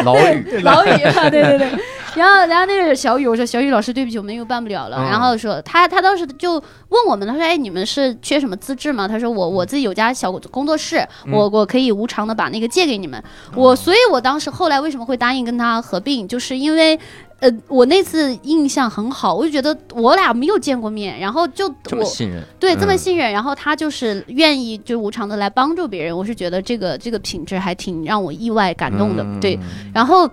Speaker 1: 老啊宇，
Speaker 6: 对老雨，啊对对对。然后，然后那个小雨，我说小雨老师，对不起，我们又办不了了。
Speaker 1: 嗯
Speaker 6: 然后说他，他当时就问我们，他说：“哎，你们是缺什么资质吗？”他说：“我我自己有家小工作室，
Speaker 1: 嗯
Speaker 6: 我我可以无偿的把那个借给你们。
Speaker 1: 啊
Speaker 6: 我所以，我当时后来为什么会答应跟他合并，就是因为。呃，我那次印象很好，我就觉得我俩没有见过面，然后就
Speaker 1: 这么
Speaker 6: 我
Speaker 1: 信任，
Speaker 6: 对，这么
Speaker 1: 嗯
Speaker 6: 信任，然后他就是愿意就无偿的来帮助别人，我是觉得这个这个品质还挺让我意外感动的，
Speaker 1: 嗯
Speaker 6: 对。然后
Speaker 1: 嗯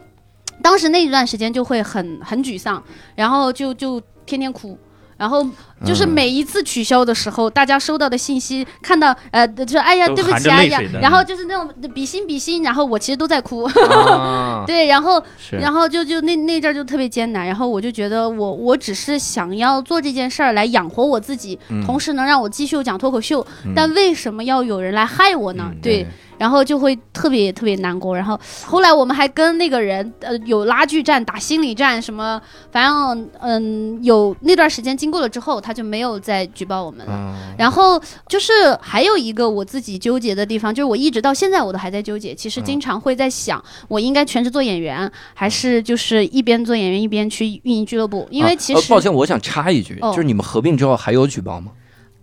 Speaker 6: 当时那一段时间就会很很沮丧，然后就就天天哭，然后就是每一次取消的时候，大家收到的信息，看到呃，就是哎呀，
Speaker 1: 都
Speaker 6: 对不
Speaker 1: 含
Speaker 6: 起，
Speaker 1: 着
Speaker 6: 哎
Speaker 1: 泪
Speaker 6: 呀
Speaker 1: 水的，嗯
Speaker 6: 然后就是那种比心比心，然后我其实都在哭，
Speaker 1: 啊
Speaker 6: 对，然后
Speaker 1: 是
Speaker 6: 然后就就那那阵儿就特别艰难，然后我就觉得我我只是想要做这件事儿来养活我自己，
Speaker 1: 嗯
Speaker 6: 同时能让我继续讲脱口秀，
Speaker 1: 嗯
Speaker 6: 但为什么要有人来害我呢？对
Speaker 1: 对。
Speaker 6: 然后就会特别特别难过，然后后来我们还跟那个人呃有拉锯战、打心理战什么，反正嗯有那段时间经过了之后，他就没有再举报我们了。
Speaker 1: 嗯
Speaker 6: 然后就是还有一个我自己纠结的地方，就是我一直到现在我都还在纠结。其实
Speaker 1: 嗯
Speaker 6: 经常会在想，我应该全职做演员，还是就是一边做演员一边去运营俱乐部？因为其
Speaker 1: 啊
Speaker 6: 实、
Speaker 1: 呃抱歉，我想插一句，
Speaker 6: 哦
Speaker 1: 就是你们合并之后还有举报吗？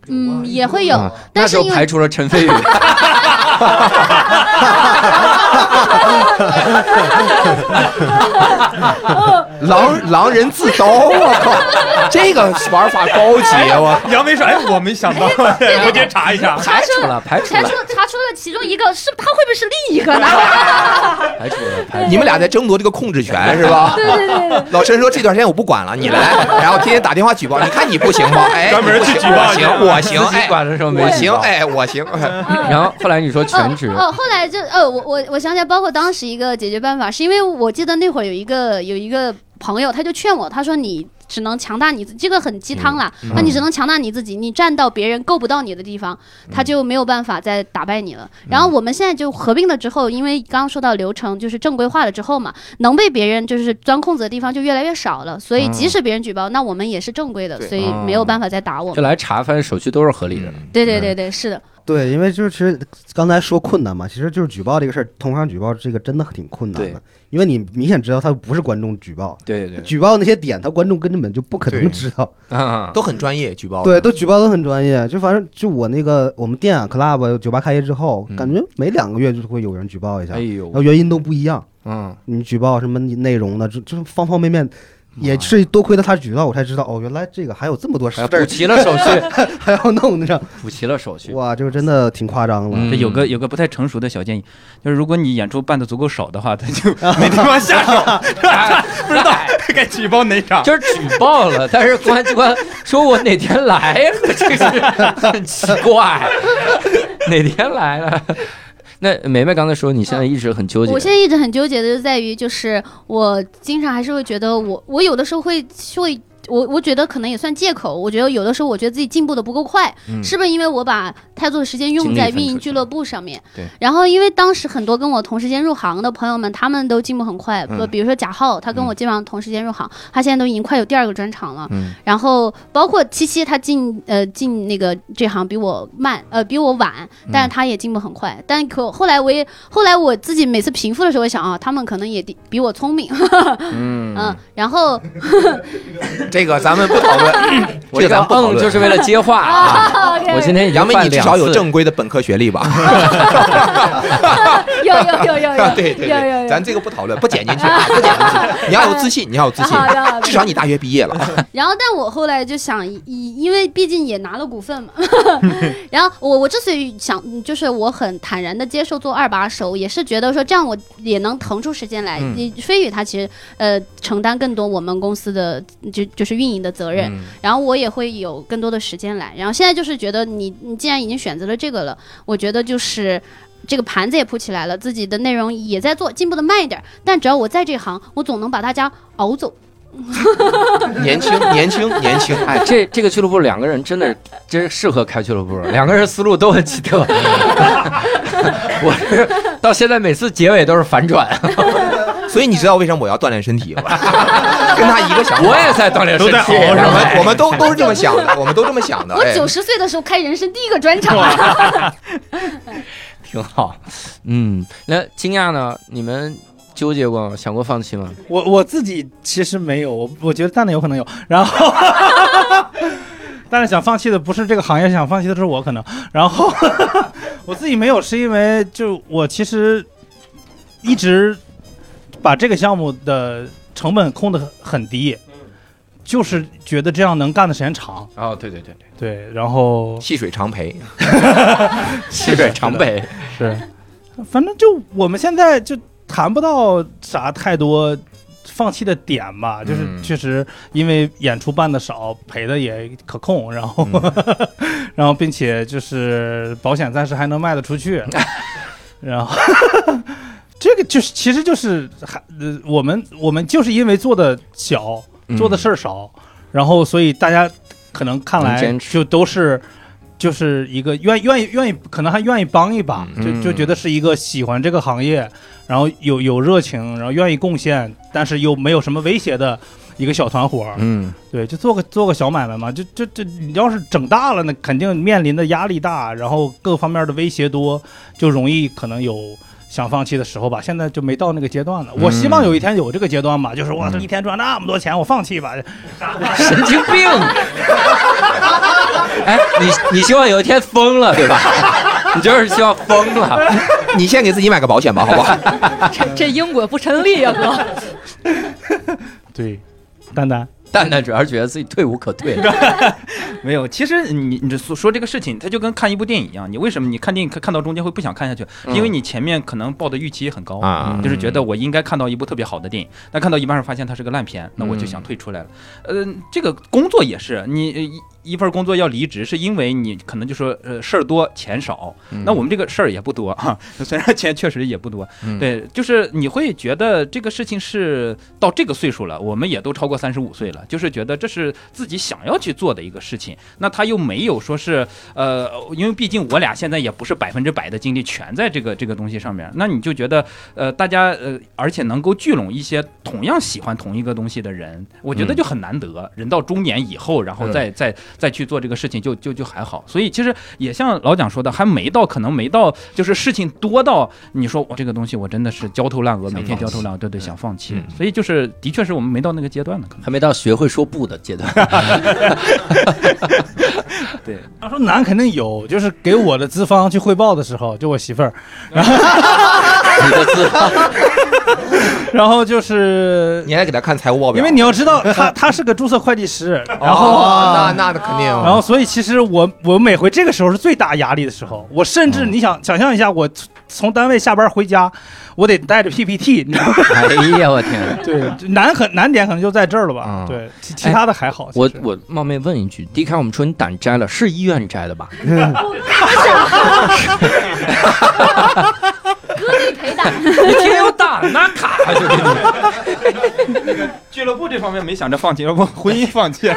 Speaker 6: 嗯也会有，
Speaker 1: 啊那
Speaker 6: 但是
Speaker 1: 就
Speaker 6: 因为
Speaker 1: 排除了陈飞宇。
Speaker 3: 狼狼人自刀，我靠，这个玩法高级啊我。
Speaker 8: 杨梅说：“哎，我没想到，我得查 一下。
Speaker 6: 查出
Speaker 1: 了排除
Speaker 6: 查
Speaker 1: 了
Speaker 6: 出查出了其中一个是他会不会是另一个呢？
Speaker 1: 排除了，排除了。
Speaker 3: 你们俩在争夺这个控制权是吧？
Speaker 6: 对对对对，
Speaker 3: 老陈说这段时间我不管了，你来，然后天天打电话举报，你看你不行吗？哎，
Speaker 8: 专门
Speaker 3: 你不
Speaker 8: 去
Speaker 3: 行
Speaker 8: 举报
Speaker 3: 我
Speaker 8: 你
Speaker 3: 行，我行，
Speaker 1: 自己
Speaker 3: 哎，
Speaker 1: 管的时候没嗯
Speaker 3: 我
Speaker 1: 举
Speaker 3: 行，
Speaker 1: 报
Speaker 3: 哎，我行，哎
Speaker 1: 然后后来你说全职，
Speaker 6: 哦，哦后来就呃，我我我想起来，包括当时一个解决办法，是因为我记得那会儿有一个有一个朋友，他就劝我，他说你。只能强大你自己，这个很鸡汤啦。
Speaker 1: 嗯
Speaker 6: 那你只能强大你自己，你站到别人够不到你的地方，
Speaker 1: 嗯
Speaker 6: 他就没有办法再打败你了。然后我们现在就合并了之后，因为刚刚说到流程就是正规化了之后嘛，能被别人就是钻空子的地方就越来越少了。所以即
Speaker 1: 嗯
Speaker 6: 使别人举报，那我们也是正规的，
Speaker 3: 对
Speaker 6: 所以没有办法再打我
Speaker 1: 就
Speaker 6: 们。
Speaker 1: 来查，发现手续都是合理的。
Speaker 6: 对对对对，是的。
Speaker 7: 对，因为就是其实刚才说困难嘛，其实就是举报这个事儿，同行举报这个真的挺困难
Speaker 1: 对
Speaker 7: 的，因为你明显知道他不是观众举报，
Speaker 1: 对对
Speaker 7: 举报那些点，他观众根本就不可
Speaker 3: 对
Speaker 7: 能知道。
Speaker 1: 对，啊，
Speaker 3: 都很专业举报。
Speaker 7: 对，都举报都很专业，就反正就我那个我们店啊 club 酒吧开业之后，
Speaker 1: 嗯
Speaker 7: 感觉每两个月就会有人举报一下，
Speaker 1: 哎呦
Speaker 7: 然，后原因都不一样。
Speaker 1: 嗯，
Speaker 7: 你举报什么内容的，就就是方方面面，
Speaker 9: 啊
Speaker 7: 也是多亏了他举报，我才知道哦，原来这个还有这么多事
Speaker 1: 还要
Speaker 7: 儿
Speaker 1: 补齐了手续，
Speaker 7: 还要弄呢。
Speaker 1: 补齐了手续。
Speaker 7: 哇，这个真的挺夸张了。
Speaker 1: 嗯
Speaker 8: 这有个有个不太成熟的小建议，就是如果你演出办的足够少的话，他就没地方下手，是
Speaker 1: 哎
Speaker 8: 吧不知道该举报哪场。
Speaker 1: 就是举报了，但是公安机关说我哪天来了，这是很奇怪，哪天来了？那梅梅刚才说你现在一直很纠结，
Speaker 6: 我现在一直很纠结的就在于，就是我经常还是会觉得我，我有的时候会会。我我觉得可能也算借口，我觉得有的时候我觉得自己进步的不够快，
Speaker 1: 嗯
Speaker 6: 是不是因为我把太多的时间用
Speaker 1: 精力
Speaker 6: 在
Speaker 1: 分
Speaker 6: 运营
Speaker 1: 出去
Speaker 6: 俱乐部上面？
Speaker 1: 对。
Speaker 6: 然后因为当时很多跟我同时间入行的朋友们，他们都进步很快，
Speaker 1: 嗯
Speaker 6: 比如说贾浩，他跟我基本上同时间入行，他现在都已经快有第二个专场了。
Speaker 1: 嗯
Speaker 6: 然后包括七七，他进呃进那个这行比我慢，呃比我晚，
Speaker 1: 嗯
Speaker 6: 但是他也进步很快。但可后来我也后来我自己每次平复的时候，我想啊，他们可能也比比我聪明， 嗯然后
Speaker 3: 这个咱们不讨论，
Speaker 1: 我个
Speaker 3: 这个咱不讨
Speaker 1: 嗯
Speaker 3: 论。
Speaker 1: 就是为了接 话 啊。我今天已经
Speaker 3: 杨梅，
Speaker 1: 犯
Speaker 3: 你至
Speaker 1: 两
Speaker 3: 少有
Speaker 1: 次
Speaker 3: 正规的本科学历吧？
Speaker 6: 有有有有 有
Speaker 3: 对对
Speaker 6: 有有
Speaker 3: 对，
Speaker 6: 有
Speaker 3: 咱这个不讨论，不剪 进去，不剪进去。你要有自信，你要有自信
Speaker 6: 啊好的好，的
Speaker 3: 至少你大学毕业 了。
Speaker 6: 然后，但我后来就想，以因为毕竟也拿了股份嘛。 然后我我之所以想，嗯就是我很坦然的接受做二把手，也是觉得说这样我也能腾出时间来。
Speaker 1: 嗯
Speaker 6: 你飞宇他其实呃承担更多我们公司的就就是运营的责任，
Speaker 1: 嗯
Speaker 6: 然后我也会有更多的时间来。然后现在就是觉得你你既然已经选择了这个了，我觉得就是。这个盘子也铺起来了，自己的内容也在做，进步的慢一点儿，但只要我在这行，我总能把大家熬走。
Speaker 3: 年轻，年轻，年轻，哎
Speaker 1: 哎，，这这个俱乐部两个人真的真适合开俱乐部，两个人思路都很奇 特。我是到现在每次结尾都是反转，
Speaker 3: 所以你知道为什么我要锻炼身 体吧？跟他一个想法。
Speaker 1: 我也在锻炼身
Speaker 8: 都在
Speaker 1: 体。
Speaker 8: 熬
Speaker 3: 我
Speaker 8: 是吧
Speaker 3: 们我们都都是这么想 的，我们都这么想的。
Speaker 6: 我
Speaker 3: 哎
Speaker 6: 九，十岁的时候开人生第一个专场，
Speaker 1: 挺好。嗯，那惊讶呢？你们纠结过吗？想过放弃吗？
Speaker 11: 我我自己其实没有，我我觉得蛋蛋有可能有，然后， 但是想放弃的不是这个行业，想放弃的是我可能，然后 我自己没有是因为就我其实一直把这个项目的成本控得很低，就是觉得这样能干的时间长，
Speaker 1: 哦，对对对对，
Speaker 11: 对，然后
Speaker 3: 细水长 培，
Speaker 1: 西北长北，
Speaker 11: 是，反正就我们现在就谈不到啥太多放弃的点吧，就是
Speaker 3: 嗯
Speaker 11: 确实因为演出办的少，赔的也可控，然后、
Speaker 3: 嗯
Speaker 11: 然后并且就是保险暂时还能卖得出去，然后 这个就是其实就是还、呃、我们我们就是因为做的小，
Speaker 8: 嗯
Speaker 1: 嗯
Speaker 11: 做的事儿少，然后所以大家可能看
Speaker 1: 能
Speaker 11: 来
Speaker 1: 坚持
Speaker 11: 就都是。就是一个愿愿意愿意，可能还愿意帮一把，
Speaker 1: 嗯
Speaker 11: 就就觉得是一个喜欢这个行业，然后有有热情，然后愿意贡献，但是又没有什么威胁的一个小团伙儿。
Speaker 1: 嗯，
Speaker 11: 对，就做个做个小买卖嘛。就就就你要是整大了，那肯定面临的压力大，然后各方面的威胁多，就容易可能有。想放弃的时候吧，现在就没到那个阶段呢。我希望有
Speaker 3: 嗯
Speaker 11: 一天有这个阶段吧，就是我一天赚那么多钱，我放弃吧。
Speaker 1: 神经病！哎，你你希望有一天疯了，对 吧？你就是希望疯了，
Speaker 3: 你先给自己买个保险吧，好不好？
Speaker 10: 这这因果不成立啊呀、 哥。
Speaker 11: 对，蛋蛋，
Speaker 1: 蛋蛋主要是觉得自己退无可退。
Speaker 8: 没有，其实你你这说说这个事情，它就跟看一部电影一样。你为什么你看电影看看到中间会不想看下去？
Speaker 1: 嗯
Speaker 8: 因为你前面可能抱的预期很高，
Speaker 13: 啊
Speaker 8: 就是觉得我应该看到一部特别好的电影，但看到一半儿发现它是个烂片，那我就想退出来了。嗯、这个工作也是，你呃一一份工作要离职，是因为你可能就说呃事儿多钱少。那我们这个事儿也不多 啊，虽然钱确实也不多，
Speaker 1: 嗯
Speaker 8: 对，就是你会觉得这个事情是到这个岁数了，我们也都超过三十五岁了，就是觉得这是自己想要去做的一个事情。那他又没有说是呃，因为毕竟我俩现在也不是百分之百的精力全在这个这个东西上面，那你就觉得呃，大家呃，而且能够聚拢一些同样喜欢同一个东西的人，我觉得就很难得。人到中年以后，然后再再再去做这个事情就，就就还好。所以其实也像老蒋说的，还没到，可能没到，就是事情多到你说我这个东西我真的是焦头烂额，每天焦头烂额，对对，想放弃。所以就是的确是我们没到那个阶段呢，可能
Speaker 1: 还没到学会说不的阶 段，
Speaker 8: 对。
Speaker 11: 他说难肯定有，就是给我的资方去汇报的时候，就我 媳妇儿，
Speaker 1: 你的字
Speaker 11: 然后就是
Speaker 3: 你还给他看财务报表，
Speaker 11: 因为你要知 道，他他是个注册会计师，然后、
Speaker 3: 哦那那肯定，
Speaker 11: 然后所以其实我我每回这个时候是最大压力的时候，我甚至你想、想象一下，我从从单位下班回家，我得带着 PPT，你知道吗？
Speaker 1: 哎呀，我天！
Speaker 11: 对，难很难点可能就在这儿了吧？
Speaker 1: 嗯
Speaker 11: 对，其其他的还好。
Speaker 1: 我
Speaker 11: 其实
Speaker 1: 我冒昧问一句，第一开始我们说你胆摘了，是医院摘的吧？
Speaker 6: 割地陪打，
Speaker 1: 你挺有胆呐，卡就给你。
Speaker 8: 俱乐部这方面没想着放弃，要不婚姻放弃。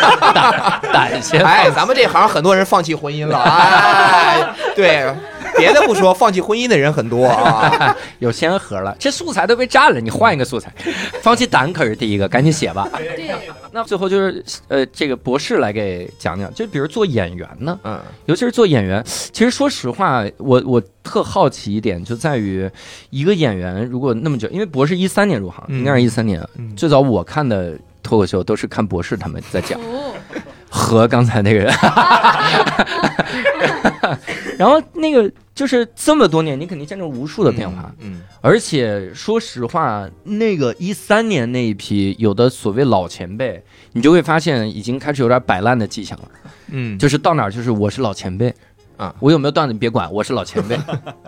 Speaker 1: 胆先
Speaker 3: 哎，咱们这行很多人放弃婚姻 了，哎，对，别的不说，放弃婚姻的人很多 啊。
Speaker 1: 有先河了，这素材都被占了，你换一个素材。放弃胆可是第一个，赶紧写吧。
Speaker 6: 对，
Speaker 1: 那最后就是呃，这个博士来给讲讲，就比如做演员呢，
Speaker 3: 嗯
Speaker 1: 尤其是做演员，其实说实话，我我特好奇一点，就在于一个演员如果那么久，因为博士一三年入行，
Speaker 3: 嗯
Speaker 1: 应该是一三年，
Speaker 3: 嗯
Speaker 1: 最早我看的脱口秀都是看博士他们在 讲。
Speaker 6: 哦，
Speaker 1: 和刚才那个人，然后那个就是这么多年，你肯定见证无数的变化，
Speaker 3: 嗯，
Speaker 1: 而且说实话，那个一三年那一批有的所谓老前辈，你就会发现已经开始有点摆烂的迹象了，
Speaker 3: 嗯，
Speaker 1: 就是到哪儿就是我是老前辈。
Speaker 3: 啊，
Speaker 1: 我有没有段子你别管，我是老前 辈，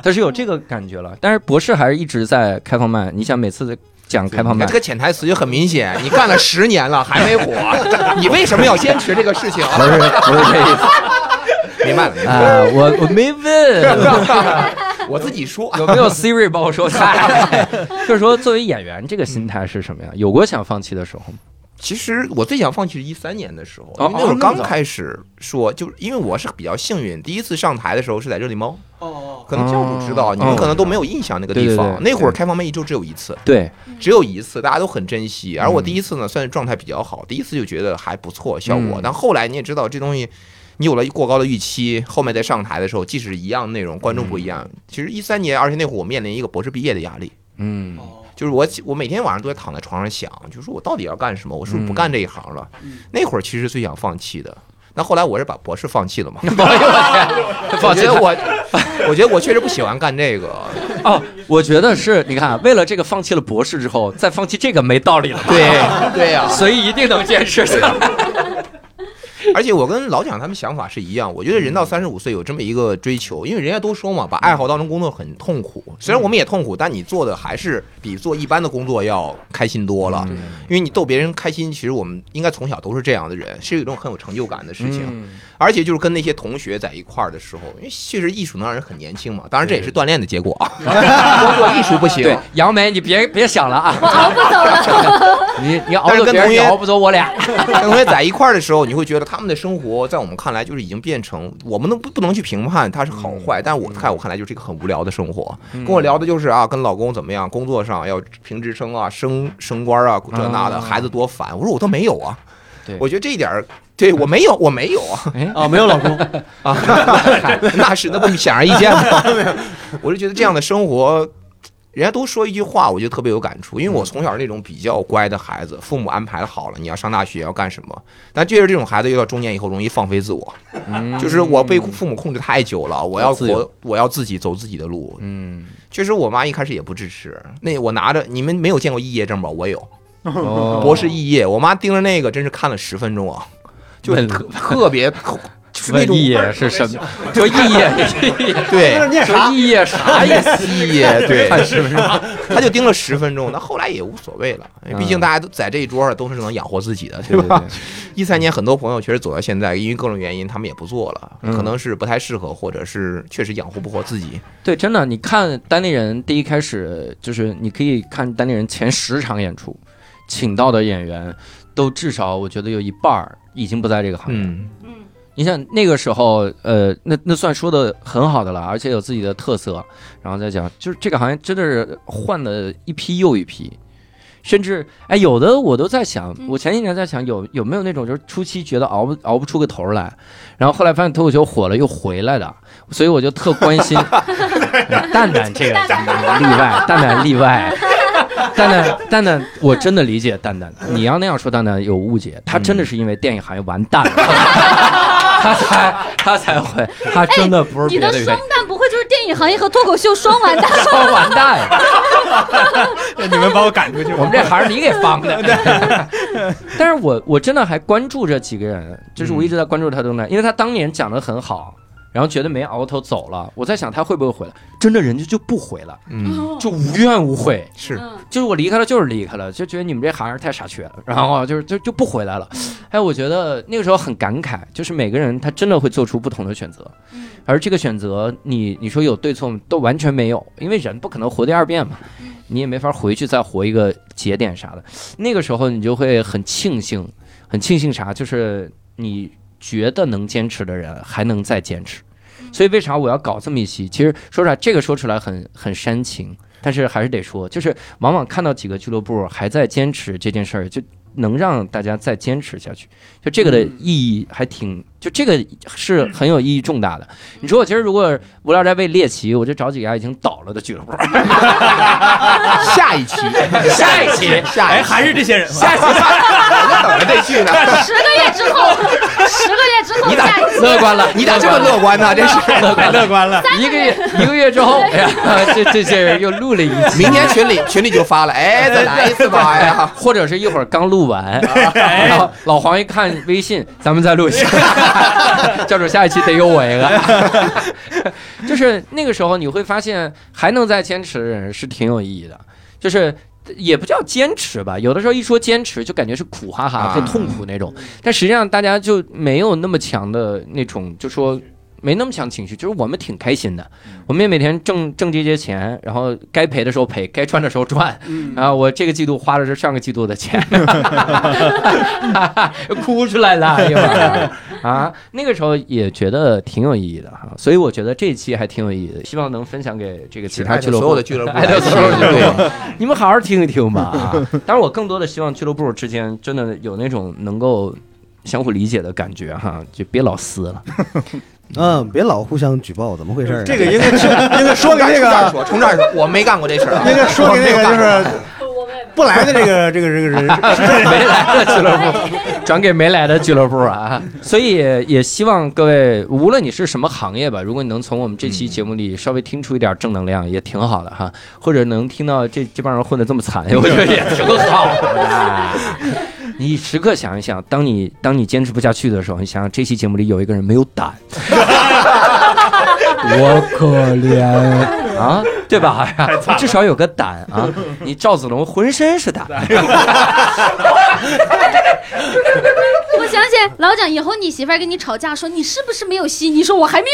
Speaker 1: 他是有这个感觉了。但是博士还是一直在开放麦，你想每次 讲开放
Speaker 3: 你看
Speaker 1: 麦
Speaker 3: 这，个潜台词就很明显，你干了十年了还 没火，你为什么要坚持这个事情啊？
Speaker 1: 不是不是这意 思
Speaker 3: 明白了，明白了
Speaker 1: 啊，我我没问，呃
Speaker 3: 我自己说，啊
Speaker 1: 有没有 Siri 帮我说？嗨 就是说，作为演员，这个心态是什么呀？有过想放弃的时候吗？
Speaker 3: 其实我最想放弃是一三年的时候，因
Speaker 1: 哦
Speaker 3: 为那会
Speaker 1: 哦
Speaker 3: 儿
Speaker 1: 那么
Speaker 3: 刚
Speaker 1: 早
Speaker 3: 开始说，就是因为我是比较幸运，第一次上台的时候是在热力猫。哦，可能教主知道，
Speaker 1: 哦
Speaker 3: 你们可能都没有印象那个
Speaker 1: 对
Speaker 3: 地
Speaker 1: 对
Speaker 3: 方。
Speaker 1: 对
Speaker 3: 那会儿开放麦一周只有一次，
Speaker 1: 对，
Speaker 3: 只有一次，大家都很珍惜。而我第一次呢，算是状态比较好，第一次就觉得还不错效果
Speaker 1: 嗯。
Speaker 3: 但后来你也知道，这东西你有了过高的预期，后面再上台的时候，即使一样内容，观众不一样。其实一三年，而且那会儿我面临一个博士毕业的压力，
Speaker 1: 嗯，
Speaker 3: 就是我起我每天晚上都在躺在床上想，就是说我到底要干什么？我是不是不
Speaker 1: 嗯
Speaker 3: 干这一行了？那会儿其实最想放弃的。那后来我是把博士放弃 了嘛？我
Speaker 1: 放
Speaker 3: 觉
Speaker 1: 弃
Speaker 3: 得我， 我觉得我确实不喜欢干这个。
Speaker 1: 哦，我觉得是，你看，啊为了这个放弃了博士之后，再放弃这个没道理了，
Speaker 3: 对对呀、啊
Speaker 1: 所以一定能坚持下来。
Speaker 3: 而且我跟老蒋他们想法是一样，我觉得人到三十五岁有这么一个追求，因为人家都说嘛，把爱好当成工作很痛苦。虽然我们也痛苦，但你做的还是比做一般的工作要开心多了，
Speaker 1: 嗯
Speaker 3: 因为你逗别人开心，其实我们应该从小都是这样的人，是有一种很有成就感的事情。
Speaker 1: 嗯
Speaker 3: 而且就是跟那些同学在一块儿的时候，因为确实艺术能让人很年轻嘛，当然这也是锻炼的结果啊。 光做艺术不行，
Speaker 1: 对，杨梅，你别别想了啊，
Speaker 6: 熬不走了。
Speaker 1: 你你熬
Speaker 3: 但是
Speaker 1: 着
Speaker 3: 跟
Speaker 1: 别人，
Speaker 3: 同
Speaker 1: 你
Speaker 3: 学
Speaker 1: 熬不走我俩。
Speaker 3: 跟同学在一块儿的时候，你会觉得他们的生活在我们看来就是已经变成，我们都不不能去评判它是好坏，但我看我看来就是一个很无聊的生活。跟
Speaker 1: 嗯
Speaker 3: 我聊的就是啊，跟老公怎么样，工作上要评职称啊，升升官啊，这那的，孩子多烦。我说我都没有啊
Speaker 1: 对，
Speaker 3: 我觉得这一点儿。对，我没有，我没有 啊
Speaker 9: 啊，没有老公，
Speaker 3: 啊，那是那不显而易见吗？ 我是觉得这样的生活，人家都说一句话，我就特别有感触，因为
Speaker 1: 嗯
Speaker 3: 我从小是那种比较乖的孩子，父母安排的好了，你要上大学要干什么，但就是这种孩子，越到中年以后容易放飞自我，
Speaker 1: 嗯
Speaker 3: 就是我被父母控制太久了，我要
Speaker 1: 自由
Speaker 3: 我我要自己走自己的路。
Speaker 1: 嗯，
Speaker 3: 确实，我妈一开始也不支持，那我拿着你们没有见过肄业证吧？我有。
Speaker 8: 哦
Speaker 3: 博士肄业，我妈盯着那个真是看了十分钟啊，就
Speaker 1: 问
Speaker 3: 特特别，就是那
Speaker 1: 问
Speaker 3: 种
Speaker 1: 意义是什 么？说意义，
Speaker 3: 对，
Speaker 1: 说意义啥意思？
Speaker 3: 意义，对，
Speaker 1: 看是不是？
Speaker 3: 他就盯了十分钟，那后来也无所谓了，毕竟大家都在这一桌上都是能养活自己的，嗯对吧？一三年很多朋友确实走到现在，因为各种原因他们也不做了，
Speaker 1: 嗯
Speaker 3: 可能是不太适合，或者是确实养活不活自己。
Speaker 1: 对，真的，你看单立人第一开始就是你可以看单立人前十场演出，请到的演员都至少我觉得有一半儿已经不在这个行业。
Speaker 3: 嗯，
Speaker 1: 你像那个时候，呃，那那算说的很好的了，而且有自己的特色。然后再讲，就是这个行业真的是换了一批又一批，甚至哎，有的我都在想，
Speaker 6: 嗯
Speaker 1: 我前几年在想有有没有那种就是初期觉得熬不熬不出个头儿来，然后后来发现脱口秀火了又回来的，所以我就特关心蛋蛋这个例外，蛋蛋例外。蛋蛋，蛋蛋，我真的理解蛋蛋。你要那样说，蛋蛋有误解，他真的是因为电影行业完蛋了，他才他才会，他真的不是
Speaker 6: 哎你
Speaker 1: 别
Speaker 6: 的
Speaker 1: 的原
Speaker 6: 双旦不会就是电影行业和脱口秀双 完蛋？
Speaker 1: 因，完蛋呀。
Speaker 3: 嗯
Speaker 2: 你们把我赶出去
Speaker 1: 我们这行是你给放的。但是我我真的还关注这几个人，就是我一直在关注他动态，因为他当年讲的很好，然后觉得没熬头走了，我在想他会不会回来，真的人家就不回来，
Speaker 3: 嗯，
Speaker 1: 就无怨无悔。
Speaker 3: 是
Speaker 6: 嗯
Speaker 1: 就是我离开了，就是离开了，就觉得你们这行业太傻缺了，然后就是就就不回来了。哎，我觉得那个时候很感慨，就是每个人他真的会做出不同的选择，而这个选择你你说有对错吗都完全没有，因为人不可能活第二遍嘛，你也没法回去再活一个节点啥的。那个时候你就会很庆幸，很庆幸啥，就是你觉得能坚持的人还能再坚持。所以为啥我要搞这么一期？其实说实话，这个说出来很很煽情，但是还是得说，就是往往看到几个俱乐部还在坚持这件事儿，就能让大家再坚持下去。就这个
Speaker 3: 嗯
Speaker 1: 的意义还挺，就这个是很有意义重大的。你说我今儿如果无聊斋被猎奇，我就找几家已经倒了的俱乐 部，
Speaker 3: 下一期，
Speaker 1: 下一期
Speaker 11: 哎
Speaker 3: 下一期，
Speaker 2: 还是这些人吗？
Speaker 1: 下一期
Speaker 3: 我就等着这句呢。
Speaker 6: 十个月之后，十个月之后下一
Speaker 1: 乐
Speaker 6: 次。
Speaker 1: 观了，
Speaker 3: 你咋这么乐观呢？真是，
Speaker 2: 太乐观了，
Speaker 1: 一个月一个月之后，哎呀，这这些人又录了一期。
Speaker 3: 明年群里群里就发了，哎，再来一次吧，哎呀，
Speaker 1: 啊或者是一会儿刚录完，然后老黄一看微信，咱们再录一下。教主下一期得有我一个。 就是那个时候你会发现，还能再坚持的人是挺有意义的，就是。也不叫坚持吧，有的时候一说坚持，就感觉是苦哈哈、
Speaker 3: 啊
Speaker 1: 很痛苦那种。但实际上，大家就没有那么强的那种，就说没那么强情绪。就是我们挺开心的，
Speaker 3: 嗯
Speaker 1: 我们也每天挣挣这些钱，然后该赔的时候赔，该赚的时候赚，
Speaker 3: 嗯
Speaker 1: 啊，我这个季度花的是上个季度的 钱， 哭出来了，一会儿啊，那个时候也觉得挺有意义的哈，所以我觉得这一期还挺有意义的，希望能分享给这 个其他俱乐部
Speaker 3: 所有的哎俱
Speaker 1: 爱豆
Speaker 3: 乐部，
Speaker 1: 所有的俱乐
Speaker 3: 对
Speaker 1: 部，你们好好听一听吧啊！ 当然，我更多的希望俱乐部之间真的有那种能够相互理解的感觉哈，就别老撕了。
Speaker 7: 嗯，别老互相举报，怎么回事儿啊？
Speaker 9: 这个应 该说应该说
Speaker 3: 从
Speaker 9: 给这
Speaker 3: 这儿
Speaker 9: 个
Speaker 3: 说，从这儿说，我没干过这事儿啊，
Speaker 9: 应该说给那个
Speaker 3: 我没有
Speaker 9: 就
Speaker 3: 干过
Speaker 9: 是不来的这个这个这个人，
Speaker 1: 没来的俱乐
Speaker 6: 哎
Speaker 1: 部，转给没来的俱乐部啊！所以也希望各位，无论你是什么行业吧，如果你能从我们这期节目里稍微听出一点正能量，也挺好的哈。或者能听到这这帮人混得这么惨，我觉得也挺好的。你时刻想一想，当你当你坚持不下去的时候，你想想这期节目里有一个人没有胆，我可怜啊，对吧？至少有个胆啊！你赵子龙浑身是胆，
Speaker 6: 我想起来老蒋，以后你媳妇儿跟你吵架说你是不是没有心，你说我还没有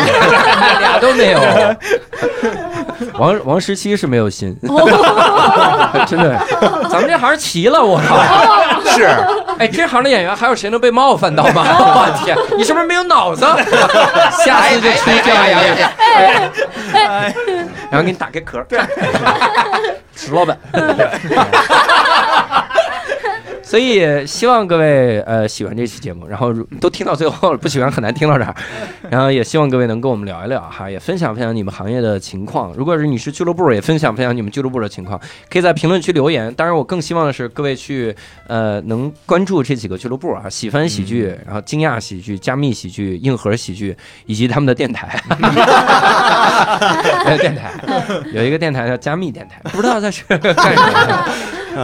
Speaker 6: 胆。
Speaker 1: 俩都没有。王王十七是没有心， 真的，咱们这行齐了，我靠！
Speaker 3: 是，
Speaker 1: 哎，这行的演员还有谁能被冒犯到吗？ 我天，你是不是没有脑子？下次就
Speaker 3: 哎
Speaker 1: 吹这样一 个。然后给你打开壳儿， 石老板。所以希望各位呃喜欢这期节目，然后如都听到最后了，不喜欢很难听到这儿，然后也希望各位能跟我们聊一聊哈，也分享分享你们行业的情况。如果是你是俱乐部，也分享分享你们俱乐部的情况，可以在评论区留言。当然，我更希望的是各位去呃能关注这几个俱乐部啊，喜翻喜剧，然后惊讶喜剧、加密喜剧、硬核喜剧以及他们的电台。还有电台， 有一个电台叫加密电台，不知道它是干什么的。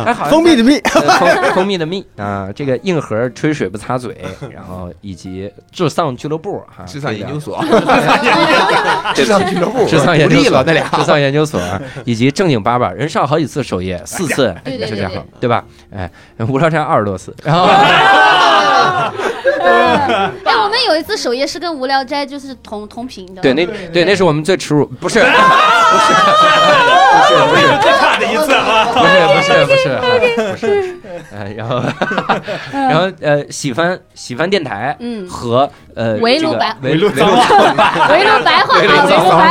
Speaker 1: 哎，好像
Speaker 15: 蜂蜜的蜜，
Speaker 1: 呃蜂蜂蜜的蜜啊，这个硬核吹水不擦嘴，然后以及智丧俱乐部哈，
Speaker 3: 智丧研究 所，
Speaker 1: 这
Speaker 3: 智
Speaker 1: 个
Speaker 3: 丧俱乐部，
Speaker 1: 智丧研
Speaker 3: 不
Speaker 1: 究
Speaker 3: 利
Speaker 1: 所
Speaker 3: 了那俩，
Speaker 1: 智丧研究所以及正经八百人上好几次首页，四次，
Speaker 6: 对对对
Speaker 1: 这
Speaker 6: 对
Speaker 1: 家伙对吧？哎，无聊斋二十多次，然后
Speaker 6: 哎，我们有一次首页是跟无聊斋就是同同频的。
Speaker 1: 对那对那是我们最耻辱，不是不是不是
Speaker 8: 最差的一次 啊！
Speaker 1: 不是不是不是不是，呃，然后然后呃，喜欢喜欢电台
Speaker 6: 嗯，
Speaker 1: 和呃
Speaker 6: 围
Speaker 1: 这
Speaker 6: 炉
Speaker 1: 个
Speaker 6: 白
Speaker 1: 围炉
Speaker 8: 脏话
Speaker 6: 围炉白话啊，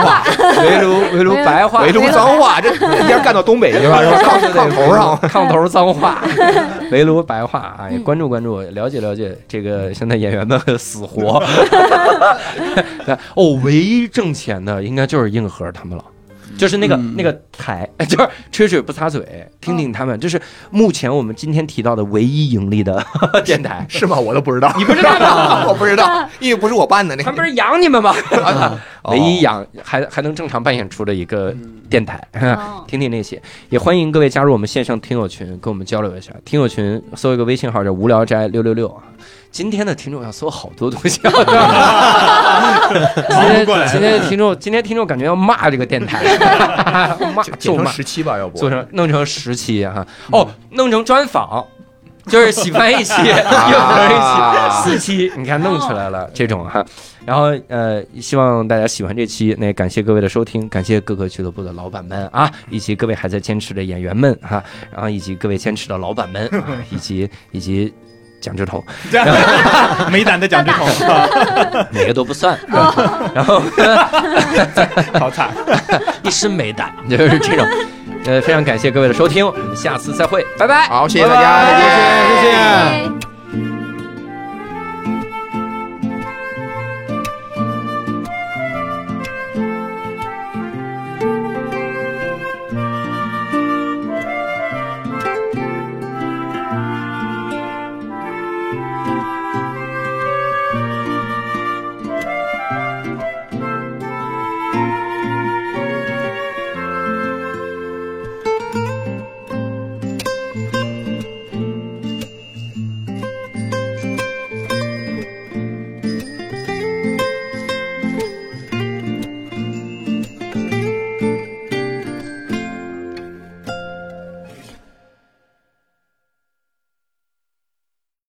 Speaker 1: 围
Speaker 6: 围
Speaker 1: 炉
Speaker 6: 炉白话，
Speaker 1: 围炉围炉白话
Speaker 3: 围炉脏话，这一下干到东 北去了，是吧？炕炕头上，
Speaker 1: 炕头脏 话，围炉白话啊，也关注关注，了解了解这个现在演员的死 活。哦，唯一挣钱的应该就是硬核他们了。就是那个、
Speaker 3: 嗯
Speaker 1: 那个台， 就是吹水不擦嘴，听听他们，这是目前我们今天提到的唯一盈利 的电台。
Speaker 3: 是吗？我都不知道，
Speaker 1: 你不知道吗？
Speaker 3: 我不知道，因为不是我办的那
Speaker 1: 他们不
Speaker 3: 个。
Speaker 1: 是养你们吗？
Speaker 3: 嗯哦嗯
Speaker 1: 唯一养还还能正常办演出的一个电台，
Speaker 6: 哦
Speaker 1: 听听那些，也欢迎各位加入我们线上听友群，跟我们交流一下。听友群搜一个微信号叫“无聊斋六六六”啊。今天的听众要搜好多东西啊！今
Speaker 8: 不过
Speaker 1: 天
Speaker 8: 来
Speaker 1: 今天的听众，今天听众感觉要骂这个电 台，骂
Speaker 3: 减
Speaker 1: 咒
Speaker 3: 成
Speaker 1: 骂，
Speaker 3: 十七吧，要不
Speaker 1: 做成弄成十期哈、哦，弄成专访，就是喜欢一期，又合一期，四期，你看弄出来了这种哈、然后呃，希望大家喜欢这期，那也感谢各位的收听，感谢各个俱乐部的老板们啊，以及各位还在坚持的演员们哈、然后以及各位坚持的老板们，啊、以及以及蒋志头，
Speaker 8: 没胆的蒋志鹏，
Speaker 1: 哪个都不算，然后。
Speaker 8: 好惨，
Speaker 1: 一身美胆，就是这种。呃，非常感谢各位的收听，我们下次再会，拜拜。
Speaker 3: 好，谢谢大家，再见。
Speaker 15: 谢谢。
Speaker 6: 哎